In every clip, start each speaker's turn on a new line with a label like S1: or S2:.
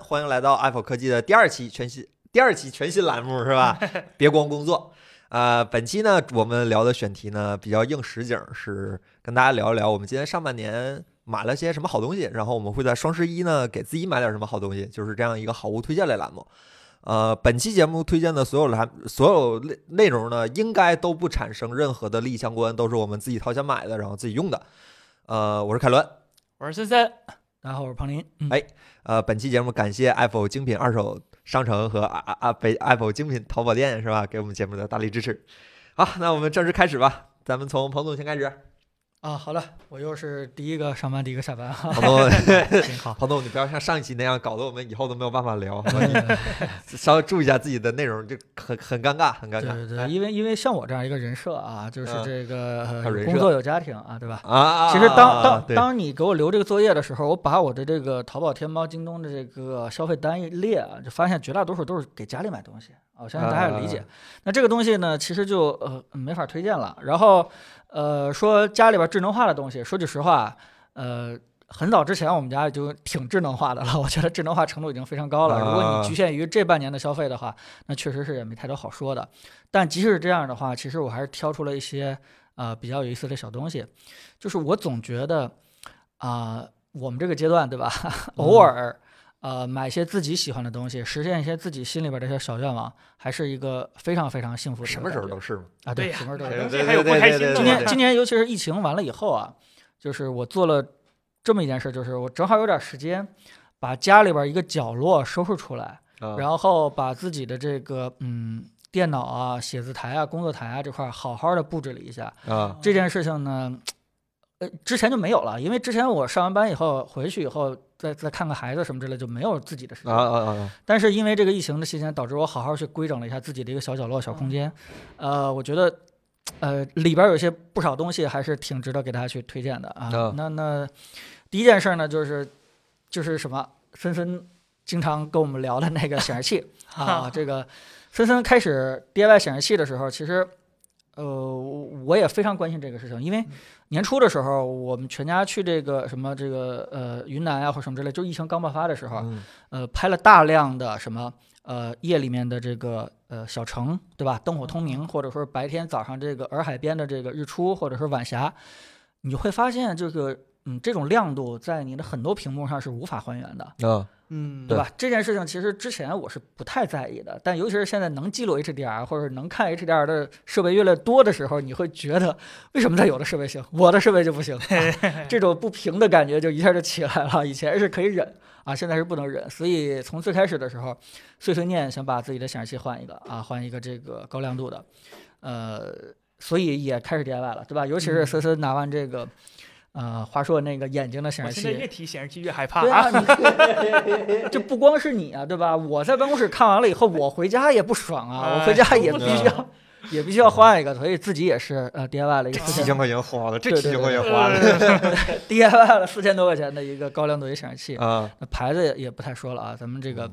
S1: 欢迎来到爱否科技的第二期全新第二期全新栏目是吧？别光工作。呃，本期呢，我们聊的选题呢比较硬实景，是跟大家聊一聊我们今年上半年买了些什么好东西，然后我们会在双十一呢给自己买点什么好东西，就是这样一个好物推荐类栏目。呃，本期节目推荐的所有栏所有内内容呢，应该都不产生任何的利益相关，都是我们自己掏钱买的，然后自己用的。呃，我是凯伦。
S2: 我是森森，然后我是庞林。嗯
S1: 哎呃，本期节目感谢 Apple 精品二手商城和啊啊啊北 Apple 精品淘宝店是吧，给我们节目的大力支持。好，那我们正式开始吧，咱们从彭总先开始。
S2: 啊，好了，我又是第一个上班，第一个下班啊 哈。
S1: 彭总，
S2: 挺好。
S1: 彭总，你不要像上一期那样，搞得我们以后都没有办法聊。好吧你稍微注意一下自己的内容，就很很尴尬，很尴
S2: 对
S1: 尬。
S2: 对
S1: 哎
S2: 对，因为因为像我这样一个人设啊，就是
S1: 嗯
S2: 这个、呃
S1: 还有人
S2: 有
S1: 设
S2: 工作有家庭啊，对吧？
S1: 啊啊，啊
S2: 其实当
S1: 啊
S2: 当
S1: 对
S2: 当你给我留这个作业的时候，我把我的这个淘宝、天猫、京东的这个消费单一列啊，就发现绝大多数都是给家里买东西啊，我相信大家也理解。
S1: 啊
S2: 那这个东西呢，其实就呃没法推荐了。然后呃，说家里边智能化的东西，说句实话，呃。很早之前，我们家就挺智能化的了。我 觉得智能化程度已经非常高了。如果
S1: 啊
S2: 你局限于这半年的消费的话，那确实是也没太多好说的。但即使是这样的话，其实我还是挑出了一些呃比较有意思的小东西。就是我总觉得啊、我们这个阶段对吧，
S3: 嗯
S2: 偶尔呃买一些自己喜欢的东西，实现一些自己心里边的一些小愿望，还是一都非常非常幸福的一
S1: 什
S2: 个
S1: 么
S2: 感觉。
S1: 时候都是嘛。
S2: 啊，
S3: 对呀
S2: 什么时候
S1: 对
S3: 买
S2: 都有。
S3: 东
S1: 对
S3: 西还有
S1: 对
S3: 不
S1: 对对
S3: 开心的
S2: 今
S3: 吗
S2: 年今年尤其是疫情完了以后啊，就是我做了这么一件事，就是我正好有点时间，把家里边一个角落收拾出来。
S1: 啊
S2: 然后把自己的这个嗯电脑啊、写字台啊、工作台啊这块儿好好的布置了一下。
S1: 啊
S2: 这件事情呢，呃，之前就没有了，因为之前我上完班以后回去以后再再看看孩子什么之类，就没有自己的时
S1: 啊
S2: 间。
S1: 啊啊！
S2: 但是因为这个疫情的期间，导致我好好去规整了一下自己的一个小角落、小空间。呃，我觉得。呃，里边有一些不少东西还是挺值得给大家去推荐的啊。
S1: 嗯
S2: 那那第一件事呢，就是就是什么，森森经常跟我们聊的那个显示器啊，这个森森开始 DIY 显示器的时候，其实呃，我我也非常关心这个事情，因为年初的时候，我们全家去这个什么这个呃云南啊或什么之类，就疫情刚爆发的时候，
S1: 嗯
S2: 呃，拍了大量的什么呃夜里面的这个呃小城，对吧？灯火通明，或者说白天早上这个洱海边的这个日出，或者是晚霞，你就会发现这个嗯这种亮度在你的很多屏幕上是无法还原的。
S1: 啊
S3: 嗯，
S2: 对吧？这件事情其实之前我是不太在意的，但尤其是现在能记录 HDR 或者能看 HDR 的设备越来越多的时候，你会觉得为什么它有的设备行，我的设备就不行、
S3: 哎
S2: 啊这种不平的感觉就一下就起来了。以前是可以忍啊，现在是不能忍。所以从最开始的时候，碎碎念想把自己的显示器换一个啊，换一个这个高亮度的，呃，所以也开始 DIY 了，对吧？尤其是
S3: 嗯
S2: 森森拿完这个。呃，华硕那个眼睛的显
S3: 我
S2: 示器，
S3: 现在越提显示器越害怕
S2: 对啊，你 这不光是你啊，对吧？我在办公室看完了以后，我回家也不爽啊，
S3: 哎
S2: 我回家也必须要，也必须要换一个，所以自己也是呃 DIY 了一个
S1: 七
S2: 四
S1: 千
S2: 千
S1: 块钱花了，这
S2: 对
S1: 七
S2: 对
S1: 千
S2: 对
S1: 块 钱花了
S3: 呃
S2: DIY 了四千多块钱的一个高亮度的显示器，
S1: 啊
S2: 那牌子也也不太说了啊，咱们这个。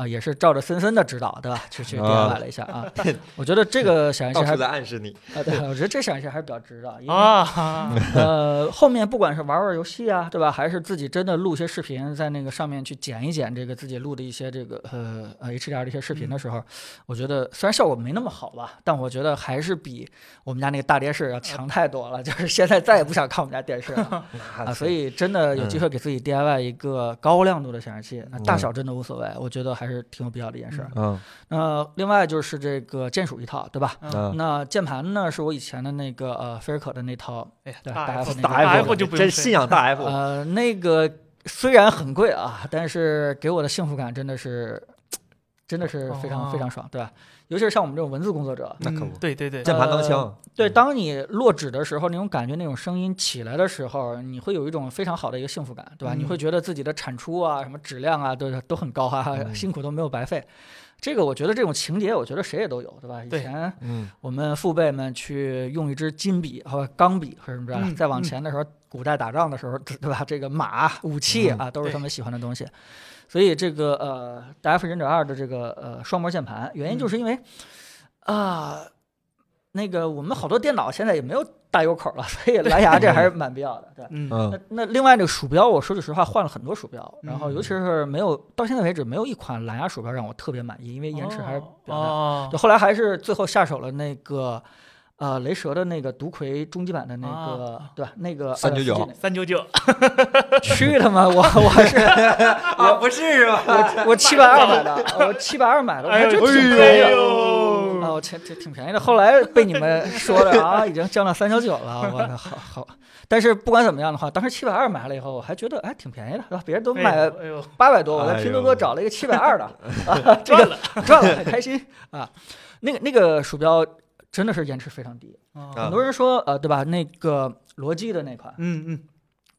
S2: 啊，也是照着森森的指导，对吧？去去
S1: 嗯啊
S2: DIY 了一下 啊，我觉得这个显示
S1: 到
S2: 器
S1: 处
S2: 还是
S1: 在暗示你
S2: 啊，对，我觉得这显示器还是比较值的，因为
S3: 啊，
S2: 呃，后面不管是玩玩游戏啊，对吧？还是自己真的录些视频，在那个上面去剪一剪这个自己录的一些这个呃呃 HDR 的一些
S1: 嗯
S2: 视频的时候，我觉得虽然效果没那么好吧，但我觉得还是比我们家那个大电视要强太多了。就是现在再也不想看我们家电视了啊，所以真的有
S1: 嗯
S2: 机会给自己 DIY 一个高亮度的显示器，那大小真的无所谓，我觉得还是挺有必要的一件事儿。
S1: 嗯
S2: 那另外就是这个键鼠一套，对吧？
S1: 嗯
S2: 那键盘呢，是我以前的那个呃菲尔可的那套
S3: 哎呀
S2: 对
S3: 大
S2: 大
S3: F
S2: 那个
S1: 大
S3: 大
S1: F
S3: F 就不用
S1: 真
S3: 说
S1: 信啊仰大 F
S2: 呃，那个虽然很贵啊，但是给我的幸福感真的是，真的是非常、
S1: 哦
S2: 非常爽，对吧？尤其是像我们这种文字工作者，
S1: 那可
S3: 嗯
S1: 不
S3: 对对对，
S1: 键盘钢
S2: 呃
S1: 枪
S3: 嗯
S2: 对，当你落纸的时候，那种感觉、那种声音起来的时候，你会有一种非常好的一个幸福感，对吧？你
S3: 嗯
S2: 会觉得自己的产出啊、什么质量啊，都都很高啊，
S1: 嗯
S2: 辛苦都没有白费。这个我觉得这种情节，我觉得谁也都有，对吧？以
S3: 对
S2: 前
S1: 嗯
S2: 我们父辈们去用一支金笔和钢笔或者什么之类的，
S3: 嗯
S2: 再往前的时候，古代打仗的时候，对 吧？这个马、武器
S3: 嗯
S2: 啊，都是他们喜欢的东西。所以这个呃，《大 F 忍者二》的这个呃双模键盘，原因就是因为啊、那个我们好多电脑现在也没有大油口了，所以蓝牙这还是蛮必要的。对，
S3: 嗯
S1: 嗯
S2: 那那另外这个鼠标，我说句实话换了很多鼠标，然后
S3: 嗯
S2: 尤其是没有到现在为止没有一款蓝牙鼠标让我特别满意，因为延迟还是比较大。
S3: 哦
S2: 就后来还是最后下手了那个，呃，雷蛇的那个独魁终极版的那个，
S3: 啊
S2: 对吧？那个
S1: 399
S2: 249
S3: 三九九
S2: 去他妈！我我是
S1: 啊，不是是吧？
S2: 我我七 百二买的，我七百二买的，我还真挺
S1: 哎
S2: 便宜
S1: 呦
S2: 的。啊，我挺挺挺便宜的，后来被你们说的啊，已经降到三九九了，我的好好。但是不管怎么样的话，当时七百二买了以后，我还觉得哎挺便宜的，是吧？别人都
S3: 哎
S2: 买
S3: 呦哎呦，
S2: 八百多，我
S1: 哎
S2: 在
S1: 呦
S2: 拼多多找了一个七百二的，啊，这个
S3: 赚了
S2: 赚了，很开心啊。那个那个鼠标真的是延迟非常低，
S1: 啊
S2: 很多人说呃，对吧？那个罗技的那款，
S3: 嗯嗯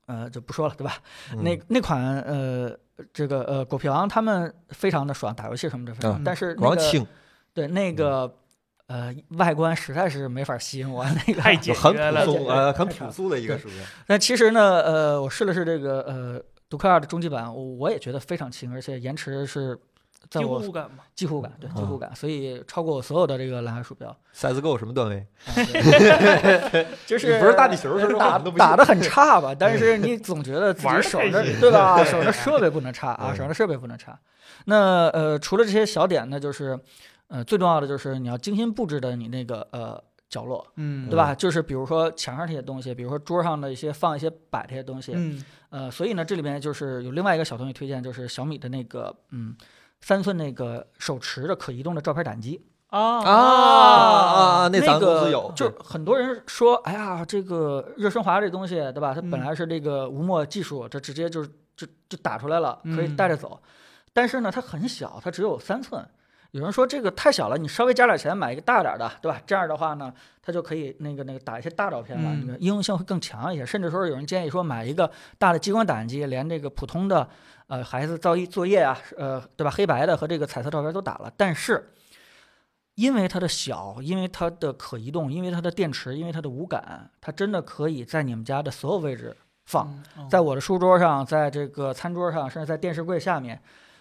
S2: 呃，就不说了，对吧？
S1: 嗯
S2: 那那款呃，这个呃，狗皮王他们非常的爽，打游戏什么的非常爽，但是那
S1: 啊王嗯
S2: 个
S1: 庆
S2: 对那个呃外观实在是没法吸引我那
S3: 太
S2: 个。
S3: 简
S1: 就很
S3: 约了
S1: 普，通呃很
S2: 太差
S1: 朴素的一个鼠标，
S2: 但其实呢，呃，我试了试这个呃独克二的终极版，我我也觉得非常轻，而且延迟是在
S3: 几乎
S2: 我
S3: 无感嘛，
S2: 几乎感，对
S1: 嗯
S2: 几乎感，所以超过我所有的这个蓝牙鼠标。
S1: ，CSGO 什么段位？
S2: 啊对 就是
S1: 你不是打地球的时候我
S2: 打
S1: 们都不信
S2: 打的很差吧？但是你总觉得自
S3: 玩
S2: 己
S3: 得
S2: 手
S3: 开
S2: 上
S3: 心
S2: 对 吧？手上设备不能差啊，
S1: 对
S2: 手上设备不能差。那呃，除了这些小点呢，就是呃，最重要的就是你要精心布置的你那个呃角落，
S3: 嗯
S2: 对吧？就是比如说墙上这些东西，比如说桌上的一些放一些摆这些东西，
S3: 嗯
S2: 呃，所以呢，这里面就是有另外一个小东西推荐，就是小米的那个嗯三寸那个手持的可移动的照片打印机。
S3: 啊
S1: 啊啊那
S2: 那
S1: 咱公司
S2: 个
S1: 有
S2: 就是很多人说，哎呀，这个热升华这东西，对吧？它本
S3: 嗯
S2: 来是这个无墨技术，这直接就是就就打出来了，可以
S3: 嗯
S2: 带着走。但是呢，它很小，它只有三寸。有人说这个太小了，你稍微加点钱买一个大点儿的，对吧？这样的话呢，它就可以那个那个打一些大照片了，
S3: 嗯
S2: 那个应用性会更强一些。甚至说有人建议说买一个大的激光打印机，连这个普通的呃孩子造一作业啊，呃对吧？黑白的和这个彩色照片都打了，但是因为它的小，因为它的可移动，因为它的电池，因为它的无感，它真的可以在你们家的所有位置放，
S3: 嗯
S2: 在我的书桌上，在这个餐桌上，甚至在电视柜下面，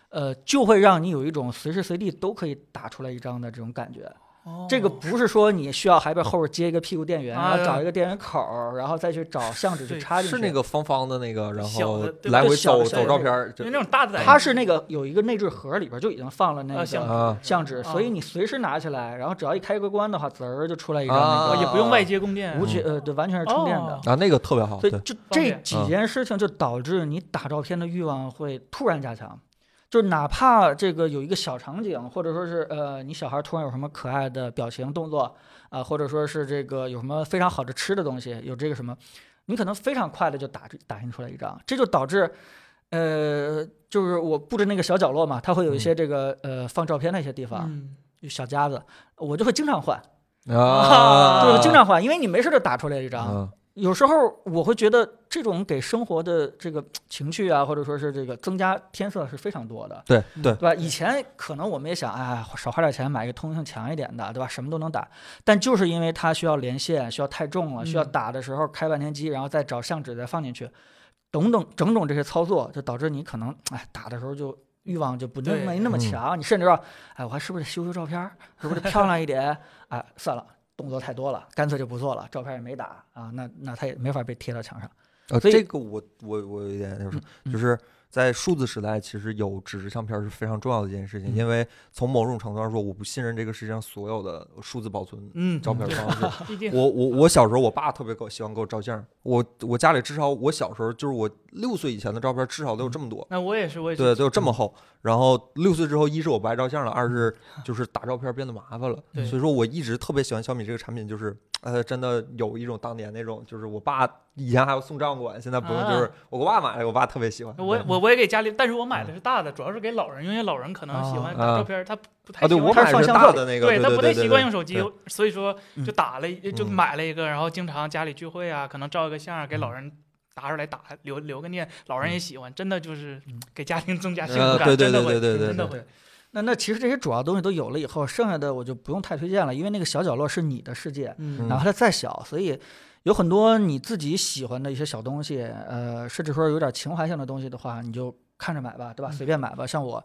S2: 呃，就会让你有一种随时随地都可以打出来一张的这种感觉。
S3: 哦
S2: 这个不是说你需要还被后边接一个屁股电源，然
S3: 啊
S2: 后找一个电源口儿，然后再去找相纸去
S3: 对
S2: 插进去。
S1: 是那个方方的那个，然
S3: 小
S1: 后
S3: 的对
S1: 来回
S2: 对小
S1: 走
S2: 的
S1: 走照片儿，
S3: 因
S1: 这
S3: 为那种大的，
S2: 它是那个有一个内置盒，里边就已经放了那
S3: 啊相
S2: 个
S3: 纸
S1: 啊
S2: 相纸，所以
S3: 啊
S2: 你随时拿起来，然后只要一开个关的话，滋儿就出来一张
S1: 啊
S2: 那
S3: 哦
S2: 个
S3: 也不用外接供电
S2: 无，极呃对，完全是充电的
S3: 哦。
S1: 啊那个特别好，
S2: 所
S1: 对
S2: 以，就
S3: 方
S2: 这
S3: 便
S2: 几件事情就导致你打照片的欲望会突然加强。就哪怕这个有一个小场景，或者说是呃，你小孩突然有什么可爱的表情动作啊、或者说是这个有什么非常好的吃的东西，有这个什么，你可能非常快的就打打印出来一张，这就导致，呃，就是我布置那个小角落嘛，它会有一
S1: 嗯
S2: 些这个、呃放照片的一些地方，
S3: 嗯
S2: 有小夹子，我就会经常换，
S1: 啊，
S2: 就是经常换，因为你没事就打出来一张，
S1: 啊，
S2: 有时候我会觉得这种给生活的这个情趣啊，或者说是这个增加添色是非常多的，
S1: 对对
S2: 对吧？以前可能我们也想，哎，少花点钱买一个通用性强一点的，对吧？什么都能打，但就是因为它需要连线，需要太重了，需要
S3: 嗯
S2: 打的时候开半天机，然后再找相纸再放进去，等等整种这些操作，就导致你可能哎打的时候就。欲望就不那
S3: 对
S2: 没那么
S1: 嗯
S2: 强，你甚至要，哎，我还是不是得修修照片儿，是不是得漂亮一点？哎，算了，动作太多了，干脆就不做了，照片也没打啊，那那它也没法被贴到墙上。
S1: 呃
S2: 所以
S1: 这个我我我有一点就是
S2: 嗯
S1: 就是。在数字时代，其实有纸质相片是非常重要的一件事情，
S2: 嗯
S1: 因为从某种程度上说，我不信任这个世界上所有的数字保存
S3: 嗯，
S1: 照片
S3: 对
S1: 方式，
S3: 毕 竟
S1: 我我我小时候，我爸特别给我喜欢给我照相。我我家里至少我小时候就是我六岁以前的照片，至少
S3: 嗯
S1: 都有这么多，
S3: 那我也是，我也是
S1: 对，都有这么厚。然后六岁之后，一是我不爱照相了，二是就是打照片变得麻烦了。
S3: 嗯对
S1: 所以说我一直特别喜欢小米这个产品，就是呃，真的有一种当年那种，就是我爸以前还要送账管，现在不用，就是
S3: 啊
S1: 我给我爸买的，我爸特别喜欢。
S3: 我
S1: 对
S3: 我我也给家里，但是我买的是大的，主要是给老人，因为老人可能喜欢
S1: 啊
S3: 打照片，他不不太
S1: 啊，对
S3: 喜欢
S1: 我
S2: 他
S1: 买的
S2: 是放
S1: 是
S2: 相
S1: 大
S2: 位
S1: 的那个，对
S3: 他
S1: 对
S3: 不太
S1: 对对
S3: 习惯用手机
S1: 对，
S3: 所以说
S2: 嗯
S3: 就打了一就
S1: 嗯
S3: 买了一个，然后经常家里聚会啊，可能照一个相给老人拿出来打留留个念，老人也喜欢，真的就是
S2: 嗯
S3: 给家庭增加幸
S1: 呃对
S3: 福感，
S1: 对
S3: 真的
S1: 对对
S3: 会，
S1: 对对
S3: 真的
S1: 对
S3: 会，
S2: 那那其实这些主要东西都有了以后，剩下的我就不用太推荐了，因为那个小角落是你的世界，
S3: 嗯
S2: 哪怕它再小，所以有很多你自己喜欢的一些小东西，呃，甚至说有点情怀性的东西的话，你就看着买吧，对吧？
S3: 嗯
S2: 随便买吧。像我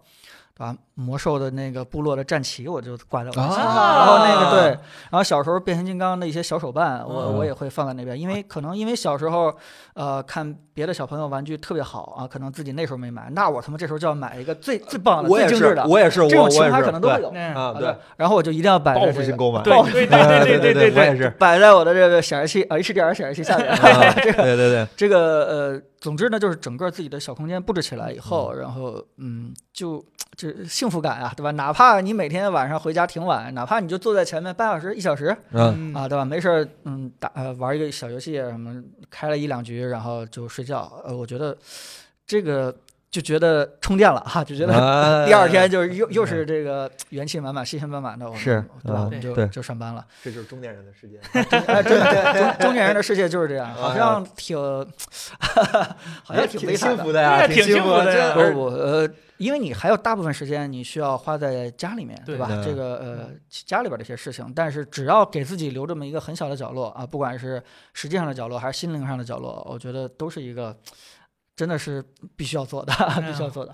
S2: 把魔兽的那个部落的战旗我就挂在我身上，
S1: 啊
S2: 然后那个对，然后小时候变形金刚的一些小手办，我
S1: 嗯
S2: 我也会放在那边，因为可能因为小时候，呃，看别的小朋友玩具特别好啊，可能自己那时候没买，那我他妈这时候就要买一个最最棒的、
S1: 我
S2: 最
S1: 也
S2: 精致
S1: 是
S2: 的，，
S1: 我也是，我
S2: 这种
S1: 我
S2: 情
S1: 也
S2: 怀
S1: 是
S2: 可能都会
S1: 对
S2: 有
S1: 啊，
S3: 嗯
S2: 好
S1: 对
S2: 的，然后我就一定要摆
S1: 报
S2: 在
S1: 复
S2: 这
S1: 性
S2: 个
S1: 购买，
S3: 对
S2: 报
S3: 对对
S1: 哎
S3: 对
S1: 对
S3: 对
S1: 我也是，
S2: 摆在我的这个显示器啊 HDR 显示器下面，
S1: 啊对对对，
S2: 这个呃，总之呢，就是整个自己的小空间布置起来以后，然后嗯，就就幸福感啊，对吧？哪怕你每天晚上回家挺晚，哪怕你就坐在前面半小时、一小时
S1: 嗯，
S3: 嗯
S2: 啊，对吧？没事儿，嗯，打呃玩一个小游戏啊什么，开了一两局，然后就睡觉。呃，我觉得这个就觉得充电了哈、就觉得
S1: 啊
S2: 第二天就是又又是这个元气满满、信心满满的，我们
S1: 是
S2: 对吧？
S1: 嗯
S2: 我们就
S1: 对
S2: 就上班了。
S1: 这就是中年人的世 界，
S2: 哎，真的， 中中年人的世界就是这样，好
S1: 哎
S2: 像挺， 好像
S1: 挺
S2: 悲惨
S1: 幸
S2: 的。
S1: 福的呀，
S3: 对挺
S1: 幸
S3: 幸福的
S1: 真
S3: 呀
S2: 不是我呃，因为你还有大部分时间你需要花在家里面，对
S3: 对
S2: 吧？
S1: 的
S2: 这个呃，家里边这些事情，但是只要给自己留这么一个很小的角落啊，不管是实际上的角落还是心灵上的角落，我觉得都是一个真的是必须要做的， 必须要做的。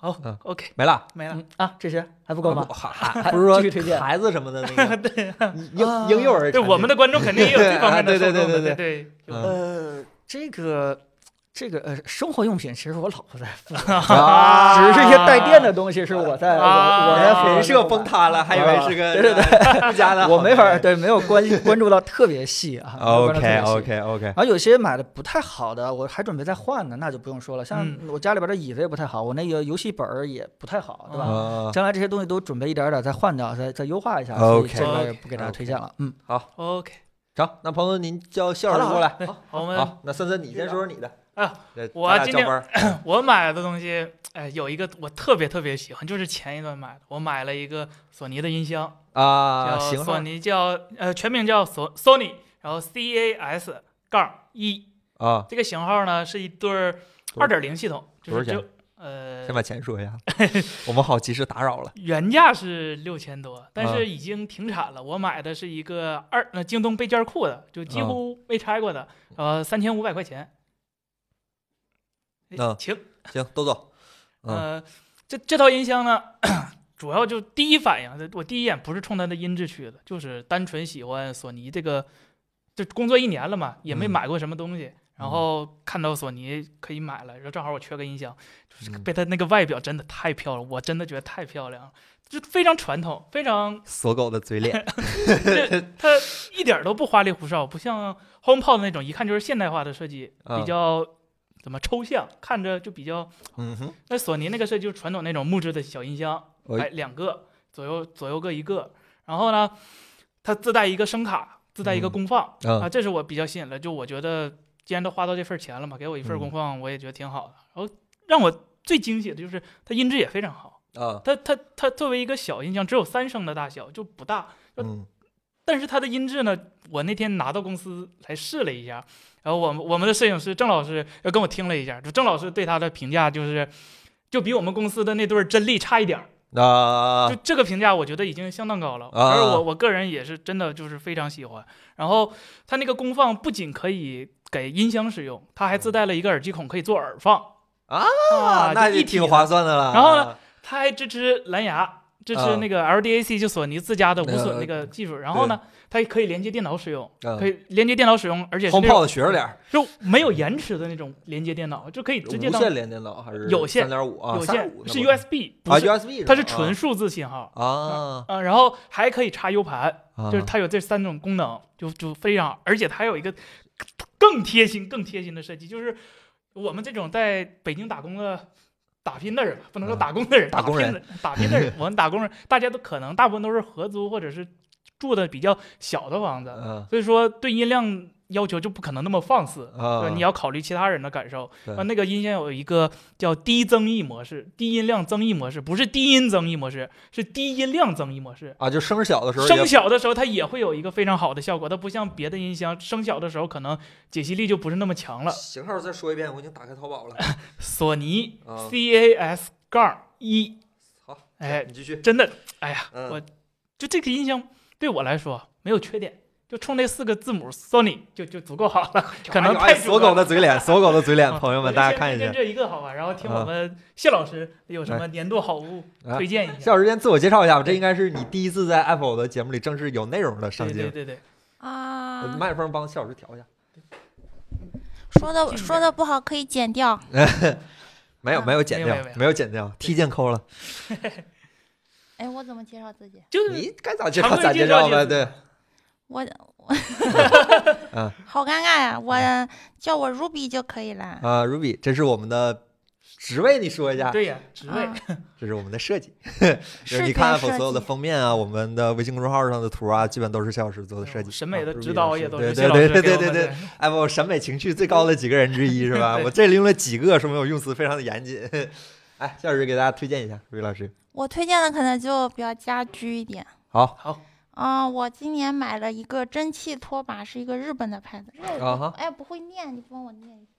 S3: 好
S1: 嗯
S3: ，OK，
S1: 没了。
S3: 没了。
S2: 嗯啊，这些还不够吗？
S1: 还
S2: 还
S1: 不是
S2: 继续推
S1: 说
S2: 荐
S1: 孩子什么的那个
S3: 对
S1: 婴婴幼儿产品，
S3: 对，我们的观众肯定也有这方面
S1: 啊对
S3: 的
S1: 对
S3: 受
S1: 对
S3: 众
S1: 对
S3: 的，对对有
S1: 嗯
S2: 呃，这个。这个呃，生活用品其实我老婆在付，
S1: 啊
S2: 只是一些带电的东西是我在我我在
S3: 啊
S2: 付
S1: 人设崩塌了，还以为是个
S2: 对对
S1: 对，家的好男人，
S2: 我没法对没有关系关注到特别细啊。没有关
S1: OK
S2: 注到特别细
S1: OK OK，
S2: 然后有些买的不太好的，我还准备再换呢，那就不用说了。像
S3: 嗯
S2: 我家里边的椅子也不太好，我那个游戏本儿也不太好，对吧？
S1: 啊，
S2: 将来这些东西都准备一点儿点儿再换掉，再再优化一下。所
S1: OK
S2: 以这边也不给大家推荐了。嗯，
S3: OK。
S1: 成，那朋友您叫谢老
S2: 好
S1: 师
S2: 了
S1: 过来，
S3: 好我们
S1: 好，那森森你先说说你的
S3: 啊，
S1: 对
S3: 我
S1: 咱俩
S3: 今
S1: 交
S3: 天
S1: 班儿
S3: 我买的东西，哎，有一个我特别特别喜欢，就是前一段买的，我买了一个索尼的音箱，
S1: 啊，
S3: 叫
S1: 行
S3: 索
S1: 了
S3: 尼叫呃全名叫索 Sony，然后 CAS 杠一，
S1: 啊，
S3: 这个型号呢是一对儿
S1: 多
S3: 二点零系统，就
S1: 多
S3: 是
S1: 少钱
S3: 就呃
S1: 先把钱说一下，我们好及时打扰了
S3: 原价是六千多，但
S1: 啊
S3: 是已经停产了。我买的是一个二呃京东备件库的，就几
S1: 啊
S3: 乎没拆过的，呃三千五百块钱。哎
S1: 啊
S3: 请
S1: 行，豆豆，嗯
S3: 呃，这这套音箱呢，主要就第一反应，我第一眼不是冲它的音质去的，就是单纯喜欢索尼这个，就工作一年了嘛，也没
S1: 嗯
S3: 买过什么东西，然后看到索尼可以买了，然后正好我缺个音箱，就是
S1: 嗯
S3: 被它那个外表真的太漂亮，我真的觉得太漂亮了，就非常传统，非常
S1: 锁狗的嘴脸，
S3: 这它一点儿都不花里胡哨，不像 HomePod 那种一看就是现代化的设计，
S1: 啊
S3: 比较怎么抽象，看着就比较。
S1: 嗯哼，
S3: 那索尼那个设计就是传统那种木质的小音箱，
S1: 哎
S3: 哎，两个左右左右各一个，然后呢，它自带一个声卡，自带一个
S1: 嗯
S3: 功放、啊，
S1: 嗯
S3: 这是我比较吸引了。就我觉得，既然都花到这份钱了嘛，给我一份
S1: 嗯
S3: 功放，我也觉得挺好的。然后让我最惊喜的就是它音质也非常好，
S1: 啊
S3: 它它它作为一个小音箱，只有三声的大小，就不大，
S1: 嗯
S3: 但是它的音质呢，我那天拿到公司来试了一下，然后我们我们的摄影师郑老师要跟我听了一下，就郑老师对它的评价就是，就比我们公司的那对儿真力差一点儿，
S1: 啊
S3: 就这个评价我觉得已经相当高了。
S1: 啊
S3: 而我我个人也是真的就是非常喜欢。然后它那个功放不仅可以给音箱使用，它还自带了一个耳机孔，可以做耳放
S1: 啊
S3: 啊
S1: 那
S3: 就
S1: 也
S3: 一体
S1: 挺
S3: 的
S1: 划算的了，
S3: 然后呢
S1: 啊，
S3: 它还支持蓝牙，支
S1: 啊
S3: 持那个 LDAC，就索尼自家的无
S1: 呃
S3: 损那个技术。然后呢，它也可以连接电脑使用，
S1: 嗯
S3: 可以连接电脑使用，而且是
S1: 轰
S3: 那种
S1: 炮的学着点儿，
S3: 就没有延迟的那种连接电脑，就可以嗯直接
S1: 无
S3: 当
S1: 线连电脑还是
S3: 有线
S1: 三点五啊，
S3: 有线
S1: 3.5
S3: 是
S1: 那不
S3: USB，不
S1: 啊
S3: 是，
S1: USB，吧
S3: 它是纯数字信号。
S1: 啊，
S3: 啊，然后还可以插 U 盘，
S1: 啊
S3: 就是它有这三种功能，就就非常，而且它还有一个更贴心、更贴心的设计，就是我们这种在北京打工的打拼的人吧，不能说
S1: 嗯
S3: 打工的人，
S1: 打工人
S3: 拼的，打拼 的人，我们打工人，大家都可能大部分都是合租或者是住的比较小的房子，
S1: 嗯
S3: 所以说对音量要求就不可能那么放肆，
S1: 啊
S3: 对，你要考虑其他人的感受。
S1: 对
S3: 啊，那个音箱有一个叫低增益模式，低音量增益模式，不是低音增益模式，是低音量增益模式。
S1: 啊，就声小的时候也
S3: 声小的时候，它也会有一个非常好的效果，它不像别的音箱，声小的时候可能解析力就不是那么 强了。
S1: 型号再说一遍，我已经打开淘宝 了。
S3: 索尼
S1: 啊
S3: CAS 杠一，
S1: 好，
S3: 哎，
S1: 你继续。
S3: 真的，哎呀，
S1: 嗯
S3: 我就这个音箱对我来说没有缺点，就冲这四个字母 Sony 就就足够好了，可能
S1: 哎呦
S3: 太
S1: 哎
S3: 主
S1: 锁
S3: 观
S1: 狗的嘴脸，锁狗的嘴脸，
S3: 啊
S1: 朋友
S3: 我
S1: 们
S3: 就
S1: 大家
S3: 先
S1: 看一
S3: 跟
S1: 下。
S3: 这一个好吧，然后听
S1: 啊
S3: 我们谢老师有什么年度好物
S1: 啊
S3: 推荐一
S1: 谢
S3: 下。
S1: 老师先自我介绍一下吧，这应该是你第一次在 Apple 的节目里正式有内容的上
S3: 对对
S1: 镜。
S3: 对对，
S1: 呃
S4: 啊，
S1: 麦克风帮谢老师调一下。
S3: 近
S4: 说的
S3: 一
S4: 说
S3: 点
S4: 的不好可以剪掉。
S1: 没有
S4: 啊
S1: 没有剪
S3: 没
S1: 掉
S3: 有没有没，有
S1: 没有剪掉，踢溅抠了。
S4: 哎，我怎么介绍自己？
S3: 就是
S1: 你该咋介绍
S3: 常规
S1: 咋
S3: 介
S1: 介
S3: 绍
S1: 绍
S3: 就
S1: 呗，
S3: 是
S1: 对，
S4: 我
S1: 嗯
S4: 我好尴尬呀！我叫我 Ruby 就可以了。
S1: 啊，Ruby，这是我们的职位，你说一下，
S3: 对呀，职位
S4: 啊，
S1: 这是我们的 设计。就
S4: 视
S1: 是你
S4: 频
S1: 看
S4: 设
S1: Apple 所有的
S4: 计。
S1: 封面啊，我们的微信公众号上的图啊，基本都是谢老师做的设计，
S3: 哦审美
S1: 啊
S3: 的
S1: ，Ruby
S3: 指导也都是谢
S1: 对
S3: 老
S1: 对
S3: 师
S1: 对
S3: 给
S1: 对
S3: 我
S1: 对
S3: 们
S1: 对
S3: 的。
S1: ，Apple 审美情趣最高的几个人之一是 吧？
S3: 对
S1: 我这里用了几个，说明我用词非常的严谨。 哎，谢老师给大家推荐一下，Ruby 老师。
S4: 我推荐的可能就比较家居一点。
S1: 好
S3: 好，
S4: 啊、我今年买了一个蒸汽拖把，是一个日本的牌子。
S1: 啊哈，
S4: 哎，不会念，你帮我念一下。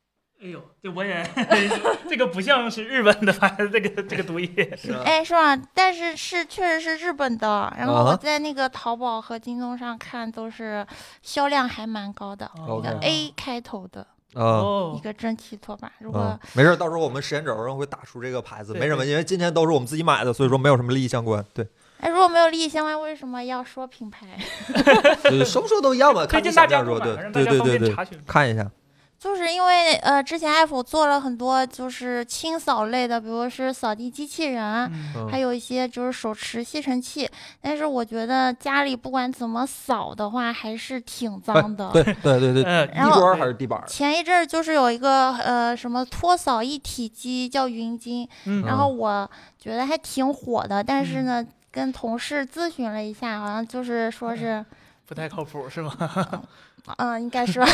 S3: 哎呦，这我也 这个不像是日本的吧？这个这个读 音，
S1: 是吧
S4: 哎，是吧？但是是确实是日本的，然后
S1: 啊
S4: 我在那个淘宝和京东上看都是销量还蛮高的，
S1: 哦
S4: 一个
S1: 哦
S4: A 开头的
S1: 啊。
S4: 一
S3: 哦，
S4: 个蒸汽拖把。如
S1: 啊
S4: 果，
S1: 没事儿，到时候我们时间轴上会打出这个牌子，
S3: 对
S1: 没什么，因为今天都是我们自己买的，所以说没有什么利益相关。 对，
S4: 哎，如果没有利益相关，为什么要说品牌？
S1: 对说不说都一样吧，
S3: 推
S1: 看你
S3: 荐
S1: 想
S3: 大
S1: 不
S3: 家
S1: 想
S3: 购
S1: 说，
S3: 买，
S1: 对
S3: 让大
S1: 对
S3: 家
S1: 对
S3: 方
S1: 对
S3: 便
S1: 对，
S3: 查询。
S1: 看一下，
S4: 就是因为呃，之前 F 做了很多就是清扫类的，比如是扫地机器人啊，
S3: 嗯
S1: 嗯
S4: 还有一些就是手持吸尘器，但是我觉得家里不管怎么扫的话，还是挺脏的。
S1: 对对对对，
S3: 呃，
S4: 然
S1: 地
S4: 后
S1: 砖儿还是地板儿？
S4: 前一阵儿就是有一个呃什么拖扫一体机叫云鲸，
S3: 嗯
S4: 然后我觉得还挺火的，但是呢。跟同事咨询了一下，好像就是说是，
S3: 不太靠谱是 吗？
S4: 嗯、应该是吧。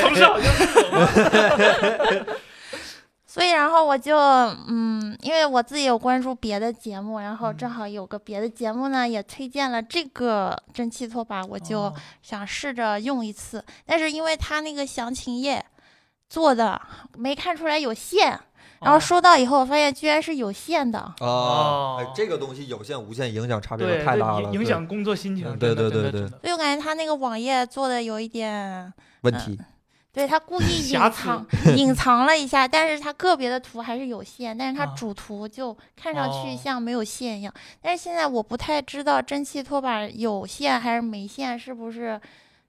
S3: 同事好像是有吗
S4: 所以，然后我就，嗯，因为我自己有关注别的节目，然后
S3: 嗯
S4: 正好有个别的节目呢，也推荐了这个蒸汽拖把，我 就
S3: 哦
S4: 想试着用一次，但是因为它那个详情页做的没看出来有线，
S3: 哦
S4: 然后收到以后我发现居然是有线的，
S1: 哦，哎
S3: 哦
S1: 这个东西有限无限影响差别
S3: 对
S1: 太
S3: 对
S1: 大了，
S3: 影影
S1: 对
S3: 响工作心情
S1: 嗯，
S3: 真
S1: 对
S3: 的
S1: 对
S3: 真的
S1: 对
S3: 真的
S4: 所以我感觉它那个网页做的有一点，
S1: 问题。
S3: 嗯
S4: 对它故意
S3: 瑕
S4: 隐
S3: 疵
S4: 藏隐藏了一下，但是它个别的图还是有线，但是它
S3: 啊
S4: 主图就看上去
S3: 哦
S4: 像没有线一样。但是现在我不太知道蒸汽拖把有线还是没线，是不是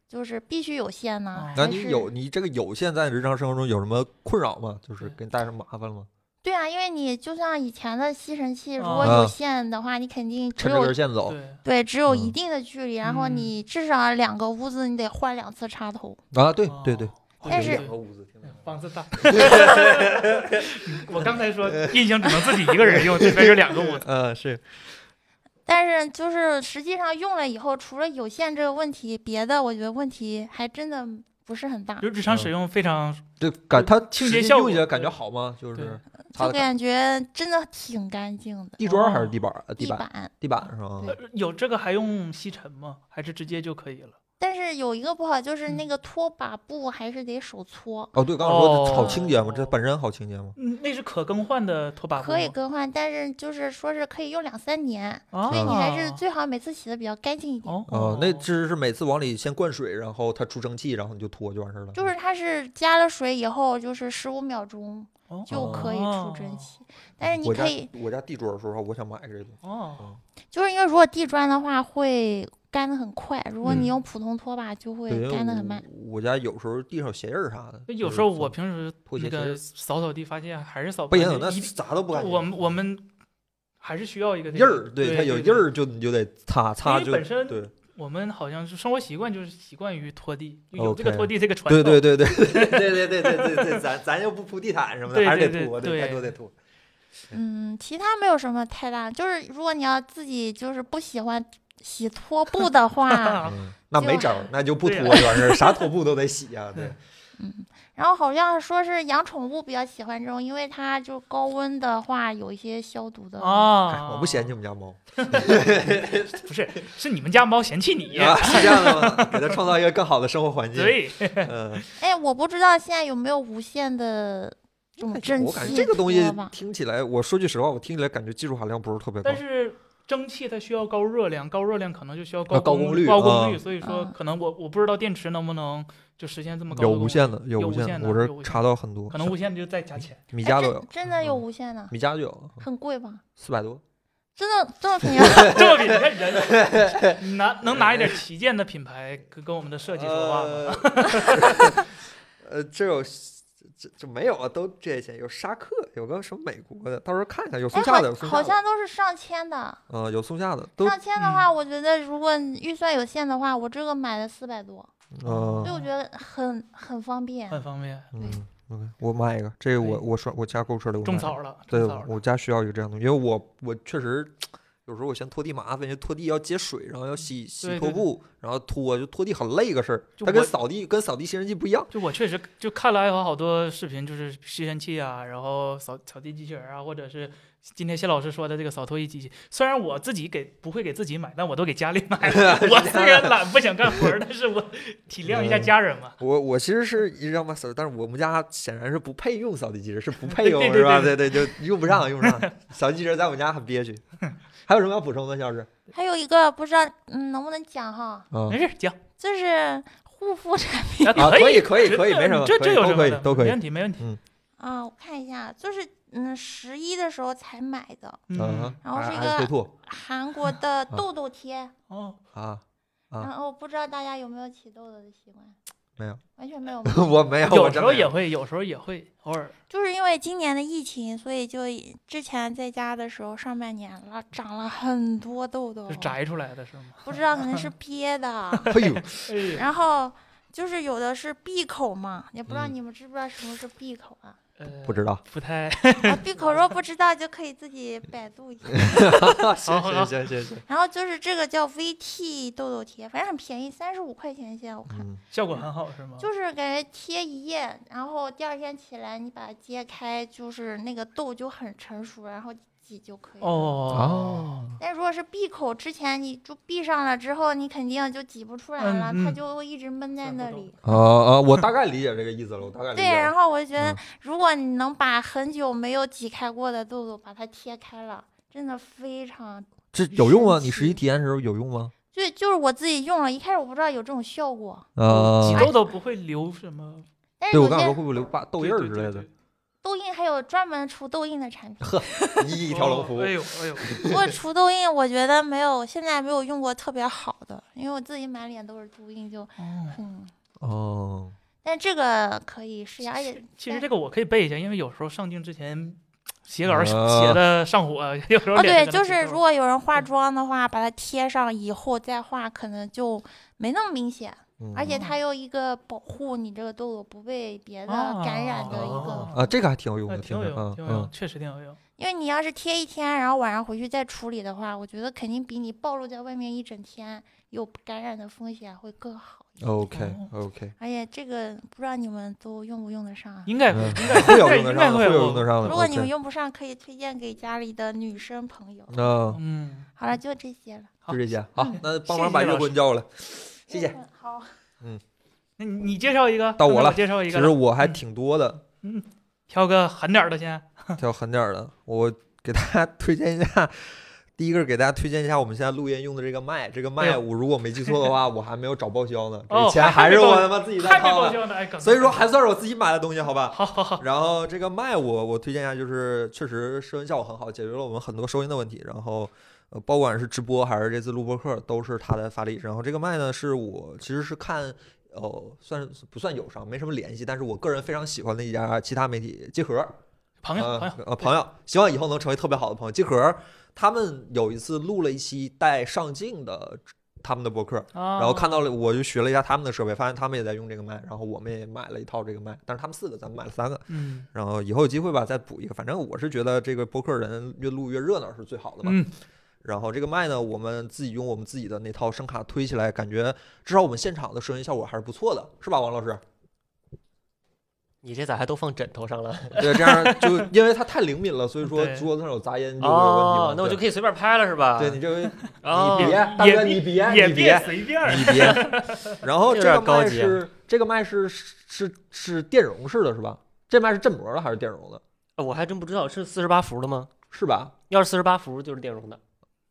S4: 就是必须有线呢
S3: 哦？
S1: 那
S4: 还
S1: 你
S4: 是
S1: 有你这个有限在日常生活中有什么困扰吗？就是给你带上麻烦了吗？
S4: 对啊，因为你就像以前的吸尘器，如
S3: 啊
S4: 果有
S1: 啊
S4: 线的话，你肯定只
S1: 趁这
S4: 有
S1: 根线走
S3: 对。
S4: 对只有一
S1: 嗯
S4: 定的距离，然后
S3: 嗯
S4: 你至少两个屋子你得换两次插头。
S1: 啊！对对对
S3: 哦，，
S4: 但是
S1: 两个屋子，听到没 有
S3: 房子大。我刚才说音箱只能自己一个人用，这边有两个我。
S1: 嗯是
S4: 但是就是实际上用了以后，除了有线这个问题，别的我觉得问题还真的不是很大，
S3: 就日常使用非常
S1: 对感它
S3: 清
S1: 实
S3: 洁
S1: 际
S3: 效
S1: 用起
S3: 果
S1: 来感觉
S3: 对
S1: 好吗？就是
S3: 对
S1: 擦
S4: 就
S1: 的
S4: 感觉真的挺干净的。
S1: 地砖还是地板儿？呃地
S4: 哦地
S1: 板
S4: 板，
S1: 地板是吧？
S4: 对
S3: 嗯有这个还用吸尘吗？还是直接就可以了？
S4: 但是有一个不好就是
S3: 嗯
S4: 那个拖把布还是得手搓，
S1: 哦对，刚才说
S3: 哦
S1: 好清洁吗？这本身好清洁吗？
S3: 嗯，那是可更换的拖把布吗
S4: 可以更换，但是就是说是可以用两三年，
S3: 啊，
S4: 所以你还是最好每次洗的比较干净一点。
S3: 哦
S1: 哦，那只是每次往里先灌水，然后它出蒸汽，然后你就拖就完事儿了。
S4: 就是它是加了水以后，就是十五秒钟就可以出蒸汽，但是你
S1: 我家
S4: 可以，
S1: 我家地砖儿，说实话，我想买这个。
S3: 哦。
S4: 就是因为如果地砖的话会干得很快，如果
S1: 嗯
S4: 你用普通拖把就会
S1: 对，嗯因为
S4: 干得很
S1: 我
S4: 慢。。
S1: 我家有时候地上有鞋印儿啥的，
S3: 那
S1: 就
S3: 有
S1: 是
S3: 时候
S1: 总
S3: 我平时
S1: 拖鞋
S3: 那
S1: 其
S3: 个
S1: 实
S3: 扫扫地，发现还是扫
S1: 不
S3: 干
S1: 影
S3: 净
S1: 响，那
S3: 一
S1: 啥都不干净。
S3: 我们我们还是需要一个那
S1: 印儿，
S3: 个
S1: 对，
S3: 对，
S1: 它有
S3: 对
S1: 印。儿就你就得擦
S3: 因
S1: 擦
S3: 为
S1: 就
S3: 本身
S1: 对
S3: 我们好像是生活习惯，就是习惯于拖地，就有这个
S1: OK
S3: 拖地这个传统。
S1: 对对对 对对对对对对对，咱咱又不铺地毯什么的，
S3: 对
S1: 还是得
S3: 对
S1: 拖，
S3: 对
S1: 对，太
S3: 对
S1: 多得拖。
S4: 嗯，其他没有什么太大，就是如果你要自己就是不喜欢洗拖布 的话，
S3: 啊，
S1: 嗯那
S4: 就
S1: 没招儿，那就不
S3: 对
S1: 拖
S3: 呀
S1: 就完事儿，啥拖布都得洗 啊。对
S3: 对，
S4: 嗯，然后好像说是养宠物比较喜欢这种，因为它就高温的话有一些消毒的。
S1: 哎
S3: 啊，
S1: 我不嫌弃我们家 猫
S3: 不是，是你们家猫嫌弃 你，
S1: 啊，是这样的吗？给它创造一个更好的生活环境。
S3: 对，
S1: 嗯，
S4: 哎，我不知道现在有没有无线的这种
S1: 哎
S4: 蒸
S1: 我感觉
S4: 汽
S1: 这个东西
S4: 拖吧
S1: 听起来，我说句实话，我听起来感觉技术含量不是特别高
S3: 但。是蒸汽它需要高热量，高热量可能就需要高
S1: 高功
S3: 功
S1: 率
S3: 高功率，
S1: 啊
S3: 所以说
S4: 嗯
S3: 可能我我不知道电池能不能就实现这么高的
S1: 有
S3: 功
S1: 无
S3: 率，
S1: 线的，有
S3: 有
S1: 无
S3: 无
S1: 线
S3: 线
S1: 的，
S3: 的
S1: 我
S3: 有
S1: 这
S3: 无线
S1: 查到很多，
S3: 可能无线就再 加钱。
S1: 米
S4: 哎
S1: 家都
S4: 真
S1: 有，
S4: 真的有
S1: 嗯
S4: 无线的，
S1: 米家就有，
S4: 很贵吗？
S1: 四百多。
S4: 真的这么 便宜？
S3: 这么比你看人拿能拿一点旗舰的品牌跟跟我们的设计说话吗？
S1: 呃呃，这有这这没有啊？都这些有沙克，有个什么美国的，到时候看一下，有
S4: 哎
S1: 松下的，有
S4: 好
S1: 松
S4: 好
S1: 下的，
S4: 像都是上千的。
S1: 嗯，有松下的，都嗯
S4: 上千的话，我觉得如果你预算有限的话，我这个买的四百多，所以
S1: 嗯
S4: 我觉得很很方便。
S3: 很方便，
S1: 嗯，OK，我买一个，这个我我刷我家购物车里我
S3: 种
S1: 买了
S3: 草了，
S1: 对
S3: 种草，了。
S1: 我家需要一个这样的东西，因为我我确实有时候我嫌拖地麻烦，就拖地要接水，然后要洗洗
S3: 对
S1: 拖
S3: 对对
S1: 布，然后拖，就拖地很累个事儿。
S3: 就
S1: 它跟
S3: 我
S1: 扫地跟扫地吸尘器不一样。
S3: 就我确实就看了爱华好多视频，就是吸尘器啊，然后扫扫地机器人啊，或者是今天谢老师说的这个扫拖衣机器。虽然我自己给不会给自己买，但我都给家里买 了。我虽然懒不想干活儿，但是我体谅一下家人嘛。
S1: 我我其实是一让嘛扫，但是我们家显然是不配用扫地机器人，是不配
S3: 对
S1: 用
S3: 对
S1: 是吧？对
S3: 对
S1: 对，就用不上，用 不上。扫地机器人在我们家很憋屈。还有什么要补充的，肖老师？
S4: 还有一个不知道嗯能不能讲哈，
S1: 啊
S3: 没事，讲
S4: 就是护肤产品
S3: 啊
S1: 啊，可以
S3: 以
S1: 可以
S3: 绝
S1: 可以，
S3: 对
S1: 没什么，
S3: 这
S1: 可
S3: 这
S1: 以
S3: 有
S1: 都
S3: 什
S1: 可
S3: 么
S1: 以
S3: 的？
S1: 都可
S3: 没
S1: 以。
S3: 问题没问题。
S4: 啊，我看一下，就是嗯十一的时候才买的，
S1: 嗯
S3: 嗯，，
S4: 然后
S1: 安
S4: 是一
S1: 安推
S4: 个
S1: 兔
S4: 韩国的
S1: 嗯
S4: 痘痘贴，
S3: 哦，
S1: 啊，啊
S4: 然后不知道大家有没有起痘痘的习惯？
S1: 没有，。
S4: 完全没有
S1: 我没有，哎我
S3: 有时
S1: 真
S3: 候
S1: 没
S3: 也会，有时候也会，偶尔
S4: 就是因为今年的疫情，所以就以之前在家的时候，上半年了长了很多痘痘
S3: 就，摘出来的是吗？
S4: 不知道可 能是憋的，
S1: 哎 呦，
S3: 哎呀
S4: 然后就是有的是闭口嘛，也不知道
S1: 嗯
S4: 你们知不知道什么是闭口啊？
S3: 呃
S1: 不知道。
S3: 不 太
S4: 啊，闭口若不知道就可以自己百度一下。
S1: 行
S3: 好
S1: 行
S3: 好
S1: 行行行，
S4: 然后就是这个叫 VT 痘痘贴，反正很便宜，三十五块钱一下，我看、
S1: 嗯。
S3: 效果很好是吗？
S4: 就是感觉贴一夜，然后第二天起来你把它揭开，就是那个痘就很成熟，然后挤就可以了。
S3: 哦，
S4: 但如果是闭口之前，你就闭上了之后，你肯定就挤不出来了，
S3: 嗯嗯
S4: 它就会一直闷在
S3: 散不
S4: 那
S3: 动
S4: 里。
S1: 啊啊，我大概理解这个意思了，我大概理
S4: 对，
S1: 解
S3: 啊
S4: 然
S1: 了。
S4: 后我就觉得
S1: 嗯，
S4: 如果你能把很久没有挤开过的痘痘把它贴开了，真的非常
S1: 这有用吗？
S4: 神
S1: 你实际
S4: 奇
S1: 体验的时候有用吗？
S4: 对，就是我自己用了，一开始我不知道有这种效果，
S1: 啊
S3: 挤，痘痘不会留什么
S4: 但是
S1: 对我
S4: 有
S1: 刚才说
S4: 些
S1: 会不会留疤、痘
S3: 对
S1: 印儿
S3: 哎对
S1: 之
S3: 对
S1: 类
S3: 对
S1: 的？
S4: 痘印还有专门除痘印的产品。
S1: 一条龙服务
S3: 哎呦 哎呦，
S4: 不过除痘印，我觉得没有现在没有用过特别好的，因为我自己满脸都是痘印，就
S3: 哦，
S4: 嗯。
S1: 哦，
S4: 但这个可以试一下，而且
S3: 其实
S4: 但
S3: 这个我可以背一下，因为有时候上镜之前写稿
S1: 啊
S3: 儿写的上火， 有时候
S4: 哦，
S3: 脸
S4: 对，
S3: 上
S4: 就
S3: 起痘
S4: 是如果有人化妆的话，把它贴上以后再画，可能就没那么明显，
S1: 嗯
S4: 而且它又一个保护你这个痘痘不被别的感染的一个
S3: 哦。
S1: 啊，这个还挺有用
S3: 呃
S1: 的，
S3: 挺有
S1: 着
S3: 用，
S1: 嗯
S3: 挺
S1: 嗯
S3: 有用，确实挺有用。
S4: 因为你要是贴一天，然后晚上回去再处理的话，我觉得肯定比你暴露在外面一整天有感染的风险会更好一些。
S1: ，OK
S3: 哦
S1: OK，
S4: 而且这个不知道你们都用不用得上啊。
S3: 应该
S1: 嗯
S3: 应该
S1: 会有用
S3: 应
S1: 得
S3: 该
S1: 上的，
S3: 会
S1: 会有
S3: 我
S1: 用得上的。
S4: 如果你们
S1: OK
S4: 用不上，可以推荐给家里的女生朋友。
S1: 嗯，
S3: 嗯，
S4: 好了，就这些了。
S1: 就这些，好
S4: 嗯，
S1: 那帮
S3: 谢
S1: 忙
S3: 谢
S1: 把
S3: 老
S1: 月
S3: 师
S1: 棍叫过来，谢谢。
S4: 嗯。好。
S3: 那你你介绍一个，
S1: 到我
S3: 那
S1: 了
S3: 介绍一
S1: 其
S3: 个
S1: 实
S3: 了，
S1: 我还
S3: 嗯
S1: 挺多的，
S3: 挑个狠点儿的先。
S1: 挑狠点儿的，我给大家推荐一下。第一个给大家推荐一下我们现在录音用的这个麦，这个
S3: 哎
S1: 麦
S3: 呦
S1: 我如果没记错的话，我还没有找报销呢，
S3: 哦
S1: 这钱
S3: 还
S1: 还是
S3: 没报
S1: 我他妈自己在
S3: 太没
S1: 掏
S3: 高
S1: 的，
S3: 兴了，哎，梗
S1: 所以说还算是我自己买的东西，好吧？
S3: 好好好，
S1: 然后这个麦我我推荐一下，就是确实收音效果很好，解决了我们很多收音的问题。然后呃，不管是直播还是这次录播课，都是它在发力。然后这个麦呢，是我其实是看呃，算是不算友商，没什么联系，但是我个人非常喜欢的一家其他媒体集合，
S3: 朋友
S1: 呃
S3: 朋友，
S1: 呃朋友，希望以后能成为特别好的朋友。集合他们有一次录了一期带上镜的他们的播客，
S3: 然
S1: 然后看到了，我就学了一下他们的设备，发现他们也在用这个麦，然后我们也买了一套这个麦，但是他们四个，咱们买了三个，
S3: 嗯
S1: 然后以后有机会吧再补一个，反正我是觉得这个播客人越录越热闹是最好的吧。
S3: 嗯，
S1: 然后这个麦呢，我们自己用我们自己的那套声卡推起来，感觉至少我们现场的声音效果还是不错的，是吧，王老师？
S5: 你这咋还都放枕头上了？
S1: 对，这样 就因为它太灵敏了，所以说
S3: 对
S1: 桌子上有杂音就会有问题
S5: 哦
S1: 嘛。，
S5: 那我就
S1: 对
S5: 可以随便拍了是吧？
S1: 对你这回
S5: 哦，
S1: 你别，大
S3: 也
S1: 哥
S3: 别
S1: 你别
S3: 也
S1: 你别
S3: 别随 便儿，
S1: 你别。 然后这
S5: 有点
S1: 个
S5: 高
S1: 麦
S5: 级啊
S1: 是这个麦是是是是电容式的是吧？这麦是振膜的还是电容的？
S5: 哎我还真不知道是四十八伏的吗？
S1: 是吧？
S5: 要是四十八伏就是电容的，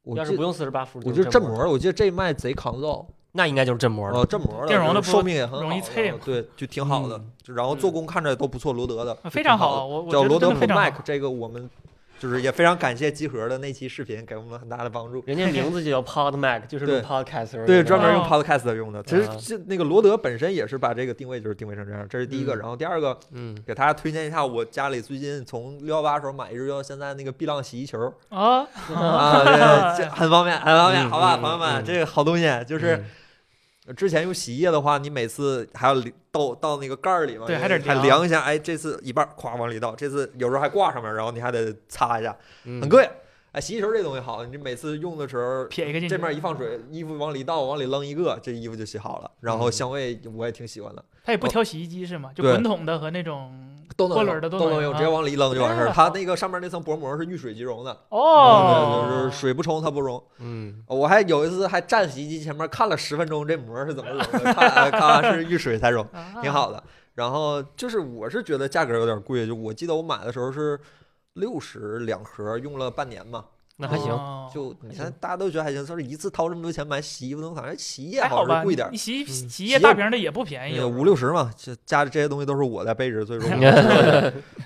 S1: 我
S5: 要是
S1: 记
S5: 不用四十八伏，
S1: 我
S5: 就
S1: 就是是振
S5: 膜
S1: 膜
S5: 了，
S1: 了，我记得这一卖贼抗造，
S5: 那应该就是振 膜了。
S1: 哦，振膜了，
S3: 电容
S1: 就
S3: 的不
S1: 寿命也很好，
S3: 容易脆嘛
S1: 对，就挺好的
S5: 嗯。
S1: 就然后做工看着都不错，罗德的
S3: 啊非常
S1: 好
S3: 好，
S1: 的，
S3: 我我
S1: 叫
S3: 觉
S1: 罗
S3: 得
S1: 德
S3: 真的
S1: Pro
S3: 非常
S1: Mac
S3: 好。
S1: 这个我们就是也非常感谢集合的那期视频给我们很大的帮助。
S5: 人家名字就叫 Pod Mac，就是录
S1: 对
S5: Podcast 用
S1: 对，
S5: 的
S1: 专门用
S3: 哦
S1: Podcast 用的。其实
S5: 啊
S1: 这那个罗德本身也是把这个定位就是定位成这样，这是第一个。
S5: 嗯
S1: 然后第二个，
S5: 嗯，
S1: 给大家推荐一下我家里最近从六幺八时候买一直用到现在那个碧浪洗衣球
S3: 啊，
S1: 啊，对，这很方便，很方便，
S5: 嗯
S1: 好吧，
S5: 嗯
S1: 朋友们，
S5: 嗯
S1: 这个好东西就是。之前用洗衣液的话，你每次还要淋倒到那个盖儿里嘛，
S3: 对
S1: 还
S3: 还得
S1: 还
S3: 量
S1: 量一下。哎，这次一半儿咵往里倒，这次有时候还挂上面，然后你还得擦一下，
S5: 嗯
S1: 很贵。哎，洗衣球这东西好，你每次用的时候
S3: 撇一个进去
S1: 这面一放水，衣服往里倒，往里扔一个，这衣服就洗好了。然后
S5: 嗯
S1: 香味我也挺喜欢的，
S3: 它也不挑洗衣机是吗？就
S1: 哦对
S3: 滚筒的和那种
S1: 都能
S3: 波
S1: 用
S3: 轮的
S1: 都
S3: 都
S1: 能
S3: 能
S1: 用，
S3: 用
S1: 直接往里一扔就完事儿。
S3: 啊
S1: 它那个上面那层薄膜是遇水即溶的，
S3: 哦，
S1: 对，就是水不冲它不溶。
S5: 嗯，
S1: 我还有一次还站洗衣机前面看了十分钟，这膜是怎么溶的，看 看是遇水才溶。
S3: 啊
S1: 挺好的。然后就是我是觉得价格有点贵，就我记得我买的时候是六十两盒，用了半年嘛，
S5: 那还行。
S3: 哦
S1: 就你看
S5: 行
S1: 大家都觉得还行，说是一次掏这么多钱买洗衣服东西，好像洗衣液
S3: 还好
S1: 像
S3: 吧
S1: 是？贵点儿
S3: 你，洗衣
S5: 嗯
S3: 洗衣
S1: 洗
S3: 液
S1: 液
S3: 大瓶的也不便宜
S1: 呃，
S3: 哎有时候，
S1: 五六十嘛，这加这些东西都是我在背着， 所以说我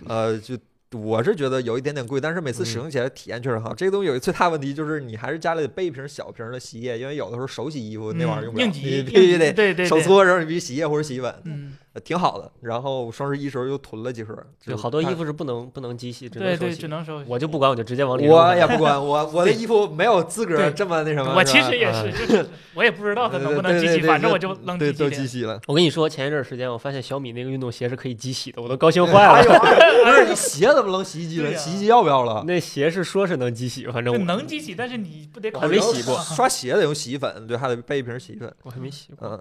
S1: 呃就。我是觉得有一点点贵，但是每次
S3: 嗯
S1: 使用起来体验确实很好。这个东西有一最大问题就是，你还是家里得备一瓶小瓶的洗衣液，因为有的时候手洗衣服那玩意儿用不了，
S3: 嗯应急
S1: 你必须
S3: 对
S1: 得
S3: 对对
S1: 手搓，然后你必须洗液或者洗衣粉，
S3: 嗯，
S1: 呃挺好的。然后双十一时候又囤了几盒，就
S5: 有好多
S1: 它
S5: 衣服是不能不能机洗，只能
S3: 对
S5: 手
S3: 对，
S5: 洗
S3: 只。能手洗。
S5: 我就不管，我就直接往里扔。
S1: 我也不管，我我的衣服没有资格
S3: 对
S1: 这么那什么。
S3: 我
S1: 是
S3: 其
S1: 吧啊
S3: 实也是， 就是我也不知道它能不能
S1: 对
S3: 机
S1: 对
S3: 器，
S1: 对
S3: 反正
S1: 对
S3: 我就扔
S1: 对
S3: 机
S1: 都
S3: 器
S1: 机
S3: 里。
S1: 器了。
S5: 我跟你说，前一阵儿时间我发现小米那个运动鞋是可以机洗的，我都高兴坏
S1: 哎
S5: 了。
S1: 呦，不是你鞋怎么扔洗衣机了？
S3: 对呀
S1: 洗衣机要不要了？
S5: 那鞋是说是能机洗，反正
S3: 就
S1: 嗯
S5: 我
S3: 能机器，但是你不得
S5: 我
S3: 考
S5: 还
S3: 虑
S5: 没洗过
S1: 刷鞋得用洗衣粉，对，还得备一瓶洗衣粉。
S5: 我还没洗过。
S1: 嗯，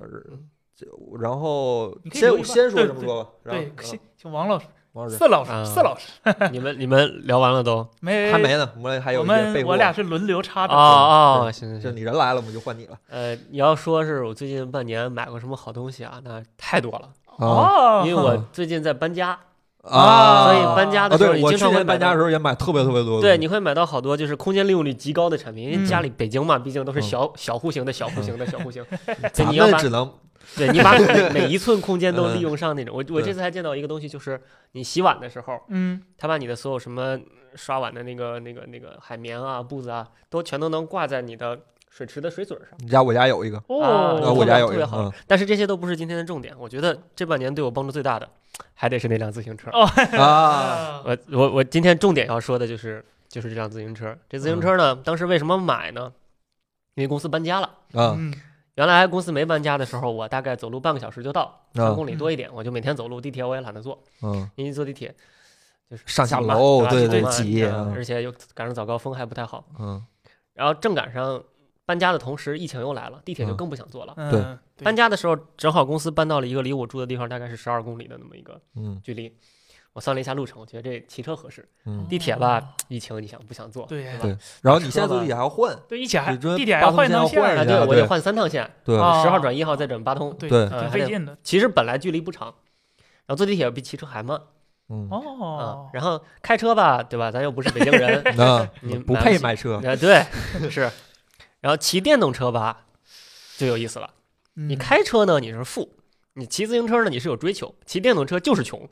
S1: 这然后
S3: 你可以留一
S1: 先
S3: 半
S1: 先说
S3: 对
S1: 这么多吧。然后
S3: 对，
S1: 嗯
S3: 行，请王老师、
S1: 王老师
S3: 色老师
S5: 啊、
S3: 色老师，
S5: 你们你们聊完了都？
S3: 没
S1: 还没呢，我们还有
S3: 我
S1: 一些备
S3: 们
S1: 货
S3: 我俩是轮流插
S5: 啊
S3: 着。
S5: 啊，行行
S1: 就
S5: 行。
S1: 你人来了，我们就换你了。
S5: 呃，你要说是我最近半年买过什么好东西啊，那太多了，
S3: 哦，
S5: 因为我最近在搬家，
S1: 啊，
S5: 所以搬家
S1: 啊，
S5: 的时候
S1: 对
S5: 你
S1: 我
S5: 经
S1: 去
S5: 常会
S1: 年
S5: 买
S1: 搬家
S5: 到
S1: 的时候也买特别特别多的东西。
S5: 对，你会买到好多就是空间利用率极高的产品，
S3: 嗯
S5: 因为家里北京嘛，毕竟都是
S1: 嗯
S5: 小小户型的小户型的小户型， 对
S1: 咱
S5: 你要
S1: 们
S5: 把
S1: 只能
S5: 对你把 每每一寸空间都
S1: 嗯
S5: 利用上那种。我我这次还见到一个东西，就是你洗碗的时候，
S3: 嗯，
S5: 他把你的所有什么刷碗的那个那个那个海绵啊、布子啊，都全都能挂在你的水池的水嘴儿上。
S1: 你家我家有一 个，
S5: 啊
S1: 啊，
S5: 特
S3: 哦，
S1: 我
S5: 别
S1: 家有
S5: 特
S1: 一
S5: 别
S1: 个，
S5: 好
S1: 嗯
S5: 但是这些都不是今天的重点，我觉得这半年对我帮助最大的，还得是那辆自行车。
S1: 啊，
S5: 我我我今天重点要说的就是就是这辆自行车。这
S1: 嗯
S5: 自行车呢，当时为什么买呢？因为公司搬家了。
S1: 嗯
S3: 嗯，
S5: 原来公司没搬家的时候，我大概走路半个小时就到，三
S1: 嗯
S5: 公里多一点，我就每天走路，地铁我也懒得坐，
S1: 嗯，
S5: 因为坐地铁就是
S1: 上下
S5: 挤嘛
S1: 楼
S5: 吧
S1: 对
S5: 地铁
S1: 对
S5: 嘛
S1: 挤
S5: 嗯
S1: 嗯
S5: 而且又赶上早高峰，还不太好。
S1: 嗯
S5: 然后正赶上搬家的同时，疫情又来了，地铁就
S1: 嗯
S5: 更不想坐了。
S3: 嗯
S1: 对
S5: 搬家的时候，正好公司搬到了一个离我住的地方大概是十二公里的那么一个
S1: 嗯
S5: 距离。我算了一下路程，我觉得这骑车合适。
S1: 嗯。
S5: 地铁吧，疫情你想不想坐？
S3: 对
S5: 吧？
S1: 然后你现在坐地铁还要换，
S3: 对，一起还
S1: 你这
S3: 地点
S1: 八
S3: 要
S1: 通
S3: 换
S1: 线要
S3: 趟线
S1: 换
S5: 啊，
S1: 人
S3: 儿，
S1: 家
S5: 对，我
S1: 对
S5: 得换三趟线，
S1: 对
S3: 啊
S5: 十号转一号，再转八通。
S3: 对，
S1: 对
S5: 嗯
S3: 挺
S5: 还
S3: 费
S5: 得
S3: 劲的。
S5: 其实本来距离不长，然后坐地铁比骑车还慢
S1: 嗯，，
S5: 啊
S3: 哦。，
S5: 然后开车吧，对吧？咱又不是北京人
S1: 那
S5: 你
S1: 不
S5: 买
S1: 配
S5: 不起
S1: 买车，
S5: 啊，对，是。然后骑电动车吧，就有意思了。你
S3: 你，
S5: 开车呢，你是富；你骑自行车呢，你是有追求；骑电动车就是穷。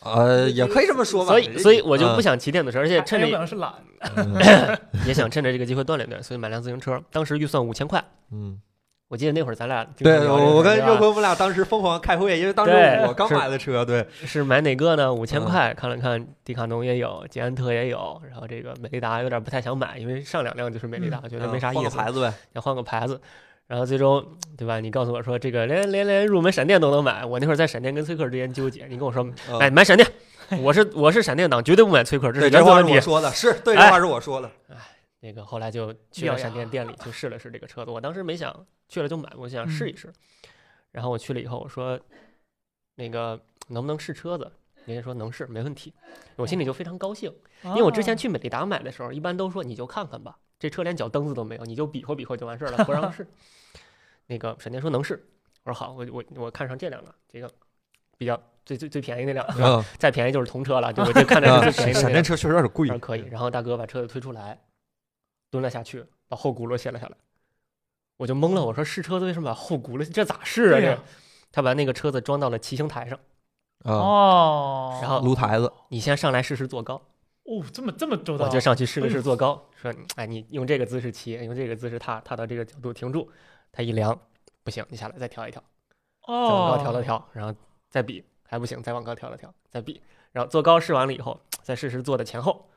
S1: 呃，也可以这么说吧。嗯
S5: 所以，所以我就不
S1: 想，
S5: 想骑电动车，而且
S3: 还
S5: 趁
S3: 还有可
S5: 着
S3: 能是懒，
S1: 嗯
S5: 也想趁着这个机会锻炼锻炼，所以买辆自行车。当时预算五千块，
S1: 嗯，
S5: 我记得那会儿咱俩经常
S1: 对
S5: 聊这个
S1: 我我
S5: 事儿
S1: 跟
S5: 吧
S1: 岳坤我们俩当时疯狂开会，因为当时
S5: 对
S1: 我刚
S5: 是
S1: 买的车，对，
S5: 是买哪个呢？五千
S1: 嗯
S5: 块，看了看，迪卡侬也有，捷安特也有，然后这个美利达有点不太想买，因为上两辆就是美利达，我觉得没啥
S1: 嗯换
S5: 意
S1: 个
S5: 思，
S1: 牌子呗，
S5: 想换个牌子。然后最终，对吧？你告诉我说这个连连连入门闪电都能买，我那会儿在闪电跟崔克之间纠结，你跟我说
S1: 嗯
S5: 哎，买闪电，我是我是闪电党，绝对不买崔克，这是
S1: 对，
S5: 原
S1: 这
S5: 则
S1: 话
S5: 问
S1: 是我
S5: 题。
S1: 说的，是对，这
S5: 哎
S1: 话是我说的，
S5: 那个后来就去了闪电店里去试了试这个车子，我当时没想去了就买，我想
S3: 嗯
S5: 试一试。然后我去了以后，我说那个能不能试车子？人家说能试，没问题。我心里就非常高兴，因为我之
S3: 哦
S5: 前去美利达买的时候，一般都说你就看看吧，这车连脚蹬子都没有，你就比划比划就完事儿了，不让试。那个闪电说能试，我说好，我我我看上这辆了，这个比较最最最便宜那辆，对吧
S1: 嗯，
S5: 再便宜就是同车了，就我就看着
S1: 啊
S5: 是最便
S1: 闪
S5: 宜的那辆
S1: 电车确实有点贵
S5: 当然，可以。然后大哥把车子推出来，蹲了下去，把后轱辘卸了下来。我就懵了，我说试车的为什么把后轱辘这咋试啊？
S3: 对
S5: 这
S3: 呀
S5: 他把那个车子装到了骑行台上，
S1: 啊，
S3: 哦，
S5: 然后
S1: 撸台子，
S5: 你先上来试试坐高，
S3: 哦，这么这么周到
S5: 我
S3: 啊，
S5: 就上去试了
S3: 哎呦
S5: 试坐高，说哎你用这个姿势骑，用这个姿势踏，踏到这个角度停住，他一量不行，你下来再调一调。再往
S3: 哦，
S5: 高调了调，然后再比还不行，再往高调了调，再比，然后做高试完了以后，再试试做的前后，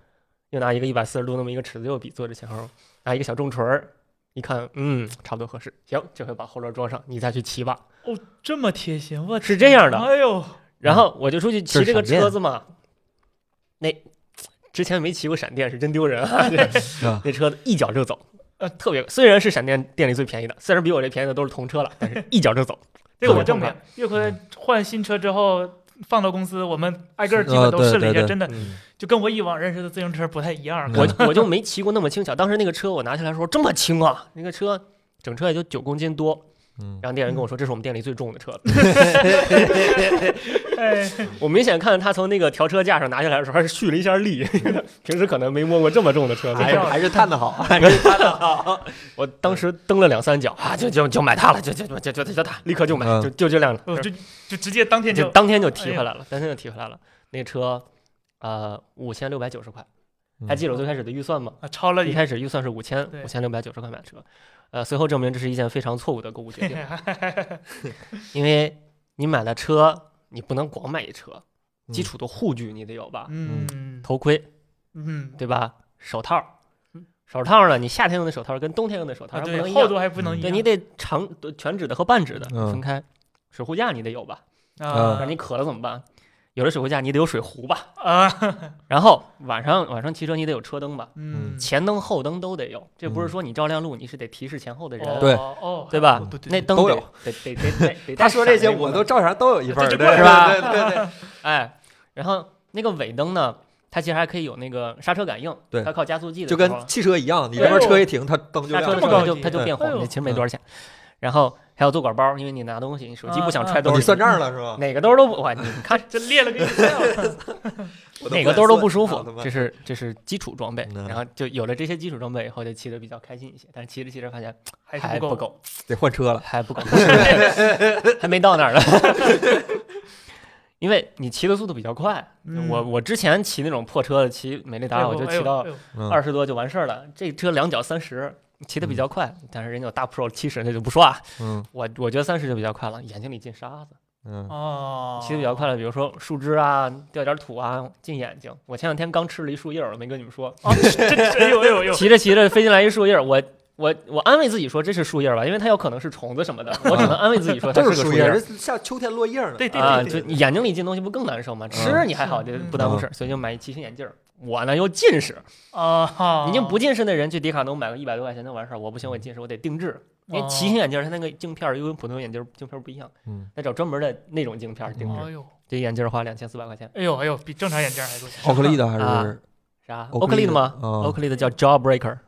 S5: 又拿一个一百四十度那么一个尺子又比做着前后，拿一个小重锤儿，一看，嗯，差不多合适，行，这回把后轮装上，你再去骑吧。
S3: 哦，这么贴心，我
S5: 是
S3: 天
S5: 这样的
S3: 哎呦，
S5: 然后我就出去骑这个
S1: 嗯这是闪电
S5: 车子嘛，那之前没骑过闪电是真丢 人啊，这
S1: 啊
S5: 那车子一脚就走。
S3: 呃
S5: 特别虽然是闪电店里最便宜的，虽然比我这便宜的都是童车了，但是一脚就走。
S3: 这个
S5: 特
S3: 我
S5: 别
S3: 证
S5: 痛
S3: 明，岳
S5: 嗯
S3: 坤换新车之后放到公司，我们挨个儿基本
S1: 啊
S3: 都
S1: 对
S3: 试了一
S1: 对
S3: 下，
S1: 对
S3: 真的
S5: 嗯
S3: 就跟我以往认识的自行车不太一样。
S1: 嗯
S5: 我我就没骑过那么轻巧。当时那个车我拿下来的时候这么轻啊，那个车整车也就九公斤多。
S1: 嗯，
S5: 然后店员跟我说，这是我们店里最重的车子。
S3: 哎，
S5: 我明显看到他从那个调车架上拿下来的时候，还是蓄了一下力。 平时可能没摸过这么重的车子。
S1: 还是还是探的好，
S5: 我当时蹬了两三脚啊，就就就买它了，就就就就就就它，立刻就买，
S1: 嗯
S5: 就就这辆了。
S3: 我就就直接当天
S5: 就
S3: 哦就
S5: 当天就提回来了，当天就提回来了。那车，呃，五千六百九十块，还记得我最开始的预算吗？
S3: 啊超了
S5: 一
S3: 你，
S5: 开始预算是五千
S3: 对
S5: 五千六百九十块买的车，呃，随后证明这是一件非常错误的购物决定， 因为你买了车，你不能光买一车，基
S1: 嗯
S5: 础的护具你得有吧，
S3: 嗯
S5: 头盔
S3: 嗯，
S5: 对吧，手套
S3: 嗯，
S5: 手套呢，你夏天用的手套跟冬天用的手套
S3: 啊
S5: 还不
S3: 对
S5: 能一
S3: 厚
S5: 样，
S3: 度还不能一
S5: 对
S3: 样，
S5: 你得长全指的和半指的
S1: 嗯
S5: 分开，水壶架你得有吧，
S3: 啊
S5: 那你渴了怎么办？有了水壶架，你得有水壶吧，
S3: 啊
S5: 然后晚上晚上骑车你得有车灯吧，
S3: 嗯，
S5: 前灯后灯都得有，这不是
S1: 嗯
S5: 说你照亮路，你是得提示前后的人，
S3: 哦
S1: 对
S3: 哦
S5: 对吧
S3: 哦对对
S5: 那
S3: 对
S5: 灯
S1: 都
S5: 得
S1: 有
S5: 得得得得得带
S1: 他说这些
S5: 闪那
S1: 我
S5: 种
S1: 都照常都有一份儿，
S3: 这
S1: 对
S3: 这过
S1: 是吧？对对对，
S5: 哎，然后那个尾灯呢，它其实还可以有那个刹车感应，
S1: 对
S5: 它靠加速器的
S1: 就
S5: 时候
S1: 跟汽车一样，你这
S3: 哎
S1: 边
S3: 呦
S1: 车一停，它灯就
S5: 刹
S1: 亮了
S5: 车的时
S3: 这么
S5: 候它
S3: 高
S5: 就
S3: 级
S5: 它就
S3: 哎
S5: 变红，
S3: 呦
S5: 那其实没多少钱。然后还有坐管包，因为你拿东西，你
S3: 啊
S5: 手机不想揣兜
S1: 哦
S5: 里，
S1: 你算账了是吧？
S5: 哪个兜都不哇，你看
S3: 这列了个预 算，
S1: 我
S5: 哪
S1: 敢
S5: 个兜都
S1: 算
S5: 不舒
S1: 啊
S5: 服
S1: 他，妈
S5: 这是这是基础装备。
S1: 嗯
S5: 然后就有了这些基础装备以后，就骑得比较开心一些。但是骑着骑着发现哎
S3: 还
S5: 还
S3: 是
S5: 不
S3: 不
S5: 够，
S1: 得换车了。
S5: 还不够， 还没到那儿呢。 因为你骑的速度比较快，
S3: 嗯
S5: 我我之前骑那种破车，骑美利
S3: 哎
S5: 达，
S3: 呦
S5: 我就
S3: 哎
S5: 骑
S3: 呦
S5: 到
S3: 哎呦
S1: 嗯
S5: 二十多就完事儿了。这车两脚三十，骑得比较快，但是人家有大 Pro 七十，那就不说啊。
S1: 嗯
S5: 我我觉得三十就比较快了，眼睛里进沙子。
S1: 嗯
S3: 哦，
S5: 骑得比较快了，比如说树枝啊，掉点土啊，进眼睛。我前两天刚吃了一树叶儿，我没跟你们 说，
S3: 啊，这这哎呦哎呦哎呦，
S5: 骑着骑着飞进来一树叶儿，我。我我安慰自己说这是树叶儿吧，因为它有可能是虫子什么 的，我只能安慰自己说它
S1: 就是
S5: 个树
S1: 树叶
S5: 儿
S1: 儿，这像秋天落叶儿呢。
S3: 对对
S5: 啊，
S3: 对
S5: 就
S3: 对，
S5: 你眼睛里进东西不更难受吗？吃
S1: 嗯
S5: 你还好，
S3: 是
S5: 这
S3: 嗯
S5: 不耽误事儿，所以就买一骑行眼镜儿。我呢又近视，
S1: 哦
S3: 啊，
S5: 已经不近视的人去迪卡侬买个一百多块钱能完事儿，我不行，我近视，我得定制。因
S3: 哦
S5: 为骑
S1: 哦
S5: 行眼镜儿它那个镜片儿又跟普通眼镜儿镜片儿不一样，
S1: 嗯，
S5: 得找专门的那种镜片儿定
S1: 哦
S5: 制。
S3: 哎呦
S5: 这眼镜儿花两千四百块钱，
S3: 哎呦哎呦，比正常眼镜还贵，
S1: 奥克利的还
S5: 啊
S1: 是
S5: 啥？
S1: 欧
S5: 欧克利的吗？
S1: 啊
S5: 欧克利的叫 Jawbreaker，啊，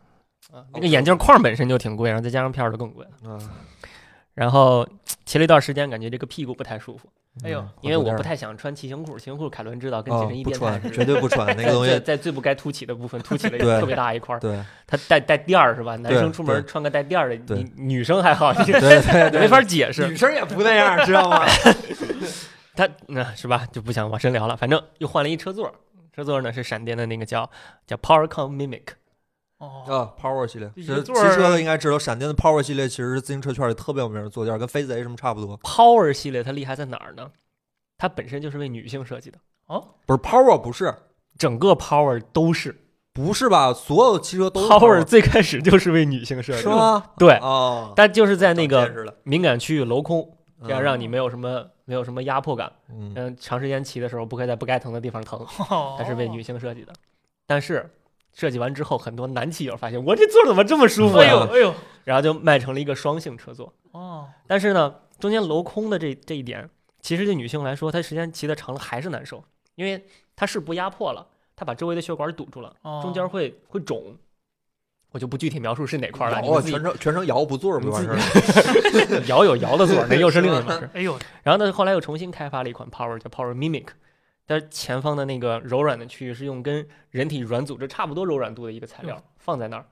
S1: 哦
S5: 那个眼镜框本身就挺贵，然后再加上片儿就更贵了。
S1: 啊
S5: 然后骑了一段时间，感觉这个屁股不太舒服，
S3: 哎呦
S1: 嗯
S5: 因为我
S1: 有
S5: 不
S1: 点
S5: 太想穿骑行裤，骑行裤凯伦知道跟
S1: 啊
S5: 健身衣
S1: 不
S5: 变态似
S1: 穿，
S5: 的。
S1: 绝对不穿那个
S5: 在
S1: 东
S5: 在
S1: 西。
S5: 在最不该凸起的部分凸起了
S1: 对
S5: 特别大一块儿，
S1: 对
S5: 它带带垫儿是吧？男
S1: 对
S5: 生出门
S1: 对
S5: 穿个带垫儿的，
S1: 对
S5: 你女生还好，你
S1: 对对
S5: 没法解
S1: 对，女
S5: 释，
S1: 生也不那样，知 道吗？
S5: 她那、是吧？就不想往深聊了。反正又换了一车座儿，车座儿呢是闪电的那个叫叫 PowerCom Mimic，
S3: 哦，
S1: 啊，Power 系列，
S3: 一
S1: 其
S3: 个
S1: 实骑
S3: 座儿
S1: 车的应该知道，闪电的 Power 系列其实是自行车圈里特别有名的坐垫，跟飞贼什么差不多。
S5: Power 系列它厉害在哪儿呢？它本身就是为女性设计的，
S1: 不是 Power，不是，
S5: 整个 Power 都是
S1: 不是吧？所有汽车都是
S5: Power 最开始就是为女性设计
S1: 是
S5: 的，
S1: 吗？
S5: 对，
S1: 哦，
S5: 它哎就是在那
S1: 长见
S5: 个
S1: 识了
S5: 敏感区域镂空，
S1: 嗯
S5: 这样让你没有什么没有什么压迫感，
S1: 嗯
S5: 嗯，长时间骑的时候不会在不该疼的地方疼，
S1: 哦
S5: 它
S3: 它
S5: 是为女性设计的。但是设计完之后，很多男骑友发现我这座儿怎么这么舒服
S3: 哎呦
S5: 呀，
S3: 哎呦，
S5: 然后就卖成了一个双性车座。
S3: 哦，
S5: 但是呢，中间镂空的这这一点，其实对女性来说，她时间骑的长了还是难受，因为它是不压迫了，它把周围的血管堵住了，
S3: 哦
S5: 中间会会肿。我就不具体描述是哪块儿了，你
S1: 摇啊，
S5: 们自己
S1: 全程全程摇不坐着不就完事儿了？
S5: 摇有摇的座儿，那又是另一码事。
S3: 哎呦，
S5: 然后呢，后来又重新开发了一款 Power 叫 Power Mimic，但是前方的
S3: 嗯
S5: 那个柔软的区域是用跟人体软组织差不多柔软度的一个材料放在那儿，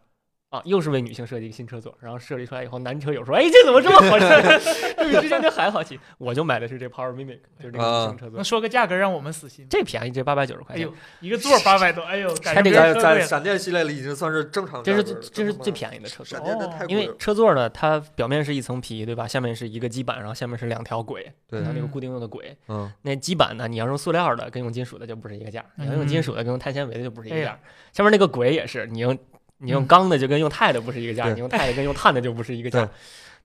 S5: 啊，又是为女性设计一个新车座，然后设计出来以后，男车友说：“哎，这怎么这么好 吃？这比之前这还好骑。”我就买的是这 Power Mimic，就是这个女性车座
S3: 能，说个价格让我们死心吗？
S5: 这便宜，这八百九十
S3: 啊
S5: 块
S3: 哎
S5: 钱
S3: 呦，，一个座八百多，哎呦，赶上
S5: 这
S3: 别
S5: 个
S1: 在
S3: 人车
S1: 在
S3: 队了，
S1: 闪电系列里已经算是正常价
S5: 这
S1: 格
S5: 是
S1: 了，哦
S5: 最这是最便宜的车座
S1: 闪。电那太
S5: 因
S1: 贵
S5: 为
S1: 了，
S5: 车座呢，它表面是一层皮，对吧？下面是一个基板，然后下面是两条轨，
S1: 对
S5: 它那个
S3: 嗯
S5: 固定用的轨。
S1: 嗯，
S5: 那基板呢，你要用塑料的，跟用金属的就不是一个价儿；你要
S1: 嗯
S5: 用金属的，跟用碳纤维的就不是一
S1: 哎
S5: 个价儿。下面那个轨也是，你用你用
S3: 嗯
S5: 钢的就跟用钛的不是一个价儿，
S1: 对
S5: 你用钛的跟用碳的就不是一个价
S1: 对
S5: 儿。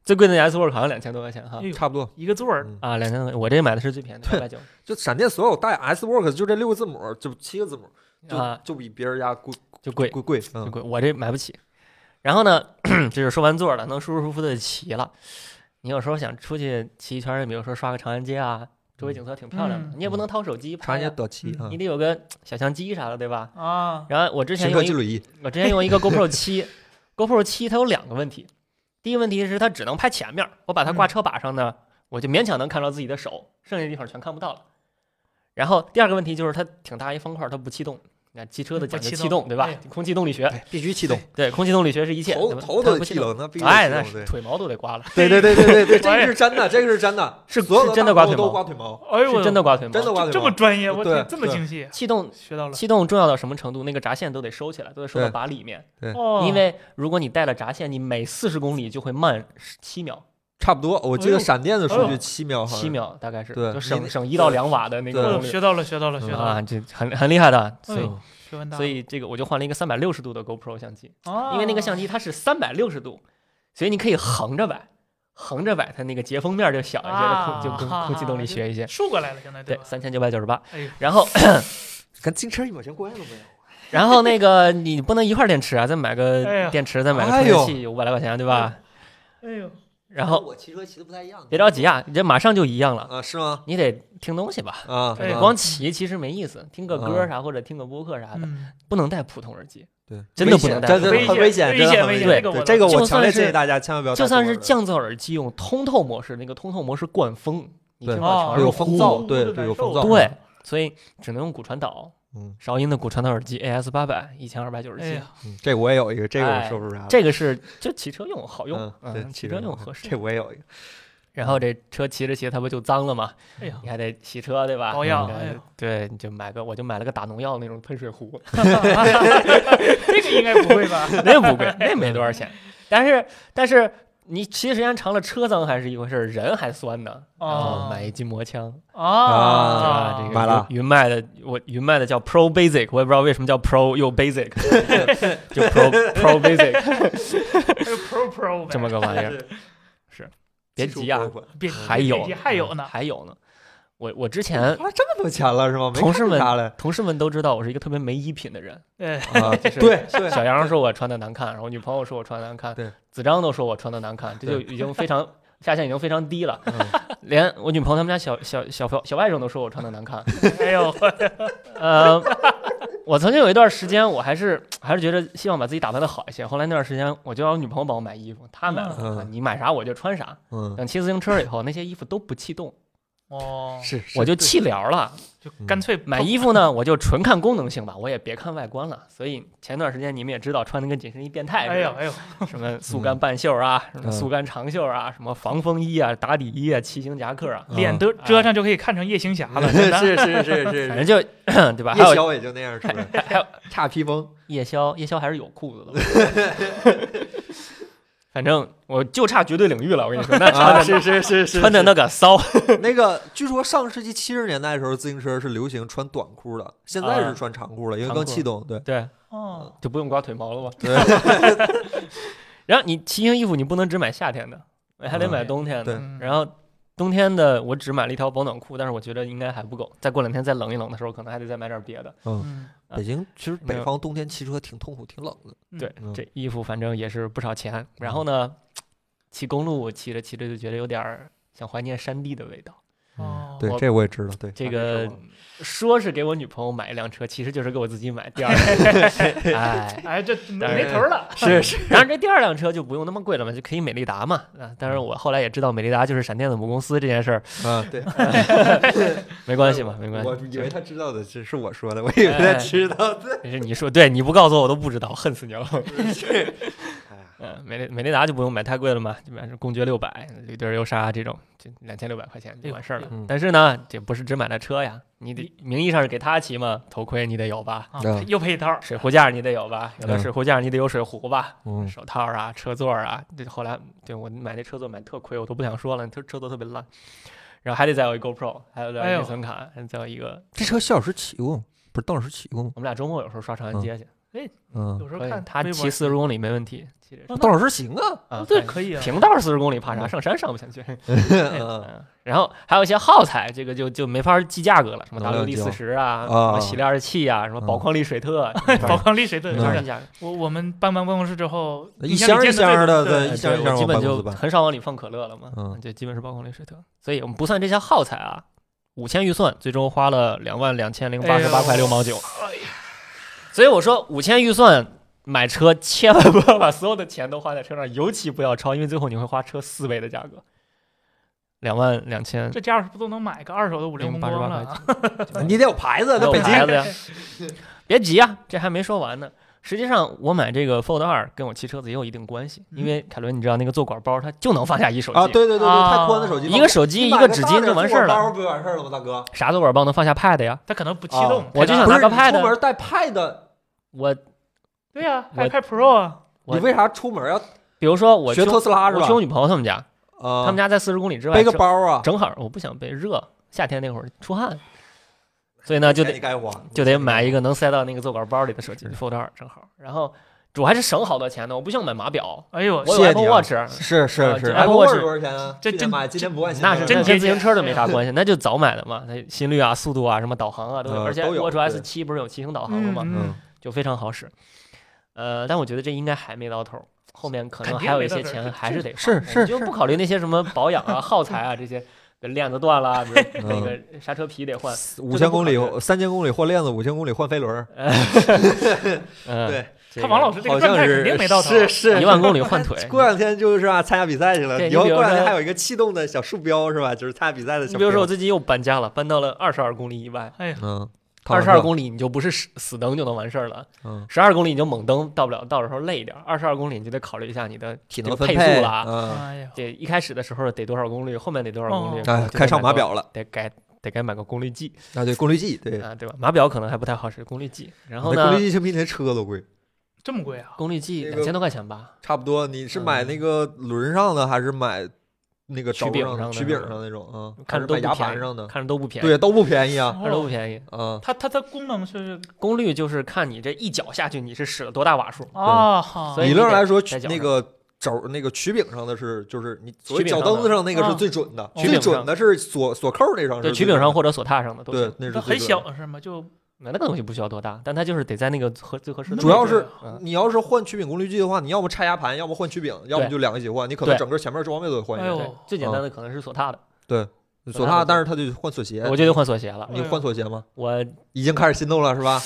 S5: 最贵的 S Work 好像两千多块钱哈
S3: 哎，呦
S1: 差不多。
S3: 一个座儿
S1: 嗯
S5: 啊，两千多块钱，我这买的是最便宜的，八
S1: 对
S5: 百九
S1: 就闪电所有带 S Work 就这六个字母，就七个字母，就、
S5: 啊，
S1: 就比别人家贵
S5: 就贵
S1: 贵贵。
S5: 就
S1: 嗯，
S5: 贵，我这买不起。然后呢， 这就是说完座了，能舒舒服服的骑了。你有时候想出去骑一圈儿，比如说刷个长安街啊，周围景色挺漂亮的，
S3: 嗯
S5: 你也不能掏手机
S1: 长
S5: 拍
S1: 安街
S5: 呀，
S1: 得七啊
S5: 你，得有个小相机啥的，对吧？
S3: 啊，
S5: 然后我嗯之前
S1: 行
S5: 用
S1: 车
S5: 一
S1: 记录仪，
S5: 我之前用一 个 GoPro 七，GoPro 七它有两个问题，第一个问题是它只能拍前面儿，我把它挂
S3: 嗯
S5: 车把上呢，我就勉强能看到自己的手，剩下的地方全看不到了。然后第二个问题就是它挺大一方块儿，它不气动。你看骑车
S1: 嗯
S5: 的
S3: 不
S5: 讲究
S3: 气
S5: 气
S3: 动
S5: 动，对吧
S3: 哎呀？
S5: 空气动力学，
S1: 必须启动，
S5: 对，空气动力学是一切，对
S1: 头
S5: 吧
S1: 头
S5: 它
S1: 都
S5: 不
S1: 得
S5: 气
S1: 气
S5: 动。
S1: 动，那必须
S5: 哎，
S1: 得
S5: 那
S1: 启动。对
S5: 是腿毛都得刮了，
S1: 对对对对对对，这
S3: 哎
S1: 个是真的，这个是真的，
S5: 是
S1: 所有的
S5: 是真的
S1: 大
S5: 刮
S1: 猫
S5: 腿毛
S1: 都刮腿毛，
S3: 哎呦我
S5: 是真的刮腿毛。
S1: 真的刮腿
S3: 这么
S1: 毛。
S3: 专业，我
S1: 对
S3: 天，这么
S1: 对
S3: 精细，
S5: 气动
S3: 学到了。
S5: 气动重要到什么程度？那个闸线都得收起来，都得收到
S1: 对
S5: 把里面，
S3: 哦，
S5: 因为如果你带了闸线，你每四十公里就会慢七秒，
S1: 差不多，我记得
S3: 哎呦
S1: 闪电的数
S3: 哎呦
S1: 据七秒，
S5: 哦七。秒大概是，
S1: 对
S5: 就
S1: 你
S5: 省
S1: 得
S5: 省一到两瓦的那
S1: 对
S5: 个
S3: 哦
S5: 功率
S3: 学到了，学到了，学到
S5: 嗯啊，
S3: 了，
S5: 这很很厉害的。所以
S3: 嗯学问大了。
S5: 所以这个我就换了一个三百六十度的 GoPro 相机，
S3: 啊，
S5: 因为那个相机它是三百六十度，所以你可以横着摆，横着摆它那个截风面就小一些，它空就跟
S3: 啊
S5: 空气动力学一些。
S3: 竖过来了，现在
S5: 对，
S3: 吧？
S5: 三千九百九十八
S3: 哎呦。
S5: 然后，
S1: 跟自行车一毛钱关系都没有。
S5: 然后那个你不能一块儿电池啊，再买
S3: 哎
S5: 个
S3: 呀
S5: 电池，再买个
S1: 哎
S5: 充
S1: 呦
S5: 电器，五百来块钱，对吧？
S3: 哎呦，
S5: 然后
S1: 我骑车骑的不太一样，
S5: 别着急啊，你这马上就一样了，
S1: 啊，是吗？
S5: 你得听东西吧。
S1: 啊，
S3: 哎
S1: 啊
S5: 光骑其实没意思，听个歌
S1: 啊
S5: 啥或者听个播客啊啥的，
S3: 嗯，
S5: 不能戴普通耳机。
S1: 对，
S5: 真的
S1: 危
S5: 不
S1: 险
S5: 能戴
S1: 真的
S5: 口罩
S1: 很危险，
S3: 危
S1: 真的
S3: 险
S1: 很
S3: 危
S1: 危险。
S3: 险这个我
S1: 对这个
S5: 懂
S1: 我强
S5: 就算
S1: 烈
S5: 是
S1: 建议大家千万不要戴
S5: 就算
S1: 口
S5: 是
S1: 罩的
S5: 降噪耳机用通透模式，那个通透模式灌风，你
S1: 对
S5: 听到
S3: 哦
S5: 全是
S1: 有
S5: 呼
S1: 风噪，
S3: 呼
S1: 对
S3: 的
S1: 对，
S3: 感
S1: 有风
S3: 受
S1: 噪，
S5: 对，所以只能用骨传导，
S1: 嗯，
S5: 韶音的骨传导耳机 AS 八百一千二百九十
S3: 哎
S5: 七，
S3: 呀，
S1: 嗯这我也有一个，这个我
S5: 哎
S1: 说不出来了。
S5: 这个是就骑车用好用
S1: 嗯，，对，
S5: 嗯，骑
S1: 骑
S5: 车
S1: 着
S5: 用合适
S1: 这。我也有一个，
S5: 然后这车骑着骑着它不就脏了吗？
S3: 哎呀
S5: 你，还得洗车对吧？
S3: 保养
S5: 嗯
S3: 哎呀
S5: 对，你就买个，我就买了个打农药那种喷水壶，
S3: 这个应该不会吧？
S5: 那不贵，那没多少钱。但是但是你骑的时间长了，车脏还是一回事儿，人还酸呢。然后
S3: 哦
S5: 买一筋膜枪，啊对吧？
S1: 啊
S5: 这个
S1: 买了
S5: 云云麦的，我云麦的叫 Pro Basic，我也不知道为什么叫 Pro 又 Basic，就 Pro Pro Basic
S3: 还有哎 Pro Pro 呗
S5: 这么个玩意儿。是，别
S1: 技术
S5: 急啊
S1: 拨，款
S3: 别
S5: 还有嗯
S3: 别还有呢，
S5: 还有呢。我我之前
S1: 花这么多钱了是吗？没
S5: 嗯同事
S1: 看出
S5: 们
S1: 啥 嘞？
S5: 同事们都知道我是一个特别没衣品的人，
S3: 哎，
S1: 啊，
S5: 就是
S1: 对对，
S5: 小杨说我穿的难看，然后女朋友说我穿的难看
S1: 对，
S5: 子章都说我穿的难看，这就
S1: 对
S5: 已经非常下限已经非常低了，
S1: 嗯
S5: 连我女朋友他们家小小小小小外甥都说我穿的难看，
S3: 哎 呦，
S5: 呃， 我曾经有一段时间，我还是还是觉得希望把自己打扮的好一些。后来那段时间，我就让我女朋友帮我买衣服，她买了，
S1: 嗯
S5: 你买啥我就穿啥。
S1: 嗯，
S5: 等骑自行车以后，那些衣服都不气动，
S3: 哦，
S1: 是，是
S5: 我就
S1: 对
S5: 气聊了。
S3: 就干脆
S5: 嗯买衣服呢，我就纯看功能性吧，我也别看外观了。所以前段时间你们也知道，穿的跟紧身衣变态
S3: 哎
S5: 似
S3: 呦
S5: 的，
S3: 哎呦，
S5: 什
S1: 嗯
S5: 么速干半袖啊，什么速干长袖啊，什么防风衣啊、打底衣啊、骑行夹克啊，
S1: 嗯
S3: 脸都遮上就可以看成夜行侠了， 真 的
S1: 是是是
S5: 反
S1: 是
S5: 正
S1: 是，
S5: 就 对 吧？
S1: 嗯
S5: 还
S1: 夜
S5: 有
S1: 宵也就那样出来，
S5: 还有
S1: 差披风，
S5: 夜宵，夜宵还是有裤子的。 反正我就差绝对领域了，我跟你说，那穿
S1: 啊
S5: 的、
S1: 是是是是，
S5: 穿的那个骚，
S1: 那个，据说上世纪七十年代的时候，自行车是流行穿短裤的，现
S5: 啊
S1: 在是穿长裤了，因为更气动。对
S5: 对，
S3: 哦，
S5: 就不用刮腿毛了吧？
S1: 对，
S5: 然后你骑行衣服，你不能只买夏天的，还得
S1: 嗯
S5: 买冬天的。
S1: 对
S3: 嗯
S5: 然后冬天的我只买了一条保暖裤，但是我觉得应该还不够，再过两天再冷一冷的时候，可能还得再买点别的。
S3: 嗯，
S5: 啊
S1: 北京其实北方冬天骑车挺痛苦、挺冷的。
S3: 嗯
S5: 对，
S1: 嗯
S5: 这衣服反正也是不少钱。然后呢，骑公路骑着骑着就觉得有点儿想怀念山地的味道。
S3: 哦
S1: 嗯对
S5: 嗯我，
S1: 这我也知道。对，
S5: 这
S1: 啊
S5: 个说是给我女朋友买一辆车，其实就是给我自己买第 二辆。哎，
S3: 哎，这没
S5: 当然
S3: 没头了，
S5: 是是。然后这第二辆车就不用那么贵了嘛，就可以美利达嘛。啊，当然我后来也知道美利达就是闪电的母公司这件事儿，
S1: 嗯，对，
S5: 没关系嘛， 没哎关
S1: 我
S5: 系。
S1: 以为他知道的，只是我说的，我以为他知道的。
S5: 哎这是你说，对，你不告诉我我都不知道，恨死你了。嗯，美利美利达就不用买太贵了嘛，基本上是公爵六百、绿地儿游鲨这种，就两千六百块钱就完事儿了。
S1: 嗯
S5: 但是呢，这不是只买了车呀，你得名义上是给他骑嘛，头盔你得有吧，
S3: 啊
S1: 嗯，
S3: 又配一套，
S5: 水壶架你得有吧，有了
S1: 嗯
S5: 水壶架你得有水壶吧，
S1: 嗯
S5: 手套啊，车座啊，这后来对我买那车座买特亏，我都不想说了，车车座特别烂，然后还得再有一 GoPro，还有
S3: 哎
S5: 点
S3: 呦
S5: 内存卡，还再有一个，
S1: 这车谢老师骑过吗，不是邓老师骑过吗？
S5: 我们俩周末有时候刷长安街去，
S1: 嗯，
S3: 有时候
S5: 可以
S3: 看
S5: 他
S3: 微博
S5: 骑四十公里没问题，骑这车
S3: 哦
S1: 邓老师行 啊，
S5: 啊，
S3: 对，
S5: 可
S3: 可
S5: 以
S3: 以啊，
S5: 平道四十公里怕啥？上山上不下去。
S1: 嗯
S5: 嗯，然后还有一些耗材，这个就就没法计价格了，什么
S1: 能量
S5: WD
S1: 计划
S5: 四十啊，什
S1: 啊
S5: 么洗链器啊，什么宝矿力水特，
S3: 宝矿力谁的？
S5: 没
S1: 嗯
S5: 法
S3: 真
S5: 计
S3: 的
S5: 价格。
S3: 我我们搬搬办公室之后，
S1: 一
S3: 箱
S1: 箱
S3: 里
S1: 一
S3: 见最
S1: 箱的，
S3: 多
S1: 对，一
S5: 哎
S1: 箱一
S5: 对
S1: 箱
S5: 我基
S1: 往
S5: 本
S1: 办公
S5: 就
S1: 室搬。
S5: 很少往里放可乐了嘛，
S1: 嗯
S5: 就基本是宝矿力水特。所以我们不算这些耗材啊，五千预算，最终花了两万两千零八十八块六毛九。
S3: 哎呀，
S5: 所以我说五千预算买车，千万不要把所有的钱都花在车上，尤其不要超，因为最后你会花车四倍的价格，两万两千
S3: 这家伙不都能买个二手的五菱宏
S5: 八
S3: 光
S5: 十八
S3: 了
S5: 块
S3: 啊？
S5: 九。
S1: 你得有牌子，
S5: 还
S1: 那
S5: 有
S1: 北京
S5: 牌子呀。别急啊，这还没说完呢。实际上，我买这个 Fold 二跟我骑车子也有一定关系，因为凯伦，你知道那个坐管包它就能放下一手机，
S1: 啊，对对对对，
S3: 啊
S1: 太宽的手机，
S5: 一个手机一
S1: 你买
S5: 个纸巾
S1: 大
S5: 就
S1: 点
S5: 完事儿
S1: 塑料包
S5: 了。
S1: 不就完事儿了吗，大哥？
S5: 啥坐管包能放下 Pad 呀？
S3: 他可能不激动
S1: 哦，
S5: 我就
S3: 他
S5: 想拿个 pad
S1: 不是你出门带 pad，
S5: 我
S3: 对呀
S5: 我
S3: ，iPad Pro 啊，
S5: 我
S1: 你为啥出门要
S5: 比如说我去
S1: 学特斯拉是
S5: 我
S1: 吧
S5: 去？我女朋友他们家，
S1: 啊，
S5: 他们家在四十公里之外，
S1: 背个
S5: 正
S1: 包啊，
S5: 正好我不想被热，夏天那会儿出汗，所以呢就
S1: 钱
S5: 得
S1: 你哎该花，
S5: 就得买一个能塞到那个坐管包里的手机 Fold 二正好。然后我还是省好多钱的，我不想买码表，
S3: 哎呦，
S5: 我
S1: 谢
S5: 有
S1: 谢啊
S5: Apple
S1: 你啊
S5: Watch，
S1: 是是
S5: 啊
S1: 是
S5: 这
S1: ，Apple
S5: Apple
S1: Watch
S5: Watch
S1: 多少钱啊？
S3: 这
S1: 去年
S3: 真
S1: 买今年不万新
S5: 嗯那
S1: 了，
S5: 是
S3: 真
S5: 跟
S3: 节
S5: 自
S3: 俭
S5: 行车这没啥关系，那就早买的嘛，它心率啊、速度啊、什么导航啊都有，
S1: 呃
S5: 而且
S1: 都有
S5: Watch
S1: 对
S5: S 七不是有骑行导航了
S3: 嗯
S5: 嘛，
S1: 嗯
S3: 嗯，
S5: 就非常好使。呃，但我觉得这应该还没到头儿，后面可能
S3: 肯定
S5: 还有
S3: 没
S5: 一
S3: 到
S5: 些
S3: 头儿
S5: 钱
S3: 这
S5: 还是得花
S1: 是
S5: 我
S1: 是
S5: 就是不考虑那些什么保 养啊、耗材啊这些，比如链子断了，啊比
S1: 嗯
S5: 如那个刹车皮得换，
S1: 五千公里
S5: 这都不可，
S1: 三千公里换链子，五千公里换飞轮儿，
S5: 嗯，
S1: 对
S5: 这
S3: 他
S5: 个
S3: 王老师这
S1: 好
S3: 个
S1: 像
S3: 状态
S1: 是
S3: 肯定没到头，
S1: 是是。
S5: 一万公里换腿
S1: 过两天就是啊，参加比赛去了。
S5: 哎对
S1: 以后
S5: 你比如
S1: 过两天
S5: 说
S1: 还有一个气动的小树标是吧？就是参加比赛的
S5: 你
S1: 小标。
S5: 比如说我最近又搬家了，搬到了二十二公里以外，
S3: 哎呀，
S1: 嗯，
S5: 二十二公里你就不是死死蹬就能完事儿了，
S1: 嗯，
S5: 十二公里你就猛蹬，到不了到时候累一点儿，二十二公里你就得考虑一下你的
S1: 体
S5: 这
S1: 能
S5: 个
S1: 分
S5: 配
S1: 配
S5: 速了啊。
S1: 嗯，
S3: 哎呀，
S5: 这一开始的时候得多少公里，后面得多少公里，
S3: 哦
S5: 可能
S1: 哎
S5: 就，得
S1: 开上码
S5: 买个，
S1: 表了
S5: 得改得该买个功率计
S1: 啊，对，功率计对。
S5: 啊，对吧？码表可能还不太好使，功率计。然后
S1: 那
S5: 呢
S1: 功率，计是比你那车都贵，
S3: 这么贵啊？
S5: 功率计
S1: 那个嗯
S5: 两千多块钱吧，
S1: 差不多。你是买那个轮上的还是买那个
S5: 嗯曲
S1: 轴
S5: 柄
S1: 上
S5: 上的
S1: 曲柄
S5: 是吧
S1: 上那种啊？嗯
S5: 看
S1: 还是
S5: 着都
S1: 买
S5: 不
S1: 牙
S5: 便
S1: 盘
S5: 宜
S1: 上的，
S5: 看着都不便宜，
S1: 对，都不便宜啊。
S5: 看着都不便宜。
S1: 嗯，
S3: 哦它它它功能是
S5: 功率就是看你这一脚下去你是使了多大瓦数，
S3: 啊，哈
S5: 所以
S1: 理
S5: 你
S1: 论上
S5: 得
S1: 来说
S5: 在，脚
S1: 那
S5: 上
S1: 个轴那个曲柄上的是就是你所谓
S5: 曲柄
S1: 脚
S5: 上的
S1: 蹬子上那个是
S3: 啊
S1: 最准的，
S5: 曲
S1: 最
S5: 柄
S1: 准
S5: 上
S1: 的是锁锁扣那上
S5: 对，
S1: 是
S5: 曲
S1: 最
S5: 柄
S1: 准
S5: 上
S1: 的，
S5: 或者锁踏上的都
S1: 对
S5: 行。，
S1: 那是
S3: 它
S1: 最
S3: 很
S1: 准的
S3: 小是吗？就
S5: 那那个东西不需要多大，但它就是得在那个合最合适的位置。
S1: 主要是
S5: 嗯
S1: 你要是换曲柄功率计的话，你要么拆牙盘，要么换曲柄，要么就两个一起换，你可能
S5: 对
S1: 整个前面装备都得换一
S3: 哎
S1: 遍。
S3: 呦
S5: 对，最简单的可能是锁踏的，
S1: 索
S5: 索纳
S1: 纳，
S5: 的
S1: 但是他得换锁鞋，
S5: 我就得换锁鞋了。
S1: 你换锁鞋吗？
S5: 我
S1: 已经开始心动了是吧？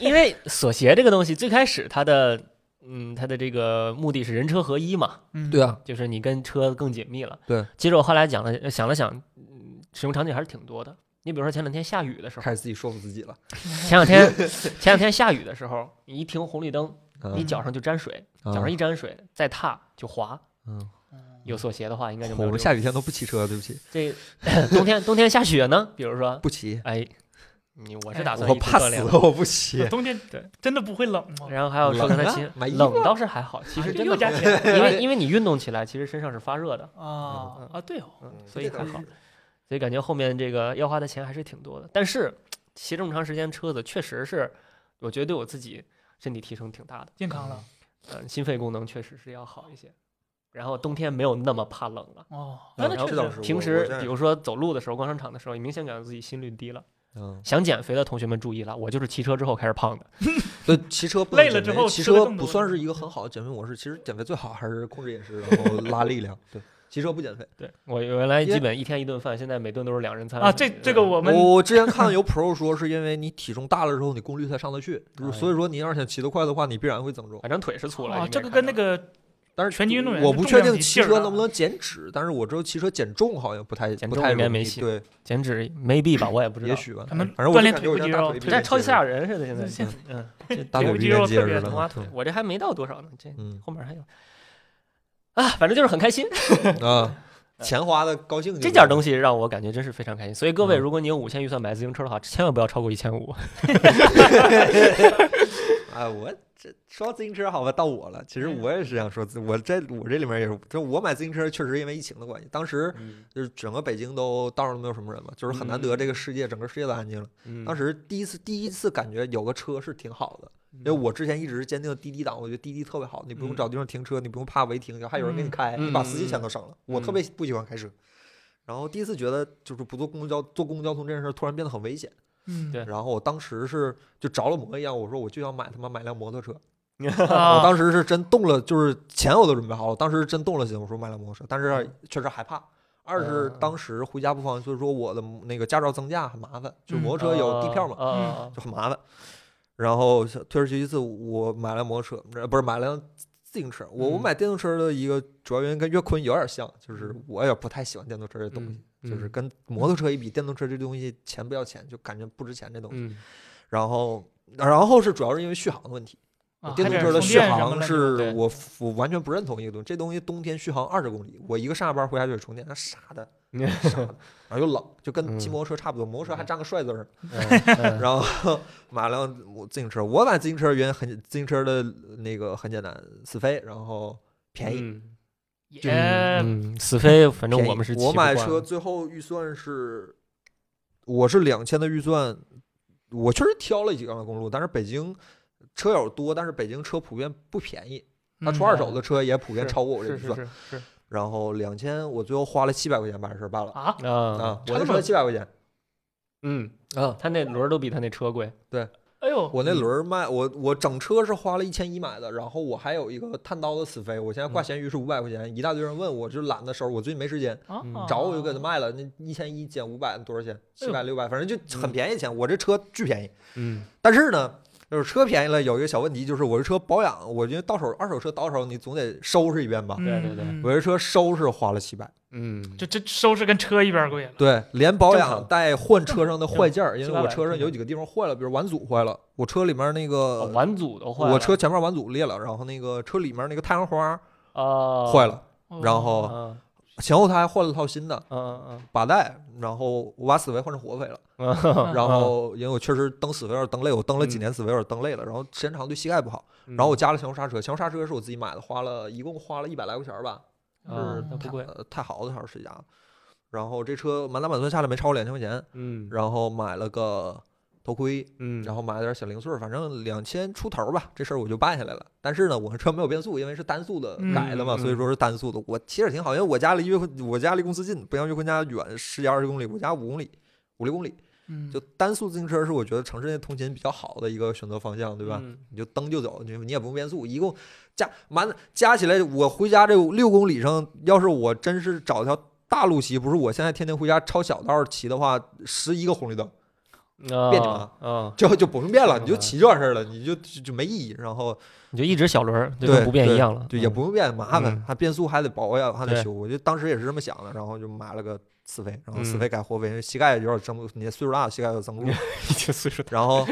S5: 因为锁鞋这个东西最开始它的嗯它的这个目的是人车合一嘛，
S3: 嗯，
S1: 啊，
S5: 就是你跟车更紧密了。
S1: 对，
S5: 其实我后来讲了呃想了想，嗯，使用场景还是挺多的。你比如说前两天下雨的时候，
S1: 开始自己说服自己了。
S5: 前两天前两天下雨的时候，你一停红绿灯，
S1: 嗯
S5: 你脚上就沾水，
S1: 啊
S5: 脚上一沾水再踏就滑。
S1: 嗯，
S5: 有锁鞋的话，应该就没
S1: 我
S5: 有
S1: 们
S5: 这
S1: 下雨天都不骑车，对不起，
S5: 种。这冬天冬天下雪呢，比如说，
S1: 不骑，
S5: 哎，你我是
S3: 哎
S5: 打算
S1: 我
S5: 一直
S1: 怕
S5: 锻
S1: 死
S5: 炼
S1: 了，
S5: 的
S1: 我不骑
S3: 那。冬天
S5: 对
S3: 真的不会冷吗？啊
S5: 然后还有说刚才
S1: 冷啊啊
S5: 其
S1: 买衣
S5: 实
S1: 服
S5: 冷倒是还好，其实
S3: 就
S5: 真
S3: 又
S5: 的
S3: 加
S5: 不
S3: 钱，
S5: 因 为因为你运动起来，其实身上是发热的，
S3: 啊啊对哦，
S5: 嗯，所以还好。所以感觉后面这个要花的钱还是挺多的。但是骑这么长时间车子，确实是我觉得对我自己身体提升挺大的，
S3: 健康了
S5: 嗯，心肺功能确实是要好一些。然后冬天没有那么怕冷了。
S3: 哦，
S5: 嗯
S3: 那那
S5: 然后
S3: 确
S1: 这倒是
S3: 实
S1: 我
S5: 平
S1: 我
S5: 时
S1: 这样
S5: 比如说走路的时候、逛商场的时候，你明显感觉自己心率低了。
S1: 嗯，
S5: 想减肥的同学们注意了，我就是骑车之后开始胖的。
S1: 所以骑车不能
S3: 累了
S1: 减肥
S3: 之后
S1: 骑
S3: 吃的
S1: 车
S3: 更
S1: 不
S3: 多
S1: 算是一个很好的减肥模式。其实减肥最好还是控制饮食，然后拉力量。对，骑车不减肥。
S5: 对我原来
S1: 因为
S5: 基本一天一顿饭，现在每顿都是两人餐
S3: 啊，这这个我
S5: 哦
S3: 们
S1: 我之前看有 pro 说，是因为你体重大了之后，你功率才上得去，
S5: 哎
S1: 所以说你要是想骑得快的话，你必然会增重。
S5: 反正腿是粗
S1: 哦
S5: 了。
S3: 啊，
S5: 应
S3: 这
S5: 该
S3: 个
S5: 看
S3: 跟那
S5: 着
S3: 个
S1: 但是
S3: 拳击运动员
S1: 我
S3: 是
S1: 不
S3: 重
S1: 确
S3: 量
S1: 定
S3: 级
S1: 骑
S3: 劲儿
S1: 车
S3: 的
S1: 能不能减脂，但是我知道骑车减重好像不太
S5: 减
S1: 不
S5: 重
S1: 太
S5: 应该
S1: 容
S5: 没
S1: 易，
S5: 戏
S1: 对，
S5: 减脂 maybe 吧，我也不知
S1: 也
S5: 道。
S1: 许吧。
S3: 可能
S1: 反正我
S3: 锻
S1: 就
S3: 炼
S1: 感觉
S3: 腿
S1: 我现在大
S3: 部肌肉
S1: 腿比
S5: 这超级赛亚
S1: 人，
S5: 人似的，现在
S3: 现
S5: 嗯，
S1: 大
S5: 这
S1: 腿
S3: 腿部
S1: 比
S3: 肌
S1: 人
S3: 肉
S1: 结
S3: 特
S1: 实
S3: 别
S1: 了
S5: 挖
S1: 嘛，嗯
S5: 腿
S1: 对，
S5: 我这还没到多少呢，这
S1: 嗯，
S5: 后面还有。啊，反正就是很开心。
S1: 啊，钱花的高兴就行，
S5: 这点东西让我感觉真是非常开心。所以各位，
S1: 嗯
S5: 如果你有五千预算买自行车的话，千万不要超过一千五。
S1: 啊，我这说到自行车，好吧，到我了。其实我也是想说自，我这我这里面也是，就我买自行车确实因为疫情的关系，当时就是整个北京都道上都没有什么人嘛，就是很难
S5: 嗯
S1: 得这个世界整个世界都安静了。嗯当时第一次第一次感觉有个车是挺好的，因为我之前一直是坚定滴滴党，我觉得滴滴特别好，你不用
S5: 嗯
S1: 找地方停车，你不用怕违停，然后还有人给你
S3: 嗯
S1: 开，你把司机
S5: 嗯
S1: 钱都省了。我特
S5: 嗯
S1: 别不喜欢开车。然后第一次觉得就是不坐公交坐公交通这件事儿突然变得很危险，
S3: 嗯，
S5: 对
S1: 然后我当时是就着了魔一样，我说我就想买他妈买辆摩托车， 我
S3: 啊，
S1: 当时是真动了，就是钱我都准备好了，当时是真动了心，我说买辆摩托车，但是确实害怕。二是
S5: 嗯
S1: 当时回家不方便，所以说我的那个驾照增驾很麻烦，就是摩托车有地票嘛，
S5: 嗯
S1: 嗯
S5: 啊
S1: 就很麻烦。然后退而求其次，我买了摩托车，呃不是买了辆自行车。我我
S5: 嗯
S1: 买电动车的一个主要原因跟岳坤有点像，就是我也不太喜欢电动车这东西，
S5: 嗯
S1: 就是
S5: 嗯
S1: 跟摩托车一比，电动车这东西钱不要钱，就感觉不值钱这东西。
S5: 嗯
S1: 然后然后是主要是因为续航的问题。
S3: 啊
S1: 电动
S3: 还得
S1: 车的
S3: 充
S1: 续
S3: 电什么
S1: 航
S3: 的
S1: 是
S5: 对
S1: 我我完全不认同一个东西，这东西冬天续航二十公里，我一个上下班回家就得充电，那傻 的傻的，然后又冷，就跟骑
S5: 嗯
S1: 摩托车差不多，摩托车还
S5: 嗯
S1: 占个帅字儿，
S5: 嗯
S1: 然后 买了我自行车，我买自行车的原因很，自行车的那个很简单，死飞，然后便宜，
S5: 嗯
S1: 就
S3: 也
S5: 嗯，死飞，反正
S1: 便宜
S5: 我们是骑
S1: 我
S5: 不
S1: 买
S5: 惯
S1: 车最后预算是，我是两千的预算，我确实挑了几个公路，但是北京车友多，但是北京车普遍不便宜。
S3: 嗯
S1: 他出二手的车也普遍
S5: 是
S1: 超过我这
S5: 是
S1: 预
S5: 是
S1: 算，
S5: 是是
S1: 然后两千我最后花了七百块钱把这事儿办了
S3: 啊，
S5: 啊
S1: 啊，我
S3: 差
S1: 那
S3: 这
S1: 车
S3: 么
S1: 七百块钱
S5: 嗯，
S1: 啊，
S5: 他那轮儿都比他那车贵。
S3: 哎呦，
S1: 我那轮儿卖我我整车是花了一千一买的，然后我还有一个探刀的死飞，我现在挂
S5: 嗯
S1: 闲鱼是五百块钱，一大堆人问我就懒得收，我最近没时间。
S3: 啊
S5: 嗯
S1: 找我就给他，卖了，那一千一减五百多少钱？七百
S3: 哎
S1: 六百，反正就很便宜钱。我这车巨便宜，
S5: 嗯
S1: 但是呢，就是车便宜了，有一个小问题就是我这车保养，我觉得到手二手车到手你总得收拾一遍吧。
S5: 对对对
S3: 嗯
S1: 我这车收拾花了七百。
S5: 嗯，
S3: 这这收拾跟车一边贵了，
S1: 对，连保
S5: 正
S1: 养
S5: 常
S1: 带换车上的坏件儿，因
S5: 正
S1: 为我
S5: 常
S1: 车上有几个地方坏了，比如晚阻坏了，我车里面那
S5: 哦
S1: 个，
S5: 晚阻都坏了。
S1: 我呃车前面晚阻裂了，然后那个车里面那个太阳花
S5: 啊
S1: 坏了，
S3: 哦
S1: 然后
S5: 嗯
S1: 前后胎换了套新的
S5: 嗯
S1: 把带，然后我把死肥换成活肥了，
S5: 嗯
S3: 啊
S5: 嗯，
S1: 然后因为我确实蹬死肥有点蹬累，我蹬了几年死肥有点蹬累
S5: 嗯
S1: 了，然后时间长对膝盖不好，
S5: 然
S1: 然后我加了前后刹车，前后刹车是我自己买的，花了一共花了一百来块钱儿吧，
S5: 啊
S1: 是
S5: 那不
S1: 太
S5: 贵，
S1: 呃太好的好是一家，然后这车满打满算下来没超过两千块钱，
S5: 嗯
S1: 然后买了个头盔。
S5: 嗯，
S1: 然后买了点小零碎儿，反正两千出头吧，这事儿我就办下来了。但是呢，我这车没有变速，因为是单速的改的嘛，
S5: 嗯
S1: 所以说是单速的。我骑着挺好，因为我家离岳坤，我家离公司近，不像岳坤家远十几二十公里，我家五公里，五六公里。
S3: 嗯
S1: 就单速自行车是我觉得城市内通勤比较好的一个选择方向，对吧？
S5: 嗯
S1: 你就蹬就走，你你也不用变速，一共加满加起来，我回家这六公里上，要是我真是找条大路骑，不是我现在天天回家抄小道骑的话，十一个红绿灯。别扭啊
S5: 啊 啊！
S1: 就就不用变了，你就
S5: 嗯
S1: 骑就完事儿了，你就就就没意义。然后
S5: 你就一直小轮儿，就
S1: 对
S5: 跟不变
S1: 对
S5: 一样了，
S1: 就也不用变，麻烦
S5: 嗯，
S1: 还变速还得保养，还得
S5: 对
S1: 修。我就当时也是这么想的，然后就买了个死飞，然后死
S5: 嗯
S1: 飞改活飞，膝盖有点增路，你岁数大，膝盖有 增路。
S5: 已经岁数大。
S1: 然后，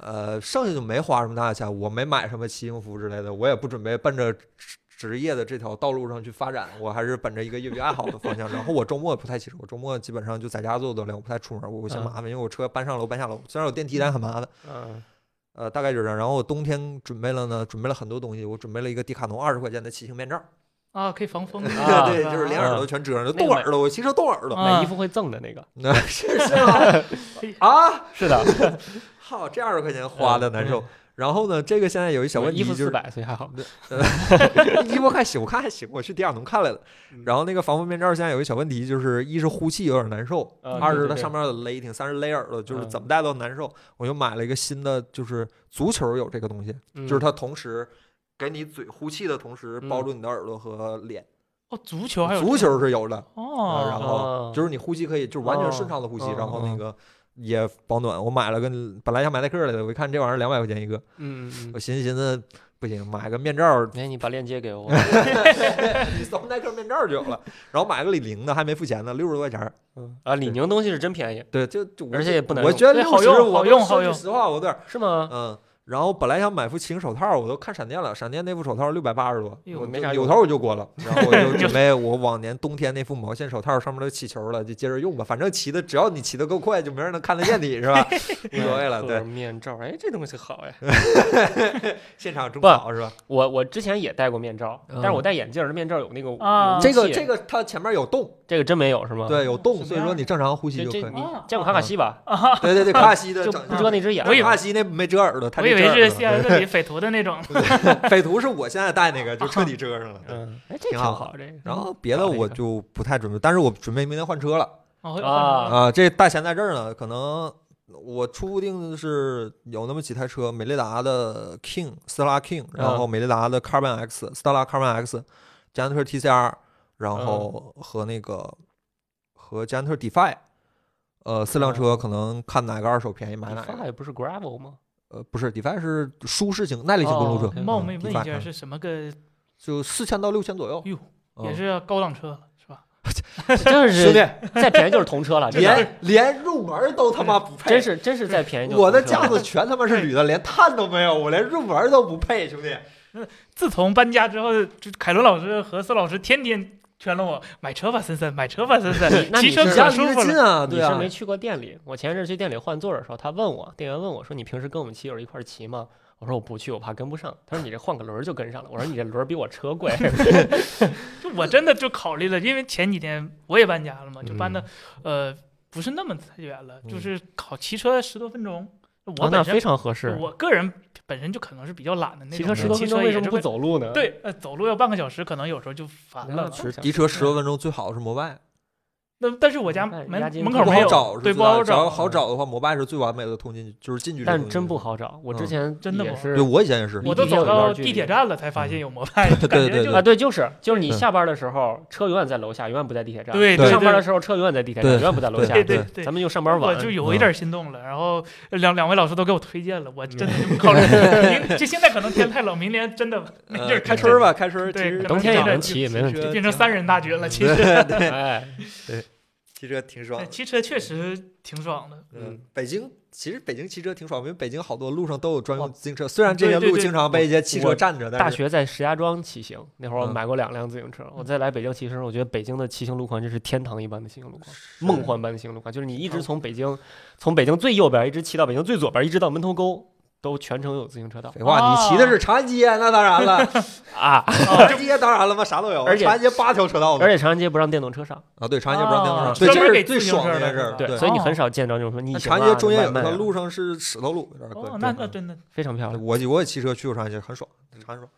S1: 呃，剩下就没花什么大钱，我没买什么骑行服之类的，我也不准备奔着职职业的这条道路上去发展，我还是本着一个业余爱好的方向。然后我周末不太骑车，我周末基本上就在家做锻炼，我不太出门，我我嫌
S5: 嗯
S1: 麻烦，因为我车搬上楼搬下楼，虽然有电梯，但很麻烦。
S5: 嗯
S1: 呃，大概就是这样。然后我冬天准备了呢，准备了很多东西，我准备了一个迪卡侬二十块钱的骑行面罩，
S3: 啊，可以防风
S5: 啊
S1: 对，就是连耳朵全遮上，就冻
S5: 那个
S1: 耳朵，我骑车冻耳朵，
S3: 啊
S5: 买衣服会赠的 那个，
S1: 那是是吗？啊，
S5: 是 的，
S1: 好，这二十块钱花的难受。然后呢，这个现在有一小问题
S5: 嗯衣服
S1: 就
S5: 四
S1: 是
S5: 百，所以还好。
S1: 衣服还行，我看还行，我去迪卡侬看来了。
S5: 嗯
S1: 然后那个防风面罩现在有一小问题，就是一是呼气有点难受，
S5: 啊
S1: 二
S5: 对
S1: 是
S5: 对
S1: 它
S5: 对
S1: 上面有勒挺，三是勒耳朵，就是
S5: 嗯
S1: 怎么戴都难受。我就买了一个新的，就是足球有这个东西，就是它同时给你嘴呼气的同时，包
S5: 嗯
S1: 住你的耳朵和脸。
S3: 哦，足球还有
S1: 足球是有的，啊然
S3: 哦，
S1: 后就是你呼吸可以就是完全顺畅的呼吸，
S5: 嗯哦
S1: 然后
S5: 哦
S1: 那
S5: 哦
S1: 个也保暖。我买了个，本来想买耐克来的，我一看这玩意儿两百块钱一个，
S5: 嗯 嗯
S1: 我，寻思寻思不行，买个面罩儿，
S5: 哎，你把链接给我。
S1: 你搜耐克面罩儿就有了。然后买个李宁的，还没付钱呢，六十多块钱儿。
S5: 嗯啊，李宁东西是真便宜，
S1: 对，就就我
S5: 而且也不难
S1: 我
S5: 用
S1: 觉得
S3: 对
S1: 六
S3: 好
S1: 十，
S3: 用
S1: 我
S3: 好用
S1: 说
S3: 好
S1: 句
S3: 用啊
S1: 实话，我有点儿
S5: 是吗？
S1: 嗯。然后本来想买副骑行手套，我都看闪电了，闪电那副手套六百八十多，
S3: 哎呦
S1: 我
S5: 没
S1: 就
S5: 啥
S1: 扭
S5: 用
S1: 头我就过了，然后我就准备我往年冬天那副毛线手套上面都起球了，就接着用吧，反正骑的只要你骑得够快，就没人能看得见你是吧？无所谓了，
S5: 戴
S1: 对
S5: 个，面罩，哎，这东西好哎。
S1: 现场中
S5: 不
S1: 考是吧？
S5: 我我之前也戴过面罩，但是我戴眼镜儿，面罩有那个
S3: 啊
S5: 有
S1: 嗯这个
S5: 雾气
S1: 这个它前面有洞，
S5: 这个真没有是吗？
S1: 对，有
S3: 什
S1: 洞，
S3: 么
S1: 所以说
S3: 样
S1: 你正常呼吸
S5: 这，
S1: 就可以。
S5: 这你
S3: 哦
S5: 见过卡卡西吧？
S1: 对对对，卡卡西的
S5: 就
S1: 整
S5: 不遮那只眼
S3: 我以为
S1: 卡卡西那没遮耳朵，他
S3: 我以
S1: 这遮
S3: 为是
S1: 耳朵
S3: CS 里匪徒的那种，
S1: 匪徒是我现在戴那个，就彻底遮上了。对
S5: 嗯，哎，这
S1: 挺
S5: 挺
S1: 好
S5: 好，这个。
S1: 然后别的
S5: 搞了一
S1: 我
S5: 个
S1: 就不太准备，但是我准备明天换车了
S3: 哦
S5: 啊
S1: 啊、这大钱在这儿呢，可能我初定是有那么几台车，美利达的 King、斯特拉 King，然
S3: 嗯
S1: 后美利达的 Carbon X、斯特拉 Carbon X、捷安特 TCR，然后
S3: 嗯
S1: 和那个和捷安特 Defy，呃，四辆
S3: 嗯
S1: 车可能看哪个二手便宜买哪个。
S5: 发也不是 gravel 吗？
S1: 呃，不是，Defy 是舒适型耐力型公路
S5: 哦
S1: 车，
S5: ，OK
S3: 冒昧
S1: 嗯
S3: 问
S1: ，Defy，
S3: 一下
S1: 嗯
S3: 是什么个？
S1: 就四千到六千左右。
S3: 哟
S1: 嗯，
S5: 哦
S3: 也是高档车了是吧？
S5: 真
S1: 兄
S5: 是
S1: 弟，
S5: 再便宜就是同 车了，真的
S1: 连连入门都他妈不配，
S5: 真是真是再便宜就是
S1: 我的
S5: 同车
S1: 架
S5: 了
S1: 子全他妈是铝的，连碳都没有，我连入门都不配，兄弟。
S3: 自从搬家之后，就凯伦老师和司老师天天劝了我买车吧，森森，买车吧，森森，
S5: 那
S3: 骑
S5: 你
S3: 车
S5: 是
S3: 可
S1: 家
S3: 舒
S1: 离
S3: 服
S1: 得近
S3: 了。
S1: 啊，
S5: 你
S1: 对
S5: 是
S1: 啊
S5: 没，去过店里？我前一阵去店里换座的时候，他问我，店员问我说：“你平时跟我们骑友一块儿骑吗？”我说：“我不去，我怕跟不上。”他说：“你这换个轮儿就跟上了。”我说：“你这轮儿比我车 贵。
S3: 就我真的就考虑了，因为前几天我也搬家了嘛，就搬的、
S5: 嗯
S3: 呃不是那么太远了，
S1: 嗯
S3: 就是考骑车十多分钟。”我
S5: 哦，那
S3: 本身、
S5: 非常合适。
S3: 我个人本身就可能是比较懒的那
S5: 骑
S3: 种
S5: 车
S3: 人，
S5: 十多分钟
S3: 也
S5: 为
S3: 是
S5: 什么不
S3: 会？
S5: 走路呢？，
S3: 对，呃，走路要半个小时，可能有时候就烦了。
S5: 其实
S1: 骑
S3: 啊
S1: 车十多分钟最好是摩拜，
S3: 那但是我家
S5: 那
S3: 门
S5: 押金
S3: 门
S5: 不
S3: 口
S1: 不
S3: 没
S1: 好
S3: 有，
S1: 找，
S3: 对，
S1: 不
S3: 不好
S1: 只要
S3: 找。
S1: 好找的话，摩拜是最完美的通进就是进去这个东西。
S5: 但真不好找。我
S1: 嗯
S5: 之前
S3: 真的
S5: 也
S3: 不好
S5: 是
S1: 对我以前也是，
S3: 我都
S5: 离地
S3: 走
S5: 铁有一段
S3: 到
S5: 距
S3: 地
S5: 离
S3: 铁站了才发现有摩拜，
S1: 对
S3: 感
S1: 对
S3: 觉
S1: 对
S3: 就
S5: 啊，对，就是就是你
S1: 嗯
S5: 下班的时候，车永远在楼下，永远不在地铁站。
S3: 对
S1: 对
S5: 上
S3: 对
S5: 班的时候车永远在地铁站，
S1: 对
S5: 永远不在楼下。
S3: 对
S1: 对
S3: 对对
S5: 咱。们就上班
S3: 我
S5: 晚。
S3: 就有一点心动了，然后两两位老师都给我推荐了，我真的就考虑，明就现在可能天太冷，明年真的 没地
S1: 呃
S3: 儿
S1: 开
S3: 车
S1: 春，吧，开春，其
S3: 对
S1: 实啊
S3: 可
S5: 冬天也
S3: 这
S5: 能
S3: 样
S5: 骑，没问题。
S1: 就
S3: 变成三人大军了。其实
S1: 对对，
S5: 哎，
S1: 骑车挺爽
S3: 哎
S1: 的。
S3: 骑车确实挺爽的，
S1: 嗯
S5: 嗯，
S1: 北京其实北京骑车挺爽，因为北京好多路上都有专用
S5: 哇
S1: 自行车，虽然这些
S3: 哦对对
S1: 路
S3: 对
S1: 经常被一些汽车
S5: 我
S1: 占着，但
S5: 大
S1: 是
S5: 学在石家庄骑行，那会儿我
S1: 哎嗯
S5: 买过两辆自行车。我再来北京骑车，我觉得北京的骑行路况真是天堂一般的骑行路况，梦幻般的骑行路况，就是你一直从北京，从北京最右边一直骑到北京最左边，一直到门头沟，都全程有自行车道
S1: 废
S3: 哦
S1: 话，你骑的是长安街，那当然 了，
S5: 啊！
S1: 长安街当然了嘛，啥都有，
S5: 而且
S1: 长安街八条车道呢
S5: 而且长安街不让电动车上，
S1: 哦啊，对，长安街不让电动
S3: 啊
S1: 车，对，
S3: 专门
S1: 这是
S3: 给
S1: 最
S3: 自行
S1: 爽
S3: 车
S1: 的
S3: 的
S1: 事儿，
S3: 是吧
S5: 对，
S1: 对。哦
S5: 所以你很少见着这种什么逆
S1: 那
S5: 行
S1: 长安街中间有一
S5: 条
S1: 条路上是石头路，有点
S3: 哦
S1: 怪，，
S3: 那
S1: 对
S3: 那真的
S5: 非常漂亮。
S1: 我我也骑车去过长安街，很爽，很爽。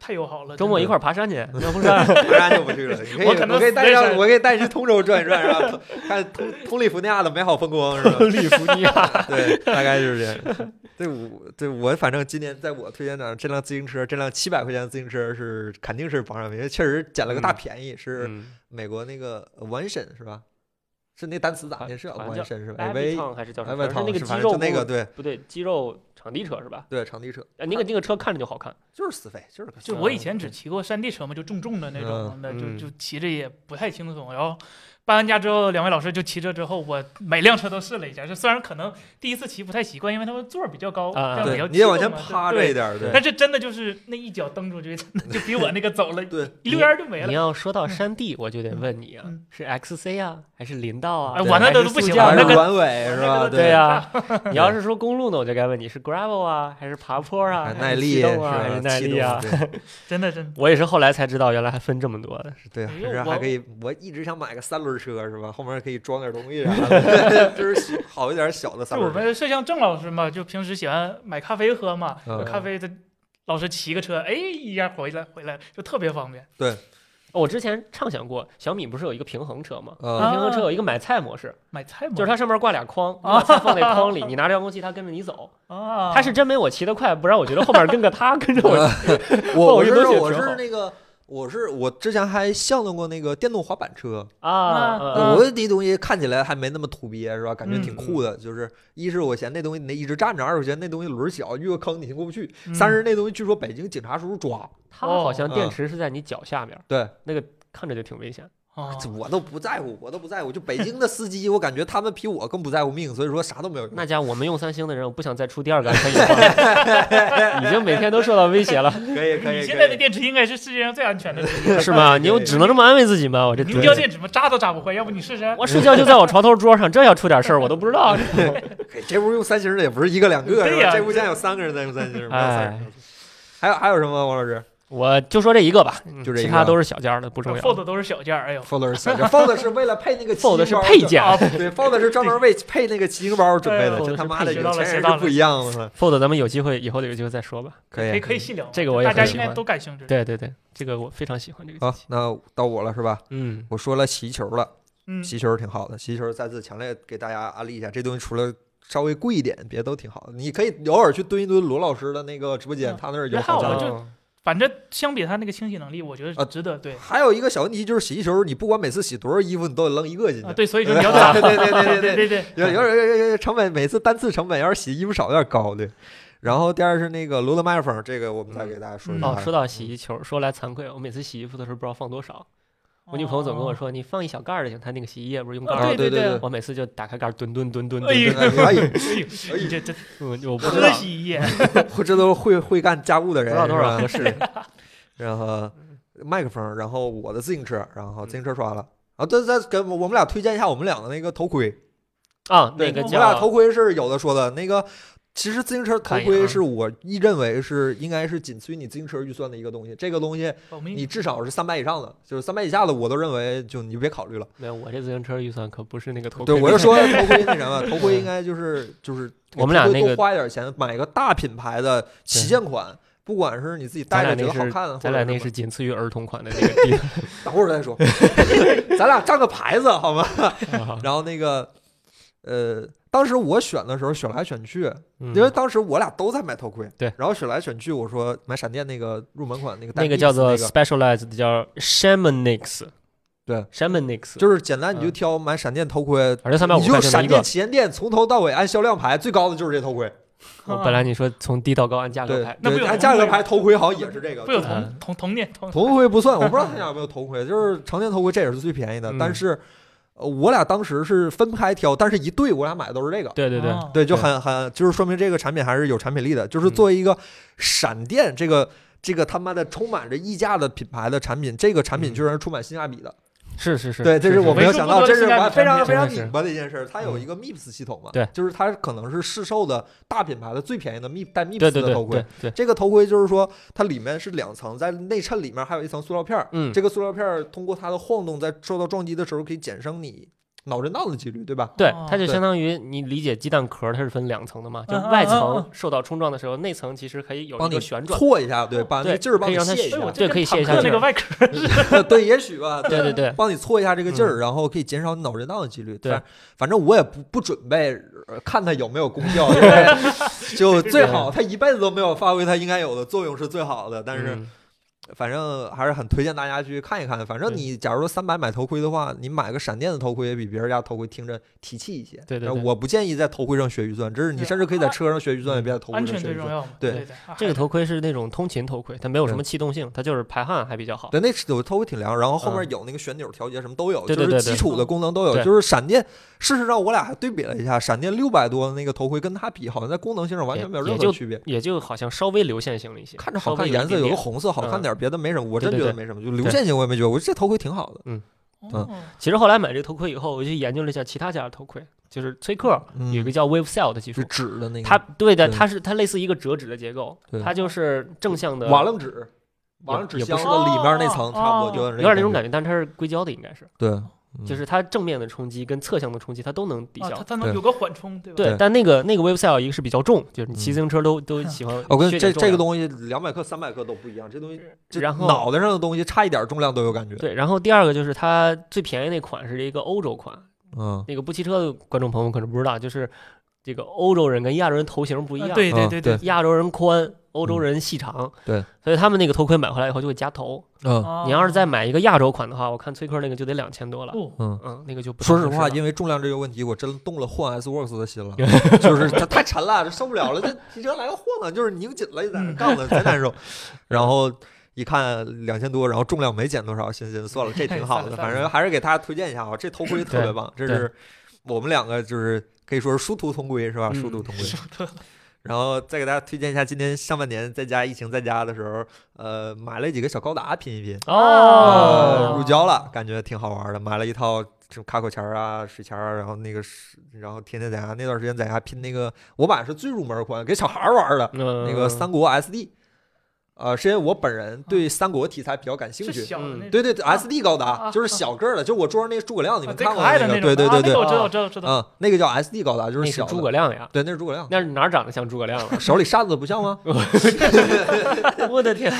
S3: 太友好了。
S5: 周末
S3: 真
S5: 一
S3: 的
S5: 块儿爬山去，要不然
S1: 当然就不去了，你可以，
S3: 我可能
S1: 我可以带
S3: 死在
S1: 上，
S3: 山
S1: 我可以带你去通州转一转，是吧？看通通利福尼亚的美好风光，是吧？
S5: 利福尼亚。
S1: 对，大概就是这样。对，我对我反正今年在我推荐档，这辆自行车，这辆七百块钱的自行车是肯定是榜上名，因为确实捡了个大
S5: 嗯
S1: 便宜，是
S5: 嗯，
S1: 美国那个 one 是吧？是那单词咋
S5: 好
S1: 的？是
S5: 好像
S1: one
S5: 叫
S1: 是吧？
S5: 艾维
S1: 维
S5: 烫还是叫
S1: 艾
S5: 什
S1: 维
S5: 么？
S1: 汤
S5: 反正是那
S1: 是反
S5: 个肌
S1: 正
S5: 肉
S1: 就那个
S5: 部
S1: 对
S5: 不对，肌肉场地车是吧？
S1: 对场地车，
S5: 呃那个那个车看着就好看，
S1: 就是死飞，就是个
S3: 就
S1: 死
S3: 我
S1: 飞
S3: 以前只骑过山地车嘛，就重重的那种的，
S5: 嗯
S3: 就就骑着也不太轻松。然后搬完家之后，两位老师就骑车之后，我每辆车都试了一下。就虽然可能第一次骑不太习惯，因为他们座儿比较高，
S5: 啊
S3: 这样比
S1: 对，
S3: 较激
S1: 你得往前
S3: 动嘛对
S1: 趴着一
S3: 对
S1: 点儿，对
S3: 但是真的就是那一脚蹬出去， 真的就比我那个走了
S1: 对。
S3: 一溜烟儿就没
S5: 你
S3: 了。
S5: 要说到山地，我就得问你啊
S3: 嗯，
S5: 是 XC 啊，还是林道啊？
S3: 哎
S1: 对
S3: 我那
S5: 还
S3: 都
S5: 是
S3: 不
S5: 塑
S3: 行了
S5: 胶
S1: 还
S5: 啊
S1: 是
S3: 那个
S1: 软尾是吧？
S3: 那个
S5: 对
S1: 呀，
S5: 呀， 你要是说公路呢，我就该问你是 gravel 啊，还是爬坡啊，
S1: 还
S5: 还
S1: 有呃耐力
S5: 是气动啊，还
S1: 吧
S5: 是耐
S1: 气
S5: 力
S1: 动
S5: 啊？
S1: 对
S3: 真的真的
S5: 我也是后来才知道，原来还分这么多的。
S1: 对，
S3: 哎
S1: 反
S3: 呦
S1: 正还
S3: 我
S1: 可以，我一直想买个三轮车，是吧？后面可以装点东西啥的， 就是小好一点小的三
S3: 就我
S1: 轮车。
S3: 们摄像郑老师嘛，就平时喜欢买咖啡喝嘛，
S1: 嗯
S3: 有咖啡的老师骑个车，哎，一下回来回来就特别方便。
S5: 哦我之前畅想过，小米不是有一个平衡车吗？
S1: 呃，
S3: 啊嗯
S5: 平衡车有一个买菜模式，
S3: 买菜嘛，
S5: 就是它上面挂俩筐，你把菜放在筐里， 你拿遥控器，它跟着你走。
S3: 啊，
S5: 它是真没我骑得快，不然我觉得后面跟个它，跟着我。
S1: 我
S5: 我
S1: 我
S5: 运
S1: 是
S5: 动鞋
S1: 我
S5: 挺
S1: 是
S5: 好
S1: 那个。我是我之前还相中过那个电动滑板车，
S5: 啊，
S3: 嗯
S5: 嗯
S1: 我那东西看起来还没那么土鳖，是吧？感觉挺
S3: 嗯
S1: 酷的。就是一是我嫌那东西你得一直站着，二是我嫌那东西轮儿小，越坑你过不去。
S3: 嗯
S1: 三是那东西据说北京警察叔叔抓，
S5: 它好像
S1: 哦
S5: 电池是在你脚下面，
S1: 对，
S5: 那个看着就挺危险。
S3: 啊，
S1: 这我都不在乎，我都不在乎。就北京的司机，我感觉他们比我更不在乎命，所以说啥都没 有用。
S5: 那家伙我们用三星的人，我不想再出第二个安全隐患 了，已经每天都受到威胁了，
S1: 可以可以，
S3: 你现
S1: 可
S3: 在
S1: 以
S3: 的电池应该是世界上最安全的了，
S5: 是 吧？你就只能这么安慰自己吗？我这
S3: 凝胶电池嘛，扎都扎不坏，要不你试试？
S5: 我睡觉就在我床头桌上，这要出点事儿我都不知 道。
S1: 可以这屋用三星的也不是一个两个，
S3: 对
S1: 是吧
S3: 呀
S1: 这屋现在有三个人在用三星，没有三个人
S5: 哎。
S1: 还有还有什么，王老师
S5: 我就说这一个吧，嗯
S1: 就这一个
S5: 其他都是小件儿的，不重要。
S3: fold 都是小件儿，哎呦，
S1: ？Fold 是 Fold 是为了配 那个
S5: fold 是
S1: 骑行包
S5: 配件
S3: 啊，
S1: 对，Fold 是专门为配那个骑行包准备
S3: 哎
S1: 的，
S3: 呦
S1: 真他妈的
S3: 学
S1: 有
S3: 到了
S1: 钱
S3: 学
S1: 人
S3: 到
S1: 是
S3: 了
S1: 不一样的。
S5: fold 咱们有机会以后有机会再说吧。
S1: 可
S3: 可以
S1: 以，
S3: 可以细聊，
S5: 这个我也
S3: 大
S5: 很
S3: 家应
S5: 喜
S3: 该
S5: 欢
S3: 都感兴趣。
S5: 对对对，这个我非常喜欢这个
S1: 好
S5: 机器。，
S1: 那到我了是吧？
S5: 嗯，
S1: 我说了席球了。
S3: 嗯，
S1: 席球挺好的，席球再次强烈给大家安利一下，这东西除了稍微贵一点，别的都挺好的。你可以偶尔去蹲一蹲罗老师的那个直播间，
S3: 嗯
S1: 他那儿有
S3: 那
S1: 好
S3: 我
S1: 的。
S3: 就
S5: 哦
S3: 反正相比它那个清洗能力，我觉
S1: 啊
S3: 得值得。对
S1: 还有一个小问题就是洗球，你不管每次洗多少衣服，你都得扔一个进去。
S3: 啊，对，所以就
S1: 对
S3: 你 要
S1: 对
S3: 打，
S1: 对对对对
S3: 对 对对，
S1: 有有有有有成本，每次单次成本要是洗衣服少有点高对。然后第二是那个罗德麦风，这个我们再给大家说一下。
S3: 嗯
S5: 哦，说到洗衣球，说来惭愧，我每次洗衣服的时候不知道放多少。我女朋友总跟我说，你放一小盖儿就行，她那个洗衣液不是用盖
S3: 啊，
S5: 儿
S1: 啊
S5: 吗？
S3: 哦对
S1: 对对
S3: 对，
S5: 我每次就打开盖儿蹲蹲蹲蹲
S3: 哎
S5: 蹲
S3: 呦
S5: 蹲，
S1: 对对对
S3: 哎呦你这这
S5: 嗯我不知
S3: 喝
S5: 道
S3: 洗衣液，
S1: 这都是会会干家务的
S5: 不
S1: 人，
S5: 知道多
S1: 是
S5: 少
S1: 吧
S5: 合适。
S1: 然后麦克风，然后我的自行车，然后自行车刷了。啊，再再给我们俩推荐一下我们俩的那个头盔。
S5: 啊，
S1: 对
S5: 那个
S1: 我们俩
S5: 叫
S1: 头盔是有的说的，那个其实自行车头
S5: 看一眼
S1: 盔
S5: 啊
S1: 是我一认为是应该是仅次于你自行车预算的一个东西。这个东西
S3: 我们
S1: 你至少是三百以上的，就是三百以下的我都认为就你别考虑了。
S5: 没有，我这自行车预算可不是那个头盔。
S1: 对，我就说头盔那什么，头盔应该就是就是
S5: 我们俩
S1: 头盔
S5: 那个
S1: 多花一点钱买个大品牌的旗舰款。不管是你自己
S5: 咱
S1: 戴
S5: 俩
S1: 着觉
S5: 那
S1: 得好
S5: 是
S1: 看，
S5: 咱俩
S1: 或者
S5: 那
S1: 什么
S5: 是仅次于儿童款的那个地
S1: 等会儿再说， 咱俩占个牌子好吗？
S5: 方啊
S1: 然后那个，呃，当时我选的时候选来选去，
S5: 嗯
S1: 因为当时我俩都在买头盔，
S5: 对
S1: 然后选来选去，我说买闪电那个入门款那个带
S5: 那个
S1: Nix
S5: 叫做
S1: 那个，
S5: Specialized，叫 Shamanix，
S1: 对
S5: ，Shamanix，
S1: 就是简单你就
S5: 嗯
S1: 挑买闪电头盔，
S5: 反正三百五
S1: 你
S5: 块
S1: 就
S5: 钱的
S1: 闪
S5: 一个
S1: 电。旗舰店从头到尾按销量排，最高的就是这头盔，
S5: 我本来
S3: 啊
S5: 你说从低到高按价格
S1: 啊对
S5: 排，，
S3: 那不
S1: 对
S3: 有
S1: 按
S3: 同
S1: 价格
S3: 盔
S1: 排头盔好像也是这个，
S3: 不有
S1: 就
S5: 嗯
S3: 童童童年童
S1: 头盔不算，我不知道他家有没有头盔，就是常见头盔这也是最便宜的，
S5: 嗯
S1: 但是呃我俩当时是分开挑，但是一对我俩买的都是这个，
S5: 对对对，
S3: 啊
S1: 对，就
S5: 对
S1: 很很就是说明这个产品还是有产品力的。就是作为一个闪电这个这个他妈的充满着溢价的品牌的产品，这个产品居然是充满性价比的。
S5: 是是是，
S1: 对，这
S5: 是
S1: 我没有想到，
S3: 为
S1: 这
S3: 数不
S1: 是
S3: 多的性价
S1: 我
S3: 比
S1: 非常
S3: 产
S1: 非
S5: 品
S1: 常
S5: 真的是
S1: 拧巴的一件事儿。它有一个 MIPS 系统嘛，
S5: 对
S1: 就是它可能是市售的大品牌的最便宜的 MIP 带 MIPS
S5: 对
S1: 的
S5: 对对
S1: 头盔
S5: 对。对，
S1: 这个头盔就是说，它里面是两层，在内衬里面还有一层塑料片儿。
S5: 嗯，
S1: 这个塑料片儿通过它的晃动，在受到撞击的时候，可以减轻你脑震荡的几率，对吧？
S5: 对
S3: 哦，
S5: 它就
S1: 对
S5: 相当于你理解鸡蛋壳，它是分两层的嘛，就
S3: 嗯嗯
S5: 外
S3: 嗯
S5: 层
S3: 嗯
S5: 受到冲撞的时候，内层其实可以有一
S1: 帮你
S5: 个旋转，
S1: 错一下，对，把那
S5: 对
S1: 劲儿帮
S5: 可以
S1: 你
S5: 让它
S1: 卸一
S5: 是
S1: 下
S3: 哎，
S5: 啊
S3: 我
S5: 这
S3: 跟
S5: 可以卸一下
S3: 坦克
S5: 劲
S3: 那个
S5: 儿
S3: 外壳，
S1: 对，也许吧，
S5: 对对对，嗯
S1: 帮你搓一下这个劲儿，然后可以减少你脑震荡的几率。
S5: 对
S1: 反，反正我也不不准备、呃看它有没有功 效，因为就最好它一辈子都没有发挥它应该有的作用是最好的。但是
S5: 嗯
S1: 反正还是很推荐大家去看一看。反正
S5: 对
S1: 你假如说三百买头盔的话，你买个闪电的头盔也比别人家头盔听着提气一些。
S5: 对对
S1: 然后
S5: 对
S1: 我不建议在头盔上学预算，这是你
S3: 对
S1: 甚至可以在车上学预算，
S5: 啊
S1: 也别在头
S3: 安
S1: 盔上
S3: 全
S1: 学
S3: 最
S1: 预
S3: 重
S1: 算。
S3: 要嘛。
S1: 对
S3: 对对，啊
S5: 这个
S3: 还
S5: 头盔是那种通勤头盔，它没有什
S1: 对
S5: 么气动性，它就是排汗还比较好。
S1: 对，那是有头盔挺凉，然后后面
S5: 嗯
S1: 有那个旋钮调节，什么都有，
S5: 对对
S1: 就
S5: 对
S1: 是
S5: 对
S1: 基础的功能都有。
S5: 对
S1: 就是闪电，事实上我俩还对比了一下，闪电六百多的那个头盔跟它比，好像在功能性上完全没有
S5: 也
S1: 任
S5: 也
S1: 何
S5: 就
S1: 区别。
S5: 也就好像稍微流线型了一些，
S1: 看着好
S5: 稍微
S1: 看，
S5: 一
S1: 颜色
S5: 点
S1: 有个
S5: 点
S1: 红色好看
S5: 嗯
S1: 点儿，别的没什么，我真
S5: 对对
S1: 觉得
S5: 对
S1: 没什么。就流线型我也没觉得，我觉得这头盔挺好的。
S3: 哦
S5: 其实后来买这个头盔以后，我就研究了一下其他家的头盔，就是崔克
S1: 嗯，
S5: 有一个叫 Wave Cell 的技术
S1: 是，纸的那个，
S5: 它对的，
S1: 对
S5: 它是它类似一个折纸的结构
S1: 对，
S5: 它就是正向的，
S1: 瓦楞纸，瓦
S5: 呃也
S1: 楞纸
S5: 也
S1: 箱
S5: 不
S1: 子
S5: 是
S1: 里面那层
S3: 哦
S1: 差不多，就
S5: 有点那种
S1: 感
S5: 感觉，但是它是硅胶的，应该是，
S1: 觉。对，嗯
S5: 就是它正面的冲击跟侧向的冲击它都能抵
S3: 啊，它
S5: 消。
S3: 它能
S1: 对
S3: 有个缓冲，对吧？
S5: 对
S1: 对，
S5: 但那个那个 Wave Cell 一个是比较重，就是你
S1: 嗯
S5: 骑自行车都都喜欢。
S1: 哦我跟这这个
S5: 东，
S1: 东西两百克、三百克都不一样，这东西这
S5: 然后
S1: 脑袋上的东西差一点重量都有感觉。
S5: 对，然后第二个就是它最便宜那款是一个欧洲款，
S1: 嗯，
S5: 那个不骑车的观众朋友可能不知道，就是这个欧洲人跟亚洲人头型不一
S3: 啊
S5: 样，嗯
S3: 对
S1: 啊
S3: 对对
S1: 对
S5: 亚洲人宽，欧洲人细长，
S1: 嗯对，
S5: 所以他们那个头盔买回来以后就会加头。
S1: 嗯
S3: 啊
S5: 你要是再买一个亚洲款的话，我看崔克那个就得两千多了，
S3: 哦
S1: 嗯。
S5: 嗯，那个就不
S1: 说实话，
S5: 就
S1: 因为重量这个问题，我真动了换 S Works 的心了，就是它太沉了，这受不了了。这提车来个晃啊，就是拧紧了，在那
S3: 嗯
S1: 杠的，贼难受。然后一看两千多，然后重量没减多少，行行算了，这挺好
S3: 算
S1: 的，
S3: 了
S1: 反正还是给大家推荐一下啊，这头盔特别棒，这
S5: 对
S1: 是我们两个就是可以说是殊途同归是吧？
S5: 嗯
S1: 殊途同归。然后再给大家推荐一下，今年上半年在家疫情在家的时候，呃，买了几个小高达拼一拼，呃，
S5: 哦
S1: 入胶了，感觉挺好玩的。买了一套什么卡口钳儿啊、水钳儿啊，然后那个是，然后天天在家那段时间在家拼那个，我买的是最入门款，给小孩儿玩儿的
S5: 那
S3: 嗯
S1: 那个三国 SD。呃，是因为我本人对三国题材比较感兴
S3: 是
S1: 趣。
S3: 小的那
S1: 嗯对对对
S3: 啊
S1: ，SD 高达
S3: 啊
S1: 就是小个儿的，就我桌上那诸葛亮，你
S3: 啊
S1: 们
S3: 贼
S1: 看
S3: 可
S1: 过
S3: 爱的
S1: 个？
S3: 那
S1: 对
S3: 种，
S1: 对
S3: 啊
S1: 对
S3: 那
S1: 对
S3: 个，我知道，知道，知道，
S1: 嗯，那个叫 SD 高达，就是
S5: 那是
S1: 小的嗯
S5: 诸葛亮呀，
S1: 对，那是诸葛亮，
S5: 那是哪儿长得像诸葛亮 啊？
S1: 手里扇子不像吗？
S5: 我的天，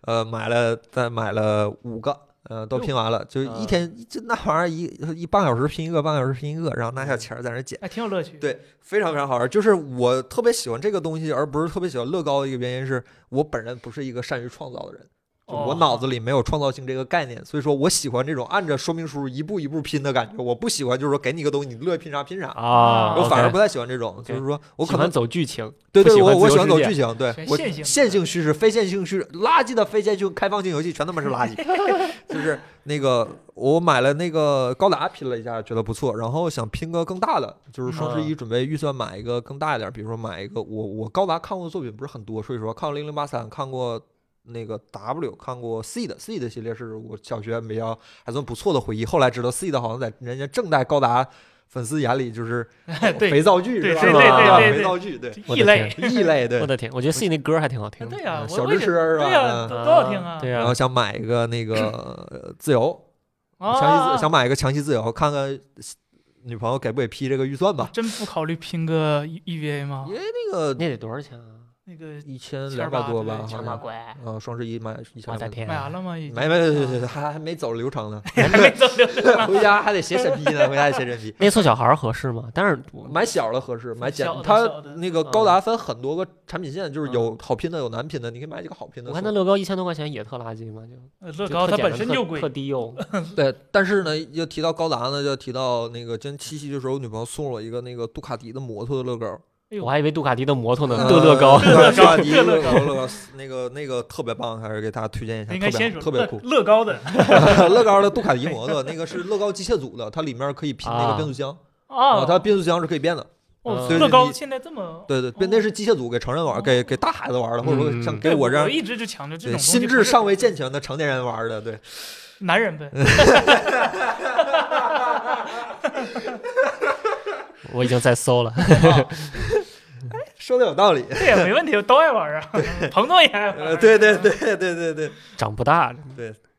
S1: 呃，买了再买了五个，呃，都拼完了，就是一
S5: 嗯
S1: 天就那玩意儿一一半小时拼一个，半小时拼一个，然后拿小钱儿在那儿捡，
S3: 哎，挺有乐趣。
S1: 对，非常非常好玩儿。就是我特别喜欢这个东西，而不是特别喜欢乐高的一个原因是我本人不是一个善于创造的人。就
S3: 哦
S1: 我脑子里没有创造性这个概念，所以说我喜欢这种按着说明书一步一步拼的感觉。我不喜欢就是说给你一个东西，你乐意拼啥拼啥。
S5: 啊
S1: 我反而
S5: OK
S1: 不太喜欢这种，就是说我
S5: 喜
S1: 可能
S5: 欢走剧情，
S1: 对
S5: 不
S1: 对，
S5: 喜
S1: 我
S5: 欢
S1: 我喜
S5: 自由
S1: 欢
S5: 世
S1: 走
S5: 界
S1: 剧情，对
S3: 全
S1: 我
S3: 线性
S1: 线性叙事、非线性叙事、垃圾的非线性开放性游戏全他妈是垃 圾，就是那个我买了那个高达拼了一下，觉得不错，然后想拼个更大的，就是双
S3: 嗯
S1: 十一准备预算买一个更大一点，比如说买一个我我高达看过的作品不是很多，所以说看过零零八三，看过。那个 W 看过 C 的 C 的系列是我小学比较还算不错的回忆，后来知道 C 的好像在人家正代高达粉丝眼里就是
S3: 对
S1: 肥皂剧
S3: 对
S1: 是吧？
S5: 对对对
S1: 啊
S5: 对
S1: 肥
S3: 对
S1: 皂剧对，
S5: 我
S3: 异
S5: 的
S3: 类，哎
S1: 异类对
S5: 我。的天，我觉得 C 那歌还挺好听的
S3: 对
S1: 嗯
S3: 呀，啊我
S1: 小
S3: 为
S1: 智
S3: 什
S1: 齿儿是吧
S3: 对呀，
S1: 嗯
S3: 多多好听啊！
S5: 对
S1: 然后
S5: 呀，
S1: 想买一个那个 呃自由，
S3: 啊，
S1: 强袭自想买一个强袭自由，看看女朋友给不给批这个预算吧。
S3: 真不考虑拼个 E，EVA 吗
S1: 因？为那个
S5: 那得多少钱啊？
S3: 那个
S1: 一千嗯
S3: 千
S1: 两
S3: 儿
S1: 百
S3: 吧
S1: 多
S3: 对
S1: 吧，好
S3: 千儿
S1: 像
S3: 吧
S5: 乖，
S1: 嗯，双十一买一千
S5: 我
S1: 两百。
S5: 的天
S3: 买，完了吗？已经
S1: 没没没没，没还还没走流程呢，
S3: 没走 流程。
S1: 回家还得写审批呢，回家还得写审批。
S5: 那送小孩儿合适吗？但是我
S1: 买小的合适，买简
S3: 小的
S1: 它
S3: 小的嗯
S1: 那个高达分很多个产品线，就是
S5: 嗯
S1: 有好拼的，有难拼的，你可以买几个好拼的送。
S5: 我看那乐高一千多块钱也特垃圾嘛，就
S3: 乐
S5: 就
S3: 高
S5: 特
S3: 它
S5: 简
S3: 本
S5: 单
S3: 身
S5: 特
S3: 就贵
S5: 特，低 幼，
S1: 对，但是呢，要提到高达呢，就要提到那个真七夕的时候，我女朋友送了我一个那个杜卡迪的摩托的乐高，
S5: 我还以为杜卡迪的摩托呢，
S1: 呃
S5: 乐 乐高。
S1: 对杜卡迪
S3: 乐
S1: 乐
S3: 乐
S1: 高乐高，那个那个特别棒，还是给大家推荐一下，
S3: 应该
S1: 特别
S3: 先
S1: 好
S3: 说。
S1: 特别酷
S3: 乐乐高的
S1: 乐高的杜卡迪摩托，那个是乐高机械组的，它里面可以拼那个
S5: 啊
S1: 变速箱，
S3: 啊，
S1: 啊，它变速箱是可以变的，
S3: 哦
S1: 对
S3: 乐高
S1: 你
S3: 现在这么，
S1: 对对，变那是机械组给成人玩，给给大孩子玩的，或者说
S5: 嗯
S1: 像
S5: 嗯
S1: 给我这样
S3: 我一直就强调这
S1: 对
S3: 种
S1: 心智尚未健全的成年人玩的，对。
S3: 男 人呗，
S5: 我已经在搜了，
S1: 说的有道 理，
S3: 这也没问题，我都爱玩啊。 彭总也爱
S1: 呃，
S3: 玩，
S1: 对对对对对对
S5: 长不大。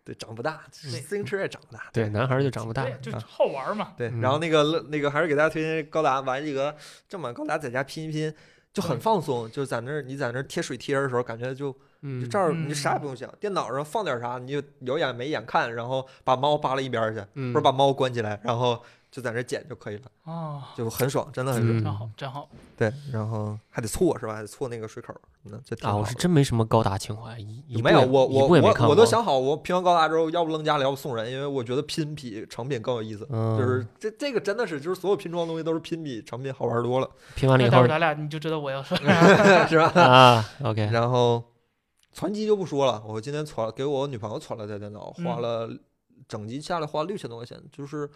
S1: 对，长不大，
S3: 对
S1: 自行车也长不大，
S5: 对，男孩儿就长不大
S3: 对，。就
S1: 啊
S3: 好玩嘛。
S1: 对，
S5: 嗯
S1: 然后那个乐那个还是给大家推荐高达，玩几个正版高达，在家拼一拼就
S5: 嗯
S1: 很放松，就在那儿你在那儿贴水贴儿的时候，感觉就就
S5: 嗯
S1: 这，儿
S3: 嗯
S1: 你啥也不用想，电脑上放点啥，你就有眼没眼看，然后把猫扒拉一边儿去，
S5: 嗯
S1: 或者把猫关起来，然后就在那儿剪就可以了，
S3: 哦，
S1: 就很爽，真的很爽。
S5: 嗯
S3: 真好，真好。
S1: 对，然后还得错是吧？还得错那个水口，嗯，这挺
S5: 啊，
S1: 好
S5: 我
S1: 的
S5: 是真没什么高达情怀，一一部
S1: 没有
S5: 也
S1: 我
S5: 一
S1: 我
S5: 部也没看
S1: 我
S5: 过
S1: 我都想好，我拼完高达之后，要不扔家里，要不送人，因为我觉得拼比成品更有意思。
S5: 嗯
S1: 就是这这个真的是，就是所有拼装的东西都是拼比成品好玩 多了，
S5: 拼完了
S3: 那
S5: 以
S3: 待
S5: 后
S3: 会儿咱俩你就知道我要说啥。
S1: 是吧？
S5: 啊，OK，
S1: 然后传奇就不说了，我今天传给我女朋友传了台电脑，
S3: 嗯
S1: 花了、整集下来花六千多块钱，就是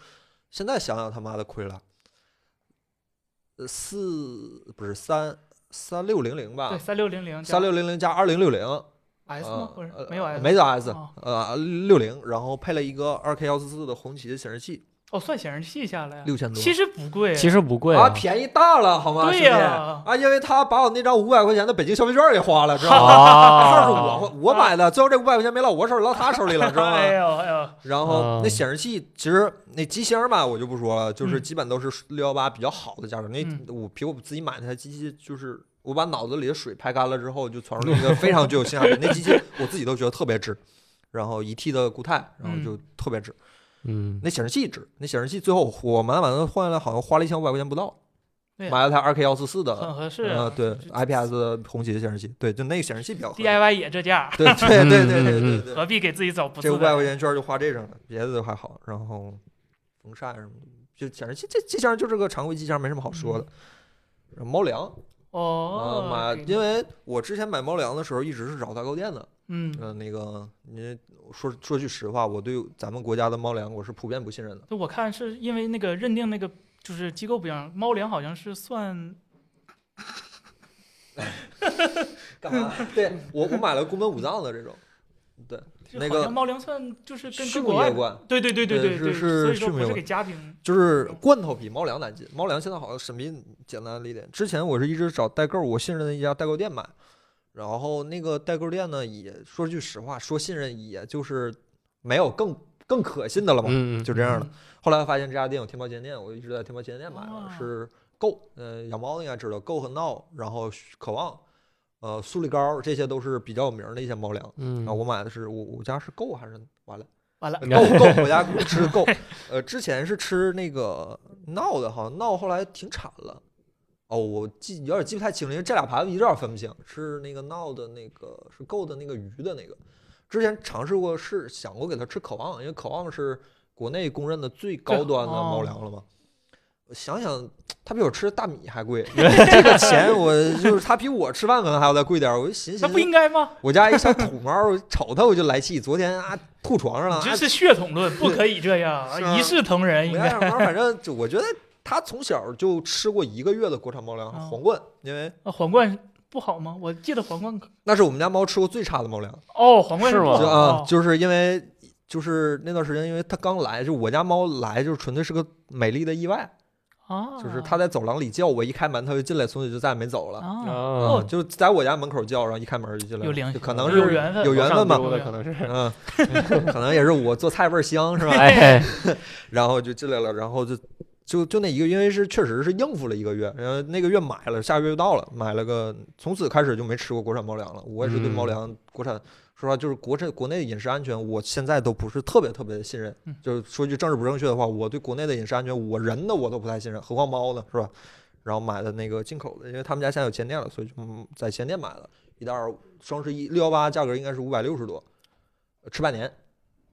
S1: 现在想想他妈的亏了，呃四不是三三六零零
S3: 对，
S1: 吧，
S3: 三六零零
S1: 啊三六零零加二零六零，
S3: S
S1: 呃
S3: 吗？不是
S1: 呃，
S3: 没有 S，
S1: 没有 S，
S3: 哦
S1: 呃六零，然后配了一个二 K 幺四四的红旗的显示器，
S3: 哦，算显示器下来，
S1: 六千多，
S3: 其实不贵，
S5: 其实不贵
S1: 啊，便宜大了好吗？
S3: 对
S1: 兄弟
S3: 呀
S1: 啊，因为他把我那张五百块钱的北京消费券给花了，知道
S5: 哦
S1: 吗？ 号是我
S5: 啊，
S1: 花我买的，最后这五百块钱没落我手里，落他手里了，知道吗？
S3: 哎呦哎呦，
S1: 然后那
S5: 嗯
S1: 显示器其实那机芯儿吧，我就不说了，就是
S3: 嗯
S1: 基本都是六幺八比较好的价格。
S3: 嗯
S1: 那我比我自己买那台机器，就是我把脑子里的水排干了之后，就传出了一个非常具有性价比。那机器我自己都觉得特别值，然后一 T 的固态，然后
S3: 嗯
S1: 就特别值。
S5: 嗯，
S1: 那显示器值，那显示器最后我满打满算换了，好像花了一千五百块钱不到，
S3: 对呀
S1: 买了台二 K 幺四四的，
S3: 很合适
S1: 嗯、
S3: 啊。
S1: 对
S3: 就
S1: ，IPS 红旗的显示器，对，就那个显示器比较合适。
S3: DIY 也这价，
S1: 对对对对对对
S5: 嗯
S1: 对，
S3: 何必给自己找不
S1: 这
S3: 自
S1: 五百块
S3: 在？
S1: 钱券就花这上了，别的都还好。然后风扇什么的，就显示器这这机箱就是个常规机箱，没什么好说的。然后猫粮，啊
S3: 嗯哦，
S1: 买，
S3: 给
S1: 因为我之前买猫粮的时候一直是找代购店的。
S3: 嗯，
S1: 嗯、那个你说说句实话，我对咱们国家的猫粮我是普遍不信任的。
S3: 就我看是因为那个认定那个就是机构不一样，猫粮好像是算
S1: 干 嘛？对我我买了宫本武藏的这种，对，那
S3: 好
S1: 个
S3: 像猫粮算就是跟
S1: 畜
S3: 跟国外
S1: 业罐，
S3: 对对对对
S1: 对是
S3: 对对，
S1: 是
S3: 所以说
S1: 畜牧
S3: 不是
S1: 业
S3: 给家庭，
S1: 就是罐头比猫粮难进。猫粮现在好像审批简单了一点。之前我是一直找代购，我信任的一家代购店买，然后那个代购店呢，也说句实话，说信任也就是没有更更可信的了嘛，
S5: 嗯，
S1: 就
S5: 就
S1: 这样的。
S3: 嗯
S1: 后来发现这家店有天猫旗舰店，我一直在天猫旗舰店买的，
S3: 哦
S1: 是 Go，呃，养猫的应该知道 Go 和 Now，然后渴望，呃，苏力高，这些都是比较有名儿的一些猫粮。
S5: 嗯
S1: 啊，我买的是我我家是 Go 还是完了？
S3: 完了
S1: 够够，我 家吃够。呃，之前是吃那个闹的，好像闹后来停产了。哦，我记有点记不太清了，因为这俩牌子一点儿分不清，是那个闹的那个是够的那个鱼的那个。之前尝试过是想过给它吃渴望，因为渴望是国内公认的最高端的猫
S3: 哦
S1: 粮了嘛。我想想，它比我吃大米还 贵，这个钱我就是它比我吃饭可能还要再贵点儿。我就寻思寻
S3: 那不
S1: 思，
S3: 应该吗？
S1: 我家一小土猫儿，瞅它我就来气。昨天啊吐床上了，
S3: 这
S1: 啊
S3: 是血统论，不可以这
S1: 是啊
S3: 样，一视同仁应
S1: 我家
S3: 该。
S1: 小猫儿反正就我觉得它从小就吃过一个月的国产猫粮和
S3: 哦
S1: 皇冠，因为
S3: 啊皇冠不好吗？我记得皇冠
S1: 那是我们家猫吃过最差的猫粮。
S3: 哦，皇冠
S5: 是吗
S3: 不好
S1: 就啊
S3: 哦，
S1: 就是因为就是那段时间，因为它刚来，就我家猫来就是纯粹是个美丽的意外，
S3: 啊，
S1: 就是它在走廊里叫，我一开门它就进来，从此就再也没走了。
S3: 啊，
S1: 嗯
S5: 哦，
S1: 就在我家门口叫，然后一开门就进来了，
S3: 有良
S1: 就
S3: 心
S1: 可能
S3: 有
S1: 是
S3: 缘分
S1: 有缘分吧
S5: 往上，丢的可能是，
S1: 嗯，可能也是我做菜味儿香是 吧？
S5: 哎，
S1: 然后就进来了，然后就就就那一个，因为是确实是应付了一个月，然后那个月买了，下个月就到了，买了个，从此开始就没吃过国产猫粮了。我也是对猫
S5: 嗯
S1: 粮、国产，说实话就是国产国内的饮食安全，我现在都不是特别特别的信任。
S3: 嗯
S1: 就是说句政治不正确的话，我对国内的饮食安全，我人的我都不太信任，何况猫呢，是吧？然后买的那个进口的，因为他们家现在有前店了，所以就嗯在前店买的，一袋儿双十一六幺八价格应该是五百六十多，呃吃半年。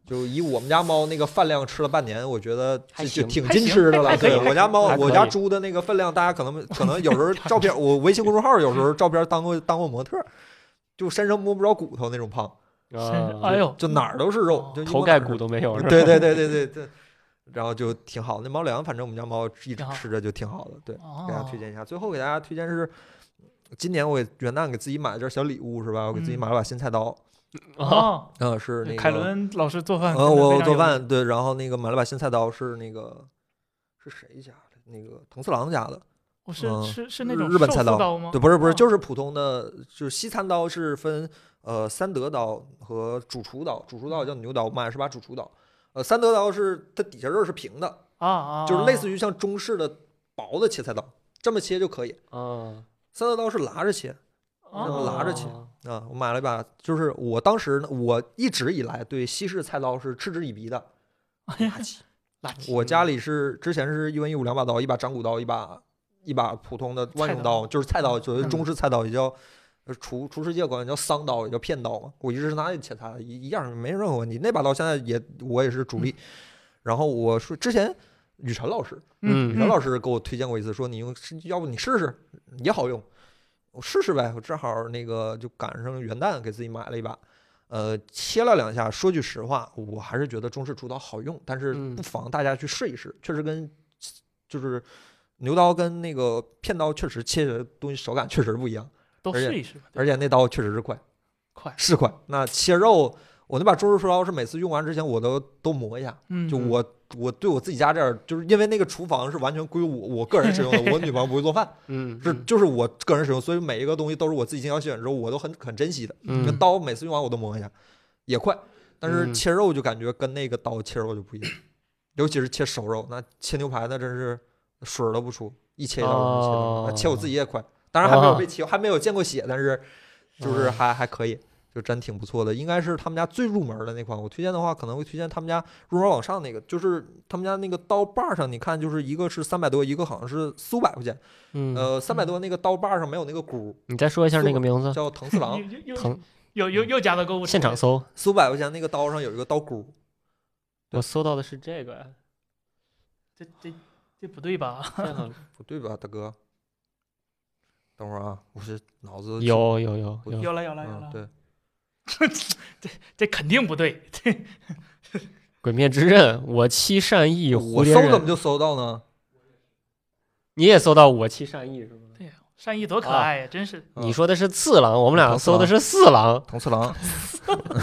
S1: 就以我们家猫那个饭量吃了半年，我觉得
S5: 还
S1: 这就
S5: 行
S1: 挺
S3: 还
S1: 矜
S3: 行
S1: 持的
S3: 还
S1: 了。
S3: 可以
S1: 对
S3: 还可以
S1: 我家猫，
S5: 还可
S1: 我家
S5: 以
S1: 猪的那个分量，大家可 能可能有时候照片，我微信公众号有时候照片当过当过模特儿，就身上摸不着骨头那种胖，
S3: 真是
S5: 啊
S3: 哎呦，
S1: 就哪儿都是肉
S3: 哦，
S1: 就一摸
S5: 头盖
S1: 哪儿
S5: 骨都没有，是吧？
S1: 对对对对对对，然后就挺好。那猫粮，反正我们家猫一直
S3: 挺好
S1: 吃着就挺好的。对，
S3: 哦
S1: 给大家推荐一下。最后给大家推荐是，今年我给元旦给自己买了件小礼物是吧？我给自己
S3: 嗯
S1: 买了把新菜刀，
S5: 啊，
S3: 哦，
S1: 嗯，是那个
S3: 凯伦啊老师做饭，
S1: 呃，我做，饭对，然后那个买了把新菜刀是那个是谁家的？那个藤次郎家的，
S3: 我是
S1: 嗯
S3: 是是那种
S1: 日本菜
S3: 寿
S1: 刀
S3: 司刀吗？
S1: 对，不是不是，
S3: 哦
S1: 就是普通的，就是西餐刀是分呃三德刀和主厨刀，主厨刀叫牛刀，我买的是把主厨刀，呃，三德刀是它底下刃儿是平的，
S3: 啊啊，
S1: 就是类似
S3: 于
S1: 于像中式的薄的切菜刀，这么切就可以。
S3: 哦
S5: 啊，
S1: 三色刀是拿着切
S3: 啊
S1: 拿着切啊！我买了一把，就是我当时呢我一直以来对西式菜刀是嗤之以鼻的，垃圾。
S3: 哎垃圾嗯
S1: 我家里是之前是一文一武两把刀，一把掌骨刀，一把一把普通的万用刀，就是菜
S3: 嗯
S1: 刀，所谓中式菜刀也叫。呃厨厨师界管叫桑刀，也叫片刀嘛。我一直是拿那切菜的，一一样没任何问题。那把刀现在也我也是主
S3: 嗯
S1: 力。然后我说之前雨辰老师，
S5: 嗯
S1: 袁老师给我推荐过一次，说你用，是要不你试试也好用，我试试呗。我正好那个就赶上元旦，给自己买了一把，呃，切了两下。说句实话，我还是觉得中式厨刀好用，但是
S5: 嗯
S1: 不妨大家去试一试，确实跟就是牛刀跟那个片刀确实切的东西手感确实不一样，
S3: 都
S1: 而且
S3: 试一试吧，对
S1: 而且那刀确实是快，
S3: 快，
S1: 是快。那切肉，我那把中式厨刀是每次用完之前我都都磨一下，
S3: 嗯，
S1: 就我我对我自己家这儿，就是因为那个厨房是完全归我我个人使用的，我女朋友不会做 饭，
S5: 嗯，
S1: 是就是我个人使用，所以每一个东西都是我自己精挑细选之后，我都很很珍惜的。那
S5: 嗯，
S1: 刀每次用完我都磨一下，也快，但是
S5: 嗯
S1: 切肉就感觉跟那个刀切肉就不一样，尤其是切熟肉，那切牛排那真是水儿都不出，一切一刀
S5: 哦
S1: 就切到，那切我自己也快，当然还
S5: 啊
S1: 没有被切，还没有见过血，但是就是还还可以。就真挺不错的，应该是他们家最入门的那款。我推荐的话，可能会推荐他们家入门往上那个，就是他们家那个刀把儿上，你看，就是一个是三百多，一个好像是四五百块钱。
S5: 嗯，
S1: 呃，三百多那个刀把儿上没有那个箍，
S5: 你再说一下那个名字，
S1: 叫藤次郎。
S3: 又又
S5: 疼
S3: 又又又加到购物车
S5: 现场搜，
S1: 四五百块钱那个刀上有一个刀箍，
S5: 我搜到的是 这个，
S3: 这这这不对吧？
S5: 这个
S1: 不对吧，大哥？等会儿啊，我是脑子
S5: 有有有
S1: 我
S5: 有，
S3: 有了有了有
S1: 嗯
S3: 了，
S1: 对，
S3: 这肯定不对。
S5: 鬼灭之刃》，我妻善意，蝴
S1: 我
S5: 蝶
S1: 搜怎么
S5: 忍，
S1: 就搜到呢？
S5: 你也搜到我妻善意是吗？
S3: 对呀，善意多
S1: 啊
S3: 可爱呀，真是。
S5: 你说的是次郎，我们俩
S1: 唐次
S5: 搜的
S1: 郎
S5: 是四郎，
S1: 藤次郎，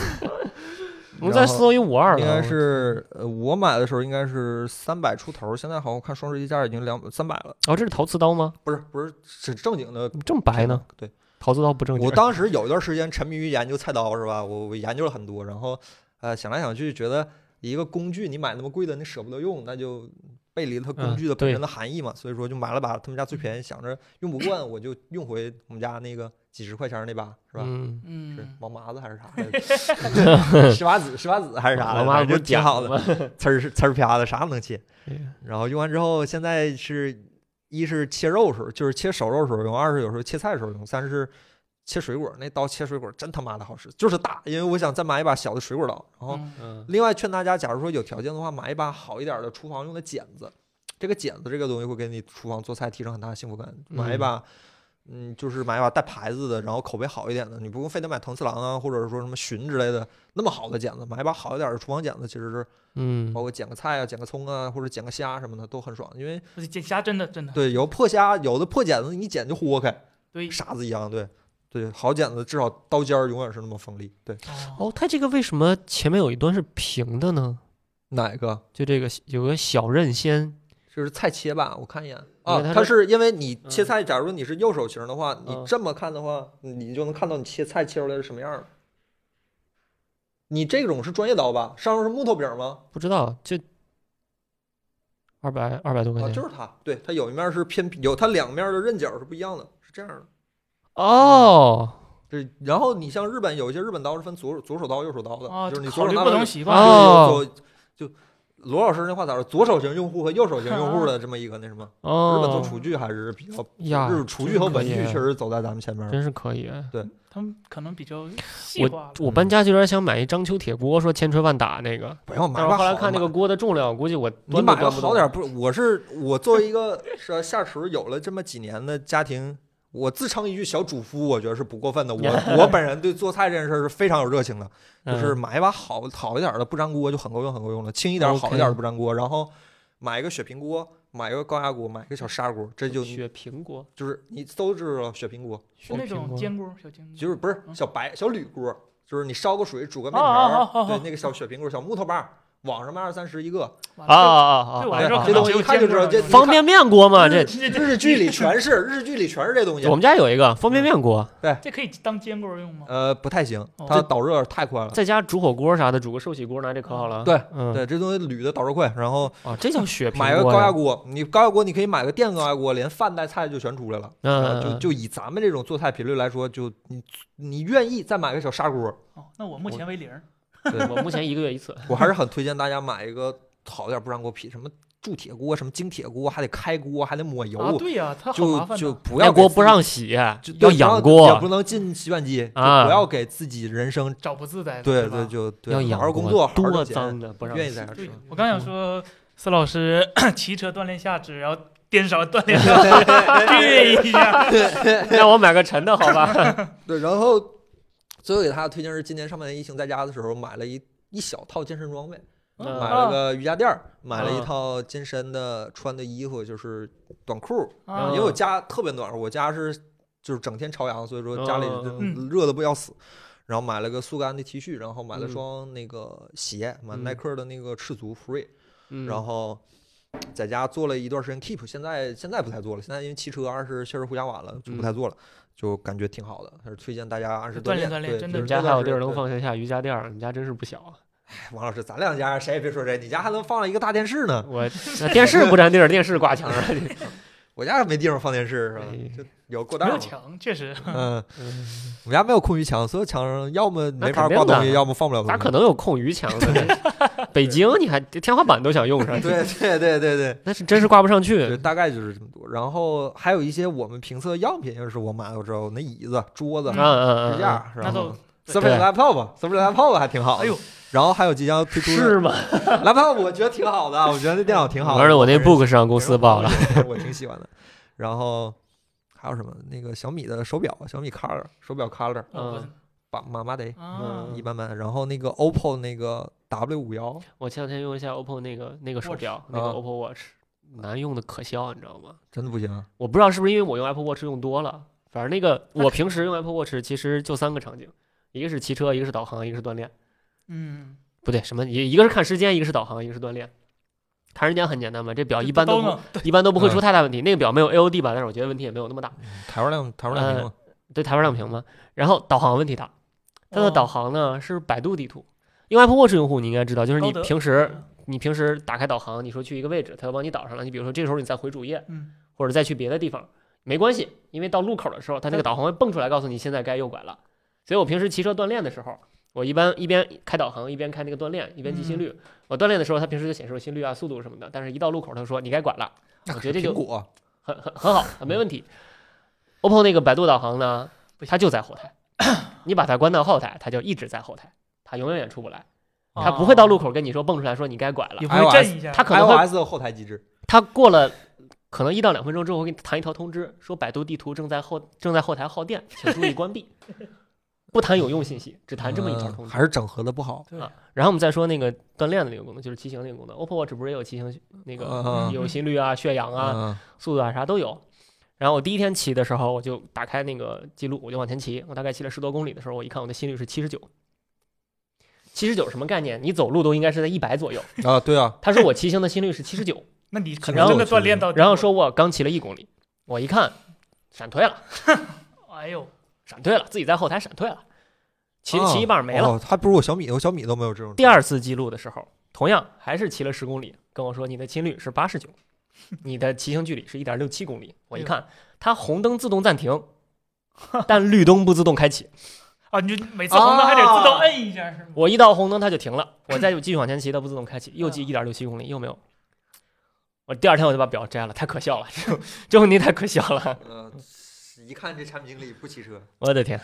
S5: 我们再搜一五二
S1: 应
S5: 郎。
S1: 该是呃，我买的时候应该是三百出头，现在好像看双十一价已经两三百了，
S5: 哦，这是陶瓷刀吗？
S1: 不是不是是正经的
S5: 怎么这么白呢？？
S1: 对，
S5: 陶瓷刀不正经。
S1: 我当时有一段时间沉迷于研究菜刀是吧？我我研究了很多，然后呃想来想去，觉得一个工具你买那么贵的，你舍不得用，那就背离了它工
S5: 嗯
S1: 具的本
S5: 对
S1: 身的含义嘛，所以说就买了把他们家最便宜，想着用不惯我就用回我们家那个几十块钱那把是吧？
S5: 嗯，
S1: 是
S3: 嗯，
S1: 毛麻子还是啥来 着？石麻子、石麻子还是啥来
S5: 老
S1: 着？
S5: 妈
S1: 反
S5: 不
S1: 正
S5: 是
S1: 就挺
S5: 讲
S1: 好的
S5: 了，吗？
S1: 呲儿呲儿啪的，啥都能切
S5: 对呀。
S1: 然后用完之后，现在是一是切肉时候，就是切熟肉时候用；二是有时候切菜时候用；三是切水果，那刀切水果真他妈的好使，就是大。因为我想再买一把小的水果刀。然后，
S3: 嗯
S5: 嗯，
S1: 另外劝大家，假如说有条件的话，买一把好一点的厨房用的剪子。这个剪子这个东西会给你厨房做菜提升很大的幸福感。买一
S5: 嗯
S1: 把，嗯，就是买一把带牌子的，然后口碑好一点的，你不用非得买藤次郎啊，或者说什么寻之类的那么好的剪子，买一把好一点的厨房剪子，其实是
S5: 嗯
S1: 包，括剪个菜啊、剪个葱啊，或者剪个虾什么的都很爽，因为
S3: 不是剪虾真的真的
S1: 对有破虾，有的破剪子你一剪就豁开，
S3: 对。
S1: 傻子一样，对对，好剪子至少刀尖儿永远是那么锋利。对，
S3: 哦
S5: 哦，它这个为什么前面有一段是平的呢？
S1: 哪个？
S5: 就这个有个小刃先，
S1: 就是菜切吧，我看一眼
S5: 因
S1: 啊
S5: 为它，
S1: 它是因为你切
S5: 嗯
S1: 菜，假如你是右手型的话，你
S5: 嗯
S1: 这么看的话，你就能看到你切菜切出来是什么样的。你这种是专业刀吧？上面是木头柄吗？
S5: 不知道就二百二百多块
S1: 啊，
S5: 钱。
S1: 就是它，对，它有一面是偏有，它两面的刃角是不一样的，是这样的。
S5: 哦
S1: 对，然后你像日本有一些日本刀是分左手左手刀右手刀的，
S3: 哦，
S1: 就是你
S3: 考
S1: 左手
S3: 虑
S1: 拿
S3: 不
S1: 完
S3: 同
S1: 了
S3: 习
S1: 就
S3: 惯
S5: 啊，
S1: 有左就罗老师那话咋说？左手型用户和右手型用户的这么一个那什么，日本做
S5: 哦哎
S1: 厨具还是比较，
S5: 呀，
S1: 就是厨
S5: 真
S1: 具和
S5: 可
S1: 文
S5: 以
S1: 具确实走嗯在咱们前面儿。
S5: 真是可以。
S3: 他们可能比较细化吧。
S5: 我搬家就有点想买一张秋铁锅，说千锤万打那个，
S1: 不要买
S5: 但是
S1: 吧，
S5: 后来
S1: 好
S5: 看那
S1: 买
S5: 个锅的重量，估计我
S1: 你
S5: 端都
S1: 买个
S5: 端不动
S1: 好点儿，不是？我是我作为一个是下厨有了这么几年的家庭，我自称一句小主夫，我觉得是不过分的。 我我本人对做菜这件事儿是非常有热情的。就是
S5: 嗯
S1: 买一把好好一点儿的不粘锅就很够用，很够用了。轻一点儿好一点儿的
S5: OK
S1: 不粘锅，然后买一个雪平锅，买一个高压锅，买一个小砂锅，这就
S5: 雪平锅，
S1: 就是你都知道雪平锅，
S3: 是那
S5: 苹
S3: 种
S5: 果
S3: 煎锅，小煎锅，
S1: 就是不是
S3: 嗯
S1: 小白小铝锅，就是你烧个水煮个面
S3: 哦
S1: 条
S3: 哦哦哦
S1: 儿，对
S3: 哦，
S1: 那个小雪平锅，小木头棒儿，网上卖二三十一个，
S3: 完
S5: 啊
S3: 了
S5: 啊
S3: 对
S5: 啊
S3: 我
S5: 啊
S1: 对
S3: 来说
S5: 啊
S3: 可
S1: 这
S3: 能
S1: 东西
S3: 只有
S1: 一看就
S3: 煎
S1: 知道
S3: 锅
S1: 这
S3: 能用
S5: 方便面锅嘛，这
S1: 日 日剧里全是日剧里全是这东西
S5: 我，们家有一个方
S1: 嗯
S5: 便面锅，
S3: 这可以当煎锅用吗？
S1: 呃，不太行
S3: 哦，
S1: 它导热太快了。
S5: 在家煮火锅啥的，煮个寿喜锅拿这可好
S1: 嗯
S5: 了。
S1: 对，
S5: 嗯，
S1: 对，这东西铝的导热快，然后
S5: 啊，这叫雪平锅
S1: 买
S5: 呀。
S1: 个高压锅，你高压锅你可以买个电高压锅，连饭带菜就全出来了。啊，
S5: 嗯，
S1: 就
S3: 呃
S5: 嗯，
S1: 就以咱们这种做菜频率来说，就你你愿意再买个小砂锅，
S3: 哦，那我目前为零。
S5: 嗯我目前一个月一次。
S1: 我还是很推荐大家买一个好点儿不粘锅皮，什么铸铁锅、什么精铁锅，还得开锅，还得抹油，
S3: 啊，对呀，它好麻
S1: 就
S3: 烦
S1: 就
S3: 的。
S1: 不要
S5: 那
S1: 给
S5: 锅
S1: 自
S5: 不
S1: 己
S5: 让洗，啊
S1: 就
S5: 要
S1: 对不
S5: 养
S1: 也不
S5: 锅，
S1: 能进洗碗机，就
S5: 啊
S1: 不要给自己人生
S3: 找不自在的，
S1: 对
S3: 是
S1: 对
S3: 吧
S1: 就对
S5: 要
S1: 好
S5: 养
S1: 好工
S5: 锅
S1: 作，好好
S5: 多
S1: 挣钱，
S5: 脏的，不让
S1: 愿意
S5: 洗
S1: 在这儿
S3: 对
S1: 吃。，
S3: 我刚想说，司老师 骑车锻炼下肢，然后颠勺锻 炼上肢，对一下，
S5: 让我买个沉的好吧？
S1: 对，然后最后给大家推荐是今年上半年疫情在家的时候买了一一小套健身装备。
S5: 嗯
S1: 买
S3: 啊
S1: 了个瑜伽垫儿，买了一
S5: 嗯
S1: 套健身的穿的衣服，就是短裤，
S3: 啊
S5: 嗯
S1: 因为我家特别暖和，我家是就是整天朝阳，所以说家里
S5: 嗯
S1: 就
S3: 嗯
S1: 热的不要死。然后买了个速干的 T 恤，然后买了
S5: 嗯
S1: 双那个鞋，买
S5: 嗯
S1: 耐克的那个赤足 Free，
S5: 嗯
S1: 然后在家做了一段时间 Keep，现在现在不太做了，现在因为骑车二是确实回家晚了，就不
S5: 嗯
S1: 太做了，就感觉挺好的，还是推荐大家按时
S3: 锻
S1: 炼
S3: 炼锻炼
S1: 对
S3: 真
S5: 你
S1: 就是
S3: 的
S5: 们
S3: 是
S5: 家
S1: 这
S5: 还
S1: 段时
S5: 有地儿
S1: 间
S5: 能
S1: 对
S5: 放得下瑜伽垫儿，你家真是不小啊！
S1: 王老师，咱两家谁也别说谁，你家还能放一个大电视呢。
S5: 我那电视不占地儿，电视挂墙上。
S1: 我家没地方放电视是吧
S5: 哎？
S1: 就有过道
S3: 没
S1: 儿
S3: 有
S1: 嘛
S3: 墙，确实
S1: 嗯，
S5: 嗯
S1: 我们家没有空余墙，所有墙上要么
S5: 那
S1: 没法
S5: 肯定
S1: 挂东
S5: 的
S1: 西，要么放不了东西。
S5: 咋可能有空余墙呢？ 北京你还天花板都想用上，
S1: 对对对对对
S5: 那是真是挂不上
S1: 对，
S5: 去。
S1: 大概就是这么多。然后还有一些我们评测样品，就是我买的我知道那椅子、桌子、
S5: 嗯
S1: 支
S5: 嗯嗯嗯，
S1: 架，
S3: 那
S1: 然
S3: 都
S1: 后 s u r f a c e Laptop，Surface Laptop 还挺好。
S3: 哎呦，
S1: 然后还有即将推出
S5: 是吗？
S1: Laptop，我觉得挺好的，我觉得那电脑挺好的。
S5: 而且我那
S1: 还是
S5: book 是让公司报了。
S1: 我挺喜欢的。然后还有什么那个小米的手表，小米 Color 手表 Color，
S3: 哦
S1: 把妈妈得
S3: 不啊
S5: 嗯
S1: 一般般。然后那个 OPPO 那个 W 五幺，
S5: 我前两天用一下 OPPO 那个那个手
S3: Watch
S5: 表，那个
S1: 啊
S5: OPPO Watch，难用的可笑，你知道吗？
S1: 真的不行。
S5: 我不知道是不是因为我用 Apple Watch 用多了，反正那个我平时用 Apple Watch 其实就三个场景，一个是骑车，一个是导航，一个是锻炼。
S3: 嗯，
S5: 不对，什么一一个是看时间，一个是导航，一个是锻炼。看时间很简单嘛，这表
S3: 这
S5: 啊一般都
S3: 都
S5: 不
S3: 能
S5: 一般都不会出太大问题。那个表没有 AOD 吧，但是我觉得问题也没有那么大，
S1: 嗯台湾量台湾量屏
S5: 呃
S1: 嘛，
S5: 对台湾亮屏嘛。然后导航问题大，它的
S3: 哦
S5: 导航呢是百度地图。用 Apple Watch 用户你应该知道，就是你
S3: 高德嗯
S5: 平时你平时打开导航，你说去一个位置，它就帮你导上了。你比如说这时候你再回主页，
S3: 嗯，
S5: 或者再去别的地方，没关系，因为到路口的时候，它那个导航会蹦出来告诉你现在该右拐了。所以我平时骑车锻炼的时候，我一般一边开导航，一边开那个锻炼，一边记心率。我锻炼的时候，它平时就显示我心率啊、速度什么的，但是一到路口，它说你该拐了，我觉得这
S1: 苹
S5: 就
S1: 果
S5: 很很很好，没问题。OPPO 那个百度导航呢，它就在后台，你把它关到后台，它就一直在后台，它永远也出不来，它不会到路口跟你说蹦出来说你该拐了
S3: 也，不会震一下，
S5: 它可能会
S1: iOS 的后台机制，
S5: 他过了可能一到两分钟之后，会给你弹一条通知，说百度地图正在后正在后台耗 电，请注意关闭。不弹有用信息，只弹这么一条
S1: 嗯
S5: 通知。
S1: 还是整合的不好。
S3: 对
S5: 啊然后我们再说那个锻炼的那个功能，就是骑行那个功能。OPPO Watch 不是也有骑行那个
S1: 嗯
S5: 有心率啊、血氧啊、
S1: 嗯
S5: 速度啊啥都有。然后我第一天骑的时候，我就打开那个记录，我就往前骑。我大概骑了十多公里的时候，我一看我的心率是七十九。七十九什么概念？你走路都应该是在一百左右。
S1: 啊，对啊，
S5: 他说我骑行的心率是七十九，
S3: 那你可
S1: 然
S3: 能
S1: 后
S3: 真的锻炼到，
S5: 然后，说我刚骑了一公里，我一看闪退了，
S3: 哎呦，
S5: 闪退了，自己在后台闪退了，骑
S1: 啊
S5: 骑一半没了。
S1: 哦，还不如我小米，我小米都没有这种。
S5: 第二次记录的时候，同样还是骑了十公里，跟我说你的心率是八十九，你的骑行距离是一点六七公里。我一看，它红灯自动暂停，但绿灯不自动开启。
S3: 啊，你就每次红灯还得自动摁一下，是吗？
S5: 我一到红灯它就停了，我再就继续往前骑，它不自动开启，又骑一点六七公里，又没有。我第二天我就把表摘了，太可笑了，这种这问题太可笑了，
S1: 嗯，一看这产品经理不骑车。
S5: 我的天！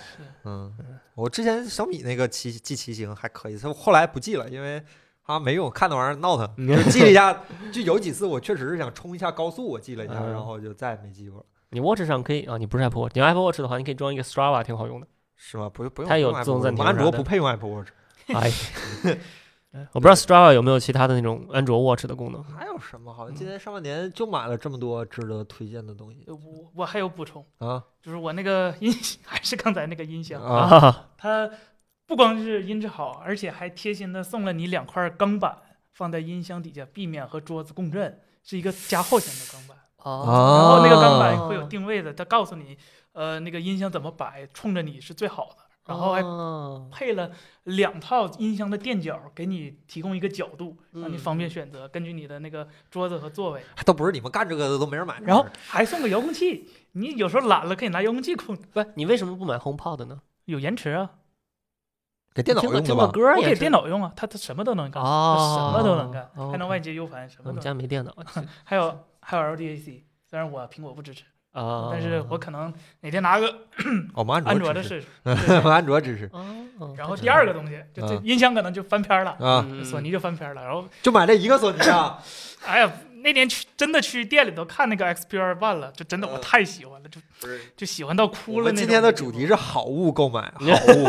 S1: 嗯，我之前小米那个骑记骑行还可以，他后来不记了，因为他没用，看那玩意儿闹腾，
S5: 嗯
S1: 就记了一下。 就有几次我确实是想冲一下高速，我记了一下，
S5: 嗯
S1: 然后就再也没记过了，
S5: 你 Watch 上可以啊，你不是 Apple Watch，你用 Apple Watch 的话，你可以装一个 Strava，挺好用的。
S1: 是吗？不用不用，
S5: 它有
S1: 不用
S5: 自动
S1: Apple
S5: 暂
S1: Watch，
S5: 停
S1: 我安卓
S5: 啥的
S1: 不配用 Apple Watch，
S5: 哎，我
S3: 嗯
S5: 不知道 Strava 有没有其他的那种安卓 Watch 的功能。
S1: 还有什么？好像今年上半年就买了这么多值得推荐的东西
S3: 我我还有补充，
S1: 啊
S3: 就是我那个音响 还是刚才那个音响，
S5: 嗯
S1: 啊！
S3: 它不光是音质好，而且还贴心的送了你两块钢板，放在音箱底下，避免和桌子共振，是一个加厚型的钢板。
S1: 啊
S5: 哦，
S3: 然后那个钢板
S5: 哦
S3: 会有定位的，它告诉你，呃，那个音箱怎么摆，冲着你是最好的。然后还
S5: 还
S3: 配了两套音箱的垫脚，给你提供一个角度，让你方便选择，根据你的那个桌子和座位。
S1: 啊都不是你们干这个的，都没人买这玩意儿。
S3: 然后还送个遥控器，你有时候懒了可以拿遥控器控制。
S5: 不是你为什么不买 HomePod 呢？
S3: 有延迟啊，
S1: 给电脑
S5: 听个
S1: 用的
S5: 听个
S1: 吧？
S5: 歌
S3: 我
S5: 也
S3: 给
S5: 是
S3: 电脑用啊，它它什么都能干，它
S5: 哦，
S3: 什么都能干，还能外
S5: 接。
S3: 接 U 盘，什
S5: 我
S3: 么都
S5: 们
S3: 能。
S5: 家没电脑
S3: 还有还有 LDAC，虽然我苹果不支持，
S5: 啊，
S3: 但是我可能哪天拿个
S1: 哦我们
S3: 安
S1: 安
S3: 卓
S1: 卓
S3: 的
S1: 支持，
S3: 试试。
S1: 我们安卓支持
S5: 哦，
S3: 然后第
S1: 样
S3: 二个东西，就这
S1: 啊
S3: 音箱可能就翻篇了，
S1: 啊，
S5: 嗯
S3: 索尼就翻篇了。然后
S1: 就买这一个索尼啊，
S3: 哎呀，那天去真的去店里头看那个 XPR One 了，就真的我
S1: 嗯
S3: 太喜欢了，就
S1: 不是
S3: 就喜欢到
S1: 我
S3: 哭了
S1: 们
S3: 那种。
S1: 今天的主题是好物购买，
S5: 嗯
S1: 好物